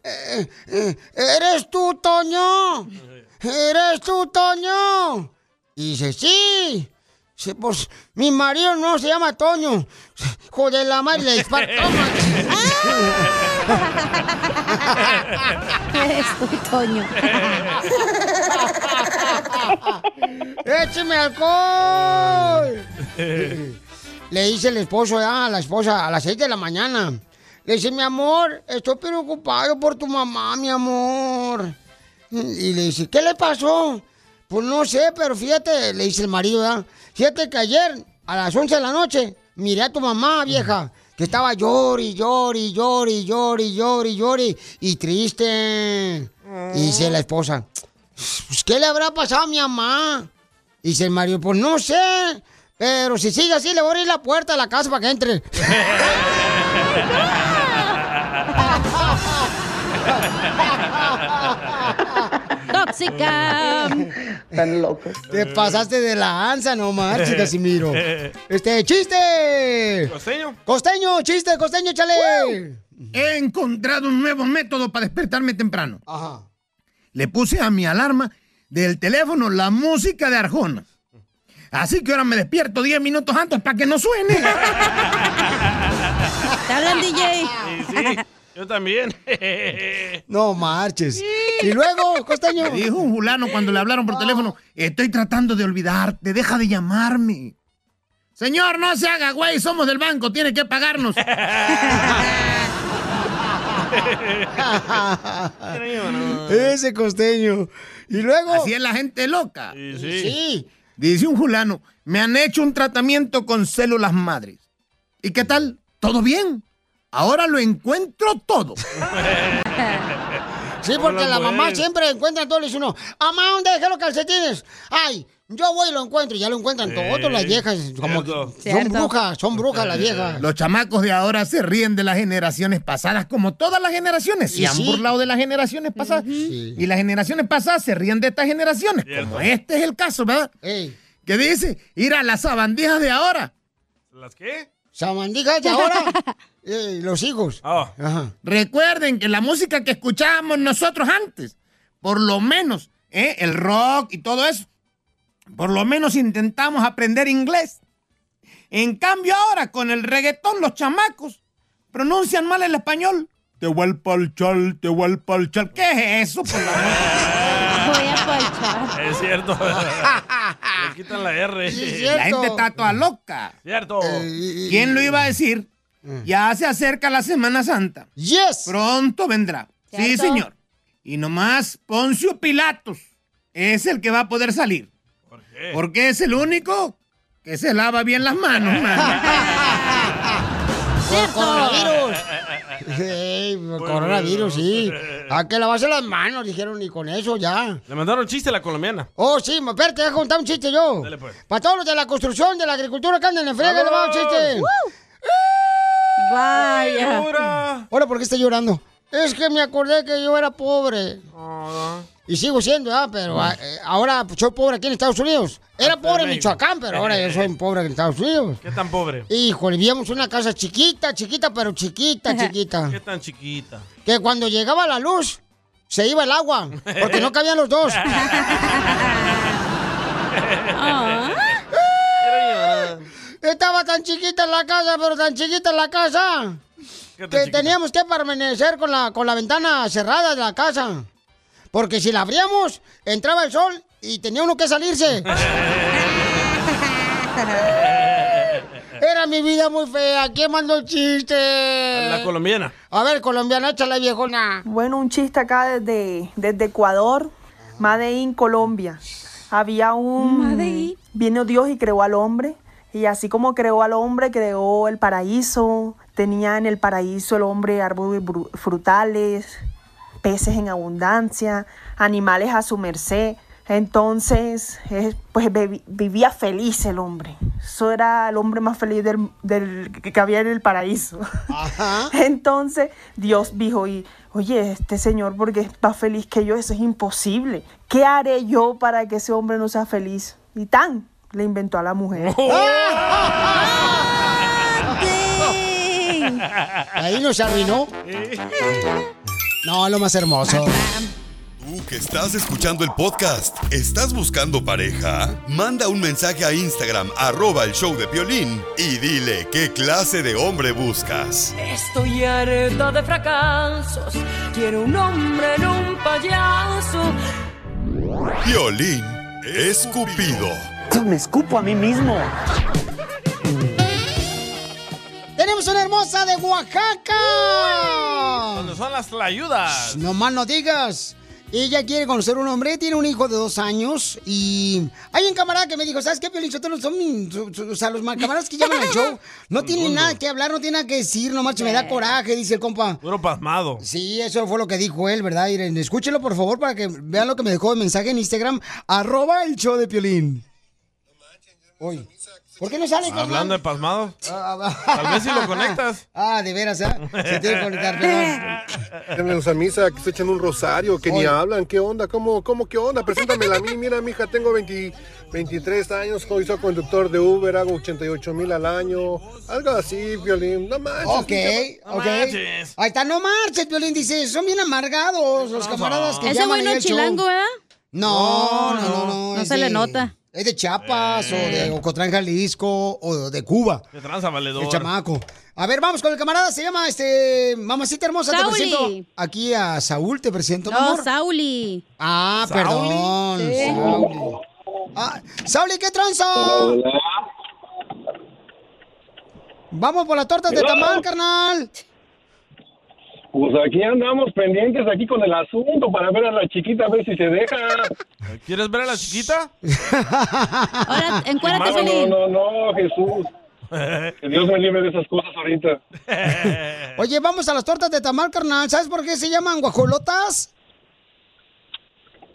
S4: Eh, eh, ¿Eres tú, Toño? ¿Eres tú, Toño? Y dice, sí. Dice, pues mi marido no se llama Toño. Joder, la madre le dispara. Toma. Eres tú, Toño. ¡Écheme alcohol! Le dice el esposo ah, a la esposa a las 6 de la mañana. Le dice, mi amor, estoy preocupado por tu mamá, mi amor. Y le dice, ¿qué le pasó? Pues no sé, pero fíjate, le dice el marido, ¿verdad? fíjate que ayer a las 11 de la noche miré a tu mamá, vieja, que estaba llori, llori, llori, llori, llori, llori, y triste. Y dice la esposa, pues, ¿qué le habrá pasado a mi mamá? Y dice el marido, pues no sé, pero si sigue así le voy a abrir la puerta a la casa para que entre.
S6: Tóxica.
S4: Están locos. Te pasaste de la ansa, no marches, Casimiro. Este,
S17: Eh.
S4: chiste.
S5: Costeño.
S4: Costeño, chiste, costeño, chale.
S21: He encontrado un nuevo método para despertarme temprano.
S4: Ajá.
S21: Le puse a mi alarma del teléfono la música de Arjona. Así que ahora me despierto 10 minutos antes para que no suene.
S5: ¿Te
S21: hablan, DJ?
S5: Sí, sí. Yo también.
S4: No marches. Y luego, costeño. Ah.
S21: dijo un fulano cuando le hablaron por teléfono, estoy tratando de olvidarte, deja de llamarme. Señor, no se haga, güey, somos del banco, tiene que pagarnos.
S4: Ese costeño. Y luego.
S21: Así es la gente loca.
S5: sí.
S21: Dice un fulano, me han hecho un tratamiento con células madres. ¿Y qué tal? ¿Todo bien? Ahora lo encuentro todo.
S4: Sí, porque la mamá siempre encuentra todo y dice uno, mamá, ¿dónde dejé los calcetines? Ay, yo voy y lo encuentro. Y ya lo encuentran todos las viejas. Como, son brujas, son brujas las viejas.
S21: Los chamacos de ahora se ríen de las generaciones pasadas, como todas las generaciones.
S4: Y
S21: Se han
S4: sí.
S21: burlado de las generaciones pasadas. Y las generaciones pasadas se ríen de estas generaciones. Como este es el caso, ¿verdad? Que dice, ir a las sabandijas de ahora.
S5: ¿Las qué?
S4: Sabandijas de ahora. Eh, los hijos.
S21: Ah. Recuerden que la música que escuchábamos nosotros antes, por lo menos, ¿eh? el rock y todo eso, por lo menos intentamos aprender inglés. En cambio ahora, con el reggaetón, los chamacos pronuncian mal el español. Te voy al palchal, te voy al palchal. ¿Qué es eso? Por la...
S6: Voy a palchar.
S5: Es cierto. Le quitan la R.
S21: La gente está toda loca.
S5: Cierto.
S4: Eh,
S21: ¿Quién lo iba a decir? Ya se acerca la Semana Santa.
S4: Mm. Yes.
S21: Pronto vendrá. Sí,
S5: ¿Cierto?
S21: señor. Y nomás Poncio Pilatos es el que va a poder salir. Porque es el único que se lava bien las manos,
S4: Por coronavirus. Ey, por coronavirus, sí. A que lavarse las manos, dijeron, y con eso ya.
S5: Le mandaron chiste a la colombiana.
S4: Oh, sí, ma- espérate, deja contar un chiste yo.
S5: Dale, pues.
S4: Para todos los de la construcción, de la agricultura que andan en frega, le va un
S5: ¡Vamos!
S4: chiste.
S6: Vaya.
S4: Ahora, ¿por qué está llorando? Es que me acordé que yo era pobre. Y sigo siendo, ah, pero ah, eh, ahora soy pobre aquí en Estados Unidos. Era pobre en
S5: México.
S4: Michoacán, pero ahora yo soy pobre en Estados Unidos.
S5: ¿Qué tan pobre?
S4: Híjole, vivíamos en una casa chiquita, chiquita, pero chiquita, chiquita.
S5: ¿Qué tan chiquita?
S4: Que cuando llegaba la luz, se iba el agua, porque no cabían los dos. ¡Ah! Estaba tan chiquita la casa, pero tan chiquita la casa.
S3: ¿Qué tan
S4: Que
S3: chiquita?
S4: teníamos que permanecer con la, con la ventana cerrada de la casa. Porque si la abríamos, entraba el sol y tenía uno que salirse. Era mi vida muy fea. ¿Quién mandó el chiste?
S5: La colombiana.
S4: A ver, colombiana, échale viejona.
S10: Bueno, un chiste acá desde, desde Ecuador, Made in Colombia. Había un... Vino Dios y creó al hombre. Y así como creó al hombre, creó el paraíso. Tenía en el paraíso el hombre árboles bru- frutales, peces en abundancia, animales a su merced. Entonces, eh, pues bebi- vivía feliz el hombre. Eso era el hombre más feliz del, del- que había en el paraíso. Entonces, Dios dijo, y, oye, este señor, porque es más feliz que yo, eso es imposible. ¿Qué haré yo para que ese hombre no sea feliz? Y tan, le inventó a la mujer.
S4: ¡Oh! Ahí nos arruinó. No, lo más hermoso.
S12: Tú que estás escuchando el podcast, ¿estás buscando pareja? Manda un mensaje a Instagram, arroba el show de Piolín, y dile qué clase de hombre buscas.
S3: Estoy harta de fracasos. Quiero un hombre en un payaso.
S12: Piolín Escupido.
S4: Yo me escupo a mí mismo. Tenemos una hermosa de Oaxaca.
S5: Donde son las tlayudas.
S4: No más no digas. Ella quiere conocer un hombre, tiene un hijo de dos años y hay un camarada que me dijo, ¿sabes qué, Piolín? Sotelo? son, min- su- su- o sea, los ma- camaradas que llaman al show no tienen nada que hablar, no tienen nada que decir, nomás me da coraje, dice el compa.
S5: Puro pasmado.
S4: Sí, eso fue lo que dijo él, ¿verdad, Irene? Escúchelo, por favor, para que vean lo que me dejó de mensaje en Instagram, arroba el show de Piolín. Oye, ¿por qué no sale, carnal?
S5: Hablando de pasmado.
S4: Tal
S5: vez si lo conectas.
S4: Ah, de veras, ¿ah? Se tiene que conectar, perdón.
S13: Llámenos a misa, que se echan un rosario, que ni
S4: Oye.
S13: hablan, ¿qué onda? ¿Cómo, cómo, qué onda? Preséntamela a mí, mira, mija, tengo 20 23 años, hoy soy conductor de Uber, hago 88 mil al año, algo así, violín, no manches.
S4: Ok,
S13: mija.
S4: ok. Ahí está, no marches, Piolín. Dice, son bien amargados los camaradas que
S6: Ese
S4: llaman
S6: güey no
S4: ahí
S6: es
S4: al show.
S6: chilango, ¿verdad?
S4: No, no, no. No,
S6: No
S4: es
S6: se le
S4: de-
S6: nota.
S4: Es de Chiapas o de Ocotlán, Jalisco o de Cuba.
S5: De tranza valedor.
S4: El chamaco. A ver, vamos con el camarada. Se llama, este, mamacita hermosa.
S6: Sauli.
S4: Te presento aquí a Saúl. Te presento, mi
S6: No,
S4: amor.
S6: Sauli.
S4: Ah, perdón.
S6: Sí.
S4: Sauli. Ah, Sauli, ¿qué tranza? Vamos por las tortas de
S15: Hello.
S4: tamal, carnal.
S15: Pues aquí andamos pendientes aquí con el asunto para ver a la chiquita a ver si se deja.
S5: ¿Quieres ver a la chiquita?
S6: Ahora, encuérdate,
S15: No,
S6: Piolín.
S15: no, no, no, Jesús. Que Dios me libre de esas cosas ahorita.
S4: Oye, vamos a las tortas de tamal, carnal. ¿Sabes por qué se llaman guajolotas?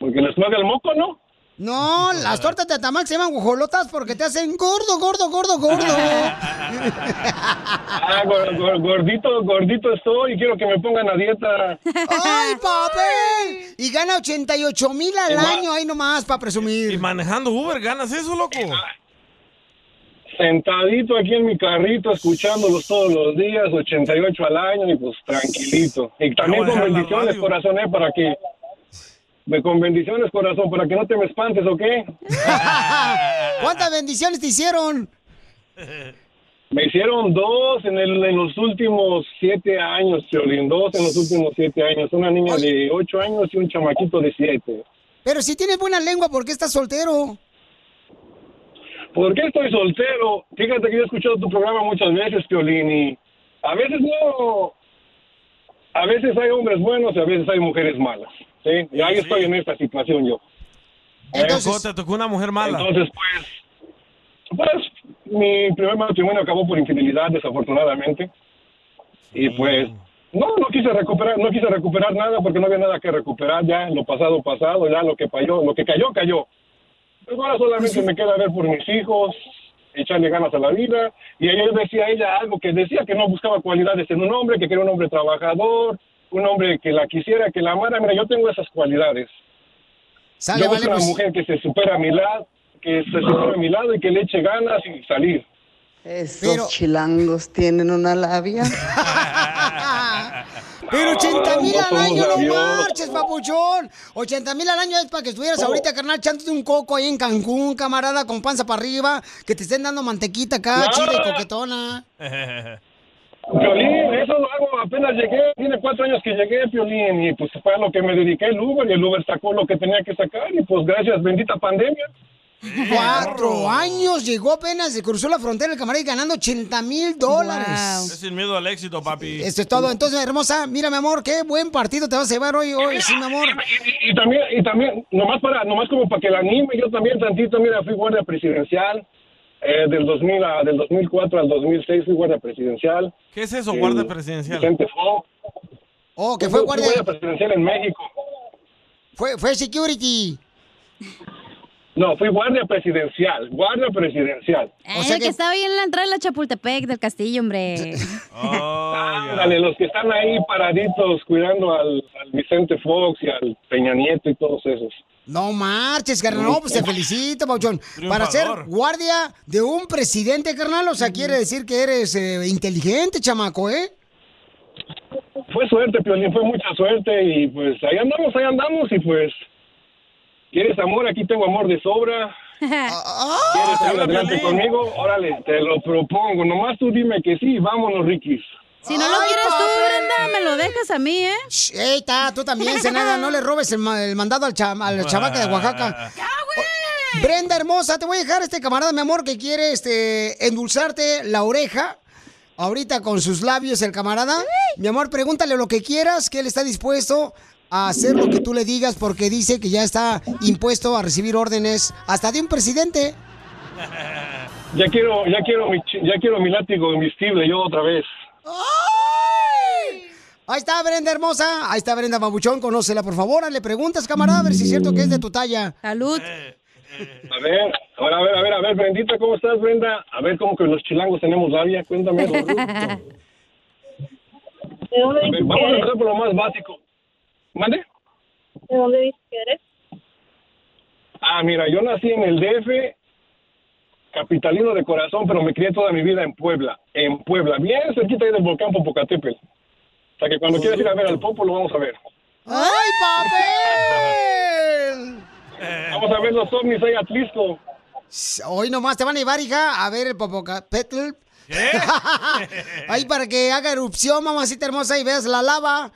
S15: Porque les paga el moco, ¿no?
S4: No, las tortas de tamal se llaman guajolotas porque te hacen gordo, gordo, gordo, gordo.
S15: Ah, gor- gor- gordito, gordito estoy y quiero que me pongan a dieta.
S4: ¡Ay, papel! Y gana 88 mil al año, ahí nomás, para presumir.
S5: Y manejando Uber, ganas eso, loco.
S15: Sentadito aquí en mi carrito, escuchándolos todos los días, 88 al año y pues tranquilito. Y también
S5: voy a
S15: con
S5: dejar la
S15: bendiciones,
S5: radio.
S15: corazón, ¿eh? Para que... me- Con bendiciones, corazón, para que no te me espantes, ¿ok?
S4: ¿Cuántas bendiciones te hicieron?
S15: Me hicieron dos en, el- en los últimos siete años, Piolín, dos en los últimos siete años. Una niña de ocho años y un chamaquito de siete.
S4: Pero si tienes buena lengua, ¿por qué estás soltero?
S15: ¿Por qué estoy soltero? Fíjate que yo he escuchado tu programa muchas veces, Piolín, y a veces no... A veces hay hombres buenos y a veces hay mujeres malas, ¿sí? Y ahí estoy en esta situación yo.
S5: Entonces- Te tocó una mujer mala.
S15: Entonces, pues... Pues, mi primer matrimonio acabó por infidelidad, desafortunadamente. Y pues... No, no quise recuperar, no quise recuperar nada porque no había nada que recuperar ya, lo pasado pasado, ya lo que cayó, lo que cayó cayó. Pues ahora solamente me queda ver por mis hijos, echarle ganas a la vida. Y ayer decía ella algo que decía que no buscaba cualidades en un hombre, que quería un hombre trabajador, un hombre que la quisiera, que la amara. Mira, yo tengo esas cualidades.
S4: Sale,
S15: yo busco
S4: vale,
S15: una
S4: pues.
S15: mujer que se supera a mi lado, que se supera a mi lado y que le eche ganas y salir.
S2: Esos chilangos tienen una labia.
S4: Pero 80 mil
S2: No
S4: al
S2: somos
S4: año, no
S2: labios.
S4: marches, papuchón. 80 mil al año es para que estuvieras ahorita, carnal, chándote un coco ahí en Cancún, camarada, con panza para arriba, que te estén dando mantequita acá,
S15: Ah.
S4: chida y coquetona.
S15: Piolín, eso lo hago, apenas llegué, tiene cuatro años que llegué, Piolín, y pues fue a lo que me dediqué el Uber, y el Uber sacó lo que tenía que sacar, y pues gracias, bendita pandemia.
S4: Cuatro años, llegó apenas, se cruzó la frontera el camarada y ganando 80 mil dólares.
S5: Es sin miedo al éxito, papi.
S4: Esto es todo. Entonces, hermosa, mira, mi amor, qué buen partido te vas a llevar hoy, hoy, sí, mi amor.
S15: Y también, y también, nomás para, nomás como para que la anime, yo también tantito, mira, fui guardia presidencial, eh, del 2000 a- del 2004 al 2006 fui guardia presidencial.
S5: ¿Qué es eso,
S15: Eh,
S5: guardia presidencial?
S15: Vicente Fox.
S4: Oh, que fue
S15: Fui
S4: guardia-
S15: presidencial en México.
S4: Fue, fue security.
S15: No, fui guardia presidencial, guardia presidencial.
S6: Eh, el que... estaba ahí en la entrada de la Chapultepec del castillo, hombre.
S15: Ándale, los que están ahí paraditos cuidando al, al Vicente Fox y al Peña Nieto y todos esos.
S4: No marches, carnal. No, pues te felicito, Pauchón. Para ser
S15: Triunfador.
S4: guardia de un presidente, carnal, o sea, quiere decir que eres eh, inteligente, chamaco, ¿eh?
S15: Fue suerte, Piolín, fue mucha suerte y pues ahí andamos, ahí andamos y pues... ¿Quieres amor? Aquí tengo amor de sobra. ¿Quieres salir adelante conmigo? Órale, te lo propongo. Nomás tú dime que sí, vámonos, Ricky.
S6: Si no lo quieres tú, Brenda, me lo dejas a mí, ¿eh?
S4: Ey, ta, tú también, Senada, no le robes el, ma- el mandado al, cha- al chavaca de Oaxaca. O- Brenda hermosa, te voy a dejar este camarada, mi amor, que quiere este endulzarte la oreja. Ahorita con sus labios el camarada. Mi amor, pregúntale lo que quieras, que él está dispuesto a hacer lo que tú le digas porque dice que ya está impuesto a recibir órdenes hasta de un presidente.
S15: Ya quiero, ya quiero mi, chi- ya quiero mi látigo invisible yo otra vez.
S4: Ahí está Brenda hermosa, ahí está Brenda Babuchón, conócela por favor, le preguntas camarada a ver si es cierto que es de tu talla.
S6: Salud.
S15: A ver, ahora, a ver, a ver, a ver, Brendita, ¿cómo estás, Brenda? A ver, ¿cómo que los chilangos tenemos labia? Cuéntame. algo. A ver, vamos a empezar por lo más básico. ¿Mande?
S24: ¿De dónde dices que eres?
S15: Ah, mira, yo nací en el DF, capitalino de corazón, pero me crié toda mi vida en Puebla. En Puebla, bien cerquita ahí del volcán Popocatépetl. O sea que cuando quieras ir a ver al Popo, lo vamos a ver.
S4: ¡Ay, papel!
S15: Vamos a ver los ovnis ahí a Tlisco.
S4: Hoy nomás te van a llevar, hija, a ver el popocatépetl. Ahí para que haga erupción, mamacita hermosa, y veas la lava.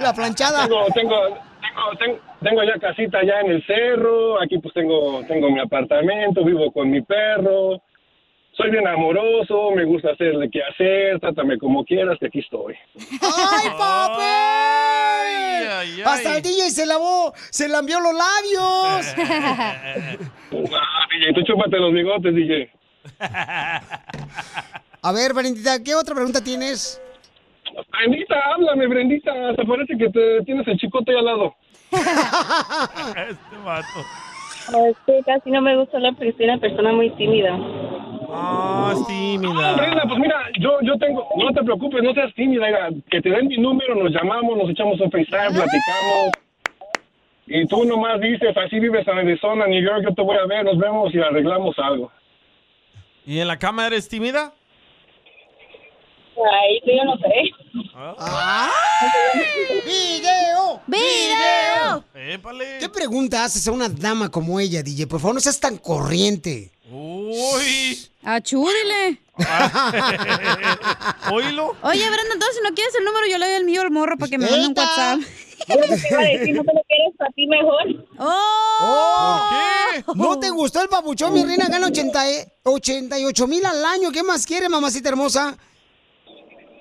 S4: La planchada.
S15: Tengo, tengo, tengo, tengo, tengo ya casita allá en el cerro, aquí pues tengo, tengo mi apartamento, vivo con mi perro, soy bien amoroso, me gusta hacer de qué hacer, trátame como quieras, que aquí estoy.
S4: ¡Ay, papel! Hasta el DJ se lavó, se lambió los labios.
S15: Ah, DJ, tú chúpate los bigotes, DJ.
S4: A ver, Valentita, ¿qué otra pregunta tienes?
S15: Brendita, háblame, Brendita, se parece que te tienes el chicote ahí al lado.
S5: Este vato.
S24: Oh, es que casi no me gusta hablar porque soy una persona muy tímida.
S5: Ah, tímida.
S15: Ah, Brenda, pues mira, yo, yo tengo, no te preocupes, no seas tímida, mira, que te den mi número, nos llamamos, nos echamos un FaceTime, platicamos. Y tú nomás dices, así vives en Arizona, New York, yo te voy a ver, nos vemos y arreglamos algo.
S5: ¿Y en la cama eres tímida?
S24: Ay, yo ya no sé.
S4: ¡Video!
S24: ¡Video!
S4: ¿Qué pregunta haces a una dama como ella, DJ? Por favor, no seas tan corriente.
S5: Uy.
S6: Achúrile.
S5: Oílo.
S6: Oye, Brenda, entonces si no quieres el número, yo le doy el mío al morro para que me mande un WhatsApp.
S28: iba a decir, no te lo quieres a ti mejor.
S6: ¡Oh!
S4: ¿No te gustó el papuchón, mi reina? Gana 80, e- 88 mil al año. ¿Qué más quiere, mamacita hermosa?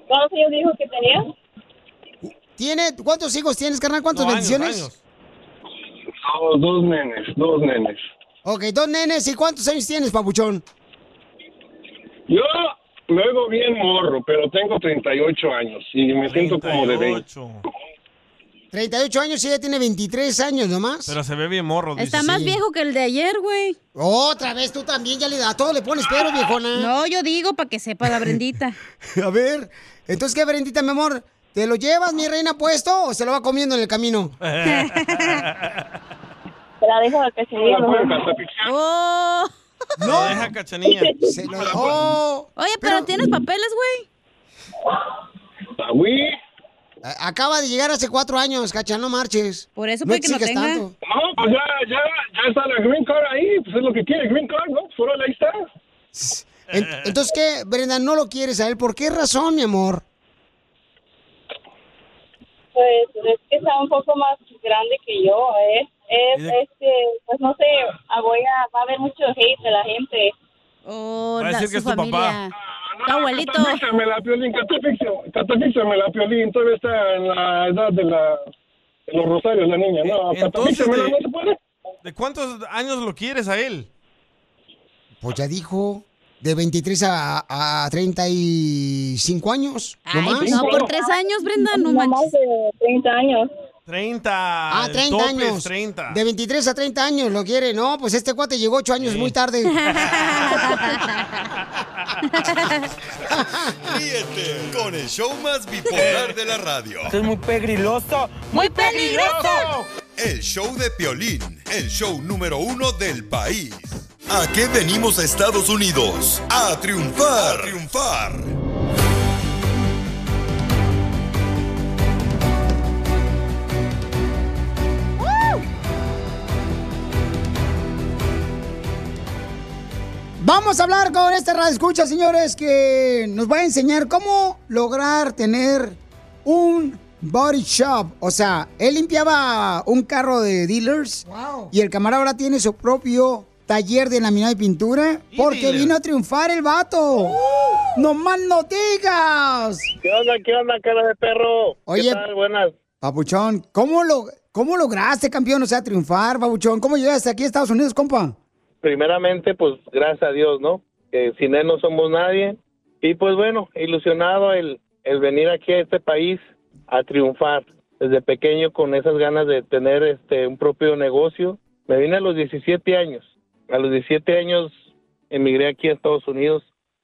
S28: ¿Cuántos hijos dijo que tenía?
S4: ¿Tiene, ¿Cuántos hijos tienes, carnal? ¿Cuántas bendiciones?
S15: Dos, Oh, dos nenes, dos nenes.
S4: Ok, dos nenes. ¿Y cuántos años tienes, papuchón?
S15: Yo me oigo bien morro, pero tengo 38 años y me siento como de 20.
S4: 38 años y ella tiene 23 años nomás.
S5: Pero se ve bien morro.
S6: Está
S5: dice.
S6: más
S5: Sí.
S6: viejo que el de ayer, güey.
S4: Otra vez, tú también ya le a todo le pones pero, viejona.
S6: No, yo digo para que sepa la Brendita.
S4: A ver, entonces, ¿qué, Brendita, mi amor? ¿Te lo llevas, mi reina, puesto o se lo va comiendo en el camino?
S28: Te la dejo a Casimiro.
S15: pues,
S6: ¡Oh!
S5: No. Deja cachanilla.
S4: Se lo dejó.
S6: Oye, pero, tienes papeles, güey.
S4: A- Acaba de llegar hace cuatro años, cacha, no marches.
S6: Por eso,
S4: no
S6: porque no
S4: exiges
S6: tenga.
S4: tanto.
S15: No, pues ya, ya, ya está la green card ahí, pues es lo que quiere, green card, ¿no? Fuera ahí está.
S4: En- Entonces, ¿qué, Brenda? ¿No lo quieres a él? ¿Por qué razón, mi amor?
S28: Pues es que está un poco más grande que yo, ¿eh? Es,
S5: ¿Y de-
S28: este, pues no sé, ah, voy a, va a haber mucho hate de la gente.
S6: Oh,
S5: Va a la- decir que su es tu familia.
S6: Tu abuelito.
S15: Catafíxame la piolín, catafíxame, catafíxame la piolín, todavía está en la edad de la... de los rosarios, la niña, no,
S5: Entonces,
S15: catafíxame, no se puede.
S5: ¿de, de cuántos años lo quieres a él?
S4: Pues ya dijo, de 23 a, a 35 años. ¿no
S6: Ay,
S4: más?
S6: no, por tres años, Brenda, no manches.
S28: de 30 años.
S5: 30.
S4: Ah, 30
S5: tope es
S4: años.
S5: 30.
S4: De 23 a 30 años lo quiere. No, pues este cuate llegó 8 años muy tarde.
S12: Ríete con el show más bipolar de la radio.
S9: Esto es muy pegriloso. ¡Muy peligroso!
S12: El show de Piolín, el show número uno del país. ¿A qué venimos a Estados Unidos? A triunfar. A triunfar.
S4: Vamos a hablar con este radio escucha, señores, que nos va a enseñar cómo lograr tener un body shop. O sea, él limpiaba un carro de dealers y el camarada ahora tiene su propio taller de laminado y pintura porque
S3: dealer.
S4: vino a triunfar el vato. ¡No más no digas!
S7: ¿Qué onda, qué onda, cara de perro?
S4: Oye.
S7: ¿Qué tal? Buenas.
S4: Papuchón, ¿cómo, lo, ¿cómo lograste, campeón? O sea, triunfar, Papuchón. ¿Cómo llegaste aquí a Estados Unidos, compa?
S7: Primeramente, pues, gracias a Dios, ¿no? Que sin él no somos nadie. Y, pues, bueno, ilusionado el, el venir aquí a este país a triunfar. Desde pequeño con esas ganas de tener este un propio negocio. Me vine a los 17 años. A los 17 años emigré aquí a Estados Unidos.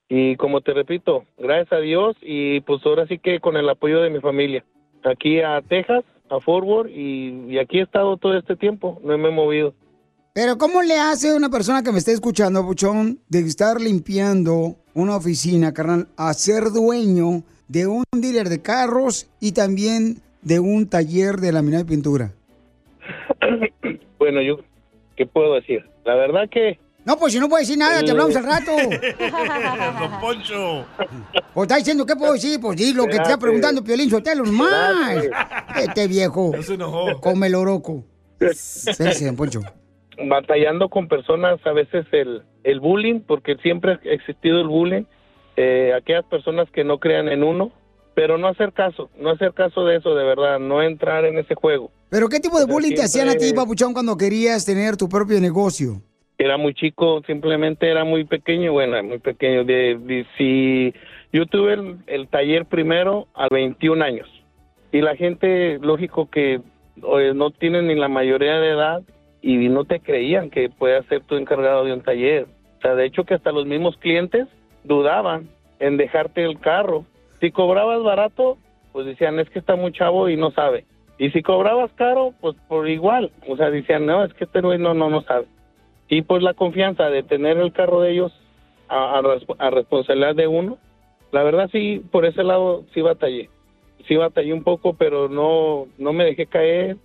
S7: Y como te repito, gracias a Dios y pues ahora sí que con el apoyo de mi familia. Aquí a Texas, a Fort Worth y, y aquí he estado todo este tiempo, no me he movido.
S4: Pero ¿cómo le hace una persona que me esté escuchando, Puchón, de estar limpiando una oficina, carnal, a ser dueño de un dealer de carros y también de un taller de laminado y pintura?
S7: Bueno, yo, ¿qué puedo decir? La verdad que...
S4: No, pues si no puedo decir nada, te hablamos al rato.
S5: Don Poncho.
S4: O está diciendo, ¿qué puedo decir? Pues di lo que te está
S7: Gracias.
S4: preguntando Piolín Sotelo, más. Este viejo.
S7: se enojó.
S4: Come el oroco. Espérese, don Poncho.
S7: batallando con personas, a veces el, el bullying, porque siempre ha existido el bullying, eh, aquellas personas que no crean en uno, pero no hacer caso, no hacer caso de eso, de verdad, no entrar en ese juego.
S4: ¿Pero qué tipo de
S7: Pero
S4: bullying te hacían a ti,
S7: siempre-
S4: Papuchón, cuando querías tener tu propio negocio?
S7: Era muy chico, simplemente era muy pequeño, bueno, muy pequeño. De, de- si yo tuve el, el taller primero a 21 años y la gente, lógico que oye, no tienen ni la mayoría de edad y no te creían que puedas ser tú encargado de un taller. O sea, de hecho que hasta los mismos clientes dudaban en dejarte el carro. Si cobrabas barato, pues decían, es que está muy chavo y no sabe. Y si cobrabas caro, pues por igual. O sea, decían, no, es que este güey no, no, no sabe y pues la confianza de tener el carro de ellos a, a resp- a responsabilidad de uno. La verdad sí, por ese lado sí batallé, sí batallé un poco, pero no, no me dejé caer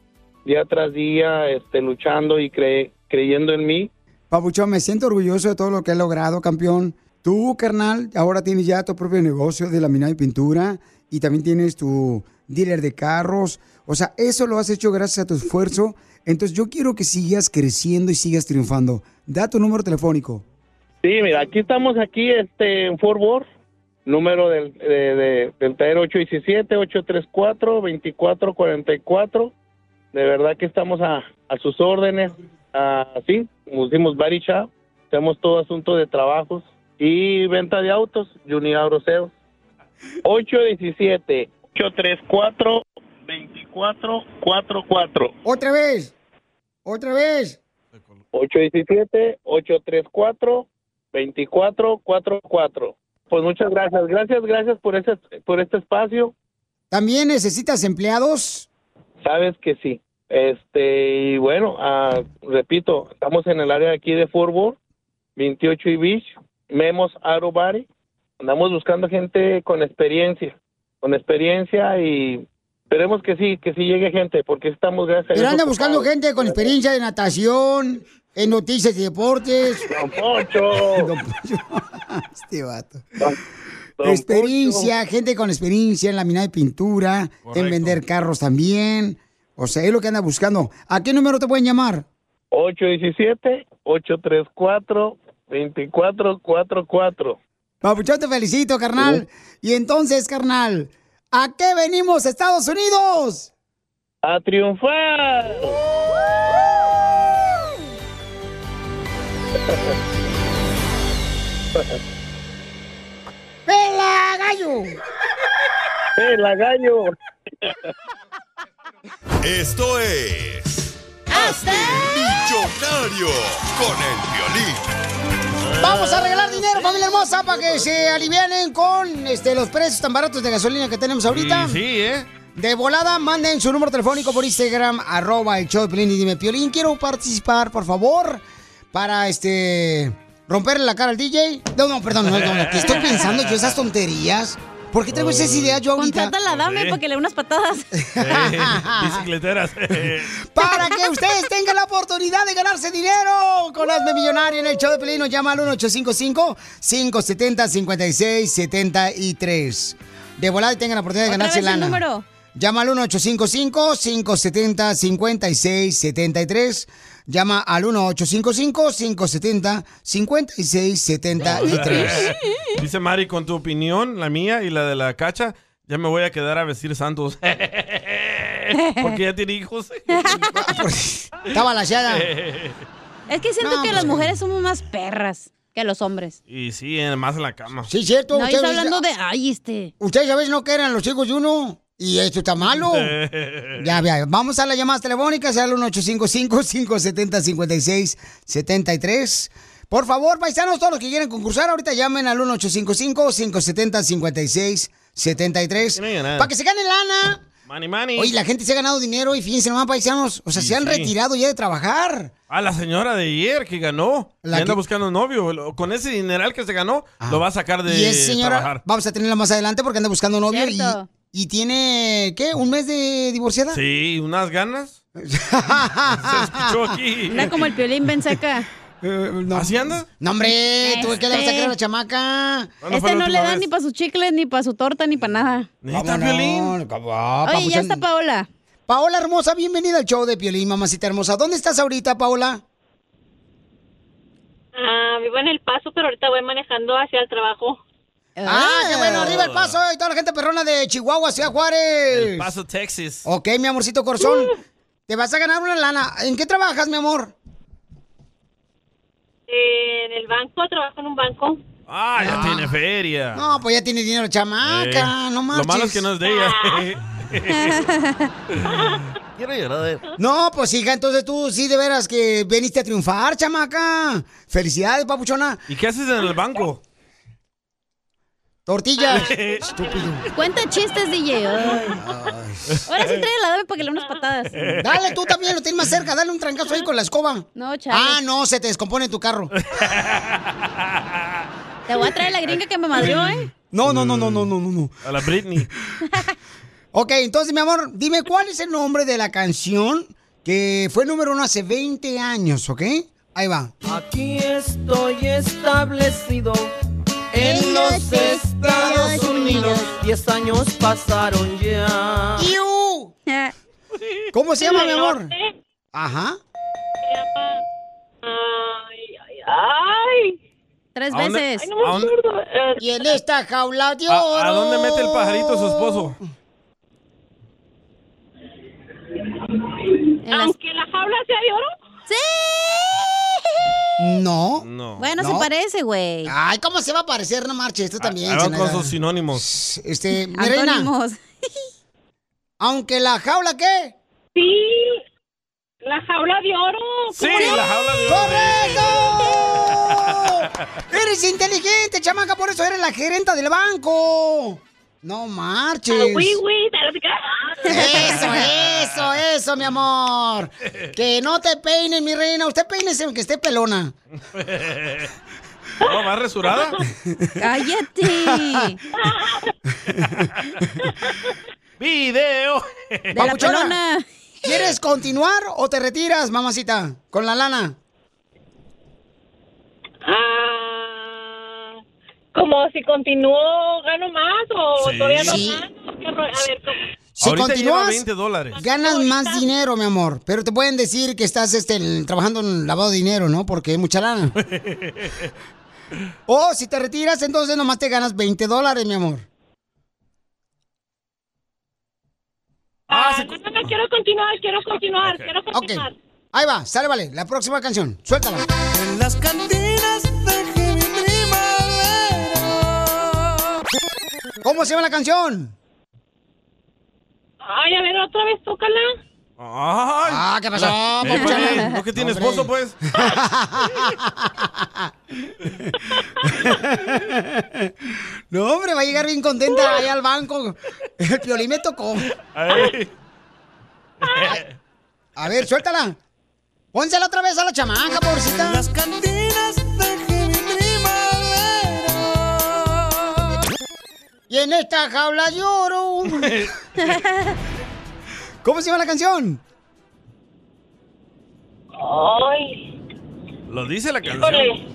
S7: día tras día, este, luchando y cre- creyendo en mí.
S4: Papuchón, me siento orgulloso de todo lo que he logrado, campeón.
S17: Tú, carnal, ahora tienes ya tu propio negocio de laminado y pintura y también tienes tu dealer de carros. O sea, eso lo has hecho gracias a tu esfuerzo. Entonces yo quiero que sigas creciendo y sigas triunfando. Da tu número telefónico.
S7: Sí, mira, aquí estamos aquí este, en Fort Worth, número del, de, de- del taller 817-834-2444. De verdad que estamos a, a sus órdenes, así, como decimos body shop, hacemos todo asunto de trabajos y venta de autos, Junior Auto Sales. 817-834-2444.
S4: Otra vez. Otra vez.
S7: 817-834-2444. Pues muchas gracias, gracias, gracias por, ese, por este espacio.
S17: ¿También necesitas empleados?
S7: Sabes que sí. Este, y bueno, ah, repito, estamos en el área de aquí de Fort Worth, 28 y Beach, Memos Auto Body. Andamos buscando gente con experiencia, con experiencia y esperemos que sí, que sí llegue gente, porque estamos gracias a
S4: Pero
S7: Dios,
S4: anda buscando
S7: ocupados.
S4: gente con experiencia de natación, en noticias y deportes.
S7: Don Poncho.
S4: Don Poncho. Este vato.
S17: Don
S4: experiencia, gente con experiencia en laminado y pintura, en
S17: Correcto.
S4: vender carros también. O sea, es lo que anda buscando. ¿A qué número te pueden llamar?
S7: 817-834-2444.
S4: Papuchón, te felicito, carnal. Y entonces, carnal, ¿a qué venimos, Estados Unidos?
S7: ¡A
S17: Pues,
S7: triunfar!
S4: ¡Pela, gallo!
S7: ¡Pela, gallo!
S12: Esto es. ¡Hazte Millonario con el violín.
S4: Vamos a regalar dinero, familia hermosa, para que se alivianen con este, los precios tan baratos de gasolina que tenemos ahorita.
S5: Y sí, ¿eh?
S4: De volada, manden su número telefónico por Instagram, arroba el show de Piolín y dime, Piolín, quiero participar, por favor, para este romperle la cara al DJ. No, no, perdón, no, no, no, que estoy pensando yo esas tonterías. ¿Por qué traigo esas ideas yo ahorita?
S6: Contrata a la dame para que le dé unas patadas.
S5: Bicicleteras.
S4: Para que ustedes tengan la oportunidad de ganarse dinero con Hazme Millonario en el show de Pelín. Nos llama al 1-855-570-5673. De volada y tengan la oportunidad de
S6: ¿Otra
S4: ganarse
S6: vez el
S4: lana.
S6: número?
S4: Llama al 1-855-570-5673. Llama al 1-855-570-5673.
S5: Dice Mari, con tu opinión, la mía y la de la cacha, ya me voy a quedar a vestir santos. Porque ya tiene hijos.
S4: Está balanceada.
S6: Es que siento
S4: No,
S6: que
S4: pues,
S6: las mujeres somos más perras que los hombres.
S5: Y sí, eh, más en la cama.
S4: Sí, cierto.
S6: No, yo
S4: ustedes-
S6: estoy hablando de. Ay, este.
S4: Ustedes ya ves no que eran los hijos de uno. Y esto está malo.
S7: Oh.
S5: Eh.
S4: Ya, ya, vamos a las llamadas telefónicas al 1-855-570-5673. Por favor, paisanos, todos los que quieren concursar, ahorita llamen al 1-855-570-5673.
S5: ganar.
S4: Para que se gane lana.
S5: Mani, mani.
S4: Oye, la gente se ha ganado dinero y fíjense nomás, paisanos. O sea,
S5: Sí,
S4: se han
S5: sí.
S4: retirado ya de trabajar.
S5: A la señora de ayer que ganó.
S4: La
S5: La anda
S4: que- Ah.
S5: buscando novio. Lo- Con ese dineral que se ganó, lo va a sacar de
S4: y esa señora,
S5: trabajar.
S4: vamos a tenerla más adelante porque anda buscando novio. Y, y tiene, ¿qué? ¿Un mes de divorciada?
S5: Sí, unas ganas. Escuchó aquí.
S6: Una como el piolín ven saca.
S5: ¿Así anda?
S4: Eh, No, hombre, tú que le vas a
S6: Este.
S4: creer a la chamaca.
S5: ¿Cuándo fue
S6: Este no
S5: la
S6: le
S5: última
S6: da
S5: vez?
S6: ni para su chicle, ni para su torta, ni para nada.
S5: ¿Necesitas violín?
S6: Oye, ya está Paola.
S4: Ah, Paola hermosa, bienvenida al show de Piolín, mamacita hermosa. ¿Dónde estás ahorita, Paola?
S28: Ah, vivo en El Paso, pero ahorita voy manejando hacia el trabajo.
S4: Ah, qué bueno, arriba el paso y toda la gente perrona de Chihuahua, Ciudad Juárez.
S5: El Paso, Texas.
S4: Ok, mi amorcito corazón, te vas a ganar una lana. ¿En qué trabajas, mi amor?
S28: En el banco, trabajo en un banco.
S5: Ah, ya tiene feria.
S4: No, pues ya tiene dinero, chamaca,
S5: Eh,
S4: no
S5: Lo malo es
S4: marches.
S5: que no es de ella. Quiero llorar.
S4: No, pues hija, entonces tú sí de veras que veniste a triunfar, chamaca. Felicidades, papuchona.
S5: ¿Y qué haces en el banco?
S4: Tortilla. Estúpido.
S6: Cuenta chistes, DJ. Ay. Ahora sí trae la dame para que le dé unas patadas.
S4: Dale, tú también, lo tienes más cerca, dale un trancazo ahí con la escoba.
S6: No, chale.
S4: Ah, no, se te descompone tu carro.
S6: Te voy a traer la gringa que me madrió, ¿eh?
S4: No, no, no, no, no, no, no, no.
S5: A la Britney.
S4: Ok, entonces, mi amor, dime cuál es el nombre de la canción que fue número uno hace 20 años, ¿ok? Ahí va.
S3: Aquí estoy establecido
S20: en los Estados Unidos. Diez años pasaron ya.
S4: ¡Iu! ¿Cómo se llama, mi amor?
S20: norte.
S4: Ajá.
S20: ¡Ay!
S6: Tres
S5: ¿A dónde-
S6: veces.
S5: Ay, no me ¿a dónde- acuerdo.
S4: Y en esta jaula de oro.
S5: ¿A, a dónde mete el pajarito su esposo?
S20: Aunque la jaula sea de oro.
S4: No.
S5: No.
S6: Bueno, se parece, güey.
S4: Ay, ¿cómo se va a parecer? No marches, tú también.
S5: Ahí van con
S4: Zenaida.
S5: sus sinónimos.
S4: Este, mi reina. Aunque la jaula, ¿qué?
S20: Sí. La jaula de oro.
S5: Sí, la jaula de oro.
S4: ¡Correcto! ¡Eres inteligente, chamaca! Por eso eres la gerenta del banco. No marches.
S20: Ah, oui, oui,
S4: Eso, eso, eso, mi amor. Que no te peines, mi reina. Usted peínese aunque esté pelona.
S5: ¿No, más resurada?
S6: ¡Cállate!
S5: ¡Video!
S4: Papuchona, ¿Quieres continuar o te retiras, mamacita? Con la lana.
S20: Ah, como si continúo, gano más o
S5: Sí.
S20: todavía no
S5: Sí.
S20: gano. ¿Qué rollo? A ver, ¿cómo?
S4: Si
S5: Ahorita lleva
S4: continúas,
S5: 20 dólares.
S4: ganas más dinero, mi amor. Pero te pueden decir que estás este, el- trabajando en lavado de dinero, ¿no? Porque es mucha lana. o si te retiras, entonces nomás te ganas 20 dólares, mi amor.
S20: Ah, no, no, no, quiero continuar, quiero continuar, quiero continuar.
S4: Ahí va, sale, vale. La próxima canción, suéltala.
S20: En las cantinas de
S4: ¿Cómo se llama la canción?
S20: Ay, a ver, otra vez tócala.
S4: Ah, ¿qué pasó?
S5: Eh, pues,
S4: Papuchona?
S5: ¿No que tiene
S4: Hombre.
S5: esposo, pues?
S4: No, hombre, va a llegar bien contenta ahí al banco. El piolín me tocó. A ver, suéltala. Pónsela otra vez a la chamaca, pobrecita. Las cantinas Y en esta jaula lloro. ¿Cómo se llama la canción?
S20: Ay,
S5: Lo dice la canción.
S20: híjole.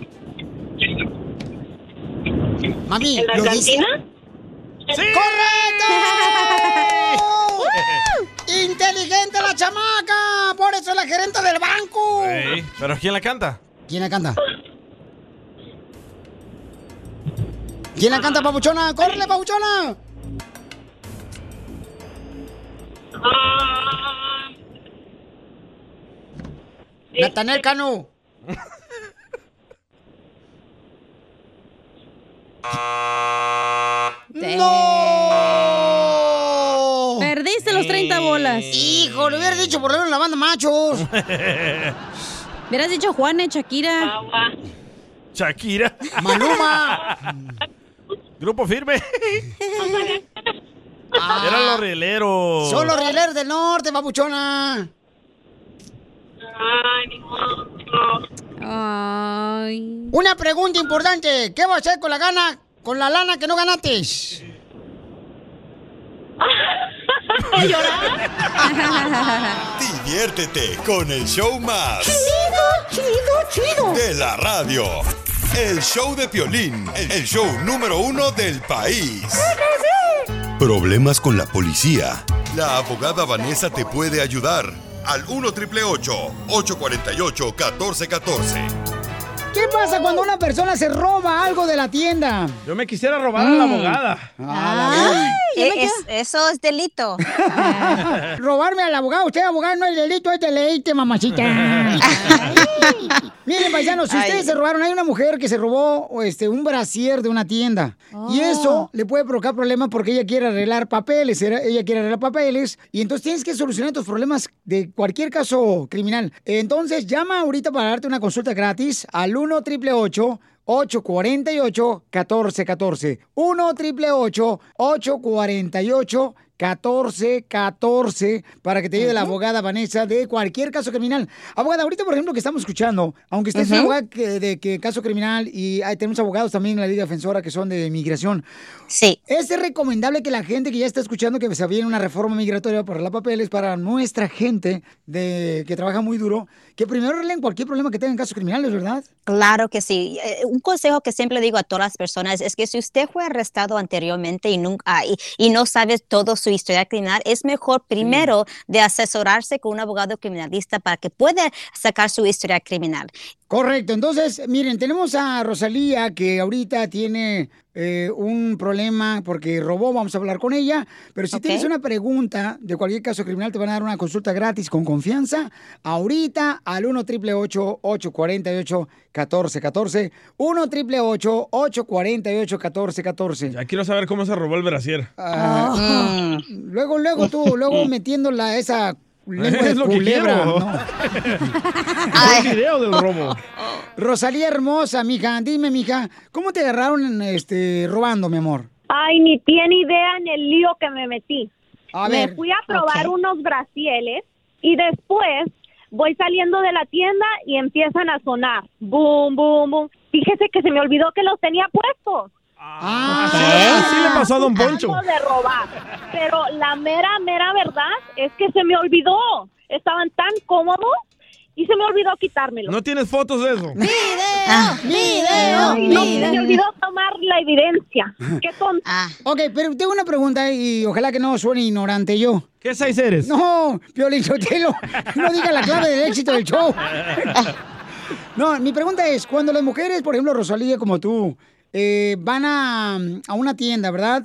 S4: Mami,
S20: ¿En la
S4: ¿lo dice?
S20: cantina?
S4: ¡Correcto! ¡Uh! ¡Inteligente la chamaca! Por eso es la gerente del banco.
S5: Ey, ¿Pero quién la canta?
S4: ¿Quién la canta? ¿Quién la canta, papuchona? ¡Córrele, papuchona!
S20: Ah,
S4: Natanel Cano. ¡No!
S6: Perdiste los 30 bolas.
S4: Hijo, lo hubiera dicho por lo menos la banda machos.
S6: Hubieras dicho Juanes, Shakira.
S5: Shakira.
S4: Maluma.
S5: Grupo firme. Eran los rieleros.
S4: Ah. Son los rieleros del norte, papuchona. Una pregunta importante. ¿Qué vas a hacer con la gana, con la lana que no ganaste?
S12: Diviértete con el show más.
S3: Chido, chido, chido.
S12: De la radio. El show de Piolín, el el show número uno del país. Problemas con la policía. La abogada Vanessa te puede ayudar. Al 1 triple 848 1414.
S4: ¿Qué pasa cuando una persona se roba algo de la tienda?
S5: Yo me quisiera robar a la
S4: Mm.
S5: abogada.
S4: Eh, es-
S16: eso E es delito.
S4: Robarme al abogado, usted abogado no es delito, es deleite, mamacita. Miren, paisanos, si
S16: Ay.
S4: ustedes se robaron, hay una mujer que se robó o este, un brasier de una tienda.
S20: Oh.
S4: Y eso le puede provocar problemas porque ella quiere arreglar papeles, era- ella quiere arreglar papeles. Y entonces tienes que solucionar tus problemas de cualquier caso criminal. Entonces llama ahorita para darte una consulta gratis al 1 888 848 1414 1 888 848 1414 para que te ayude la abogada Vanessa de cualquier caso criminal. Abogada, ahorita por ejemplo que estamos escuchando, aunque usted es una
S27: Ujú.
S4: abogada que- de que caso criminal y ahí tenemos abogados también en la Liga Defensora que son de inmigración.
S27: Sí.
S4: ¿Es recomendable que la gente que ya está escuchando que se viene una reforma migratoria para la papeles para nuestra gente de que trabaja muy duro, que primero arreglen cualquier problema que tengan casos criminales, ¿verdad?
S27: Claro que sí. Eh, Un consejo que siempre digo a todas las personas es que si usted fue arrestado anteriormente y, nunca, ah, y, y no sabe todo su historia criminal, es mejor primero de asesorarse con un abogado criminalista para que pueda sacar su historia criminal.
S4: Correcto, entonces, miren, tenemos a Rosalía que ahorita tiene eh, un problema porque robó, vamos a hablar con ella, pero si
S27: Ok.
S4: tienes una pregunta de cualquier caso criminal, te van a dar una consulta gratis con confianza, ahorita al 1 888 848 1414 1 888 848 1414
S5: Ya quiero saber cómo se robó el brasier.
S4: Ah, Luego, luego tú, luego metiendo la, esa lengua de
S5: Es lo que
S4: culebra,
S5: quiero.
S4: ¿no?
S5: Fue el video del robo.
S4: Rosalía hermosa, mija, dime, mija, ¿cómo te agarraron este robando, mi amor?
S16: Ay, ni tiene idea en el lío que me metí.
S4: A
S16: me
S4: ver,
S16: fui a probar
S4: ok.
S16: unos bracieles y después voy saliendo de la tienda y empiezan a sonar. Boom, boom, boom. Fíjese que se me olvidó que los tenía puestos.
S5: Ah, Así ¿eh? le pasó a Don Poncho.
S16: Algo de robar. Pero la mera, mera verdad es que se me olvidó. Estaban tan cómodos y se me olvidó quitármelos.
S5: ¿No tienes fotos de eso?
S16: No, Ah, no, se me olvidó tomar la evidencia. ¿Qué tonto?
S4: Ok, pero tengo una pregunta y ojalá que no suene ignorante yo.
S5: ¿Qué seis eres?
S4: No, Piolín Sotelo, no diga la clave del éxito del show. No, mi pregunta es, cuando las mujeres, por ejemplo, Rosalía como tú, eh, van a, a una tienda, ¿verdad?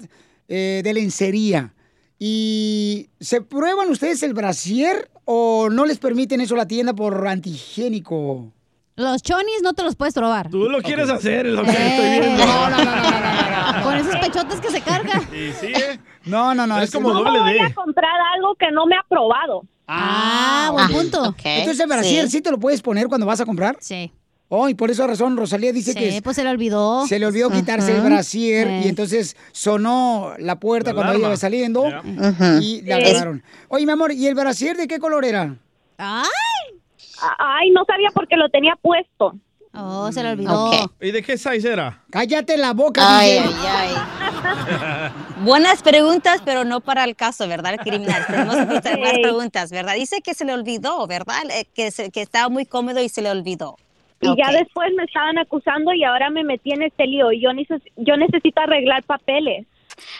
S4: Eh, de lencería, y ¿se prueban ustedes el brasier o no les permiten eso la tienda por antihigiénico?
S6: Los chonis no te los puedes probar.
S5: Tú lo quieres hacer, es lo que
S4: Eh,
S5: estoy viendo.
S6: No, no, no, no, no, no. Con esos pechotes que se carga.
S5: Sí, sí, ¿eh?
S4: No, no, no.
S5: Es como
S16: ¿Cómo
S5: doble
S16: voy a
S5: D.
S16: comprar algo que no me ha probado?
S4: Ah,
S16: buen punto. ok,
S4: Entonces el brasier
S16: sí.
S4: sí. te lo puedes poner cuando vas a comprar.
S6: Sí.
S4: Oh, y por esa razón Rosalía dice
S6: Sí,
S4: que...
S6: pues se le olvidó.
S4: Se le olvidó quitarse el
S6: Ajá.
S4: brasier
S6: Eh.
S4: y entonces sonó la puerta
S6: La
S4: cuando
S6: alarma.
S4: ella iba saliendo y la
S16: Sí.
S4: agarraron. Oye, mi amor, ¿y el brasier de qué color era?
S16: ¡Ay! Ay, no sabía por qué lo tenía puesto.
S6: Oh, se le
S5: ¿Y de qué size era?
S4: Cállate la boca,
S27: Ay,
S4: DJ.
S27: ay, ay. Buenas preguntas, pero no para el caso, ¿verdad? Criminal. Tenemos que contestar más
S16: Sí.
S27: preguntas, ¿verdad? Dice que se le olvidó, ¿verdad? Eh, Que, se- que estaba muy cómodo y se le olvidó.
S16: Y ya
S27: Ok.
S16: después me estaban acusando y ahora me metí en este lío. Y yo, neces- yo necesito arreglar papeles.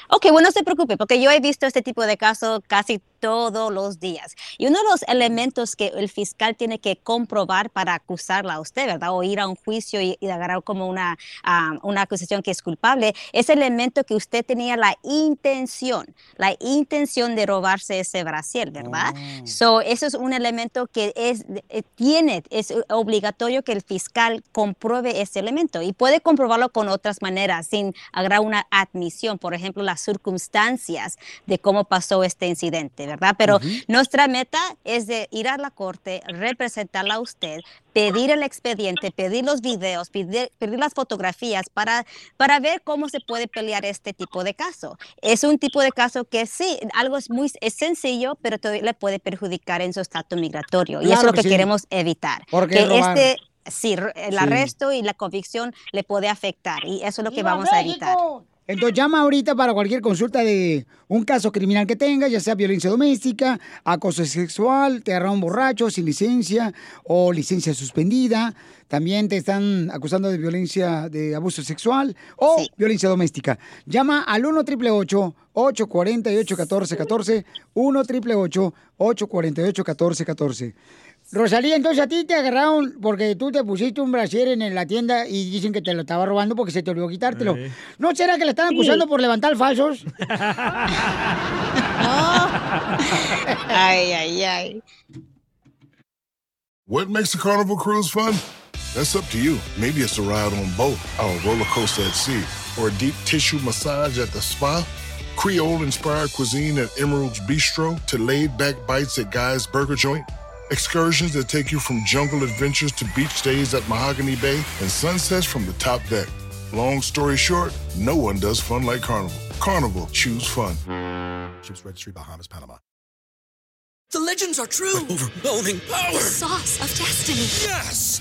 S27: Ok, bueno, no se preocupe, porque yo he visto este tipo de casos casi todos los días. Y uno de los elementos que el fiscal tiene que comprobar para acusarla a usted, ¿verdad? O ir a un juicio y, y agarrar como una, ah, una acusación que es culpable, es el elemento que usted tenía la intención, la intención de robarse ese brasier, ¿verdad? So, eso es un elemento que es, eh, tiene, es obligatorio que el fiscal compruebe ese elemento y puede comprobarlo con otras maneras, sin agarrar una admisión, por ejemplo, las circunstancias de cómo pasó este incidente, ¿verdad? Pero
S8: Ujú.
S27: nuestra meta es de ir a la corte, representarla a usted, pedir el expediente, pedir los videos, pedir, pedir las fotografías para, para ver cómo se puede pelear este tipo de caso. Es un tipo de caso que sí, algo es muy es sencillo, pero todavía le puede perjudicar en su estatus migratorio. Y eso es
S8: Claro
S27: lo
S8: que
S27: que
S8: sí.
S27: queremos evitar.
S8: Porque
S27: que
S8: robar.
S27: este sí, r- el
S4: Sí.
S27: arresto y la convicción le puede afectar. Y eso es lo que
S4: ¡Viva
S27: vamos a evitar.
S4: Entonces llama ahorita para cualquier consulta de un caso criminal que tenga, ya sea violencia doméstica, acoso sexual, te agarraron borracho sin licencia o licencia suspendida, también te están acusando de violencia de abuso sexual o violencia doméstica. Llama al 1 888 848 1414 1 888 848 1414 Rosalía, entonces a ti te agarraron porque tú te pusiste un brasier en la tienda y dicen que te lo estaba robando porque se te olvidó quitártelo.
S3: Sí.
S4: ¿No será que le están
S3: Sí.
S4: acusando por levantar falsos?
S27: ay, ay, ay.
S1: What makes a carnival cruise fun? That's up to you. Maybe it's a ride on boat, a roller coaster at sea, or a deep tissue massage at the spa. Creole inspired cuisine at Emerald's Bistro to laid back bites at Guy's Burger Joint. Excursions that take you from jungle adventures to beach days at Mahogany Bay and sunsets from the top deck. Long story short, no one does fun like Carnival. Carnival, choose fun. Ships Registry Bahamas, Panama.
S29: The legends are true.
S1: Overwhelming
S29: The sauce of destiny.
S2: Yes!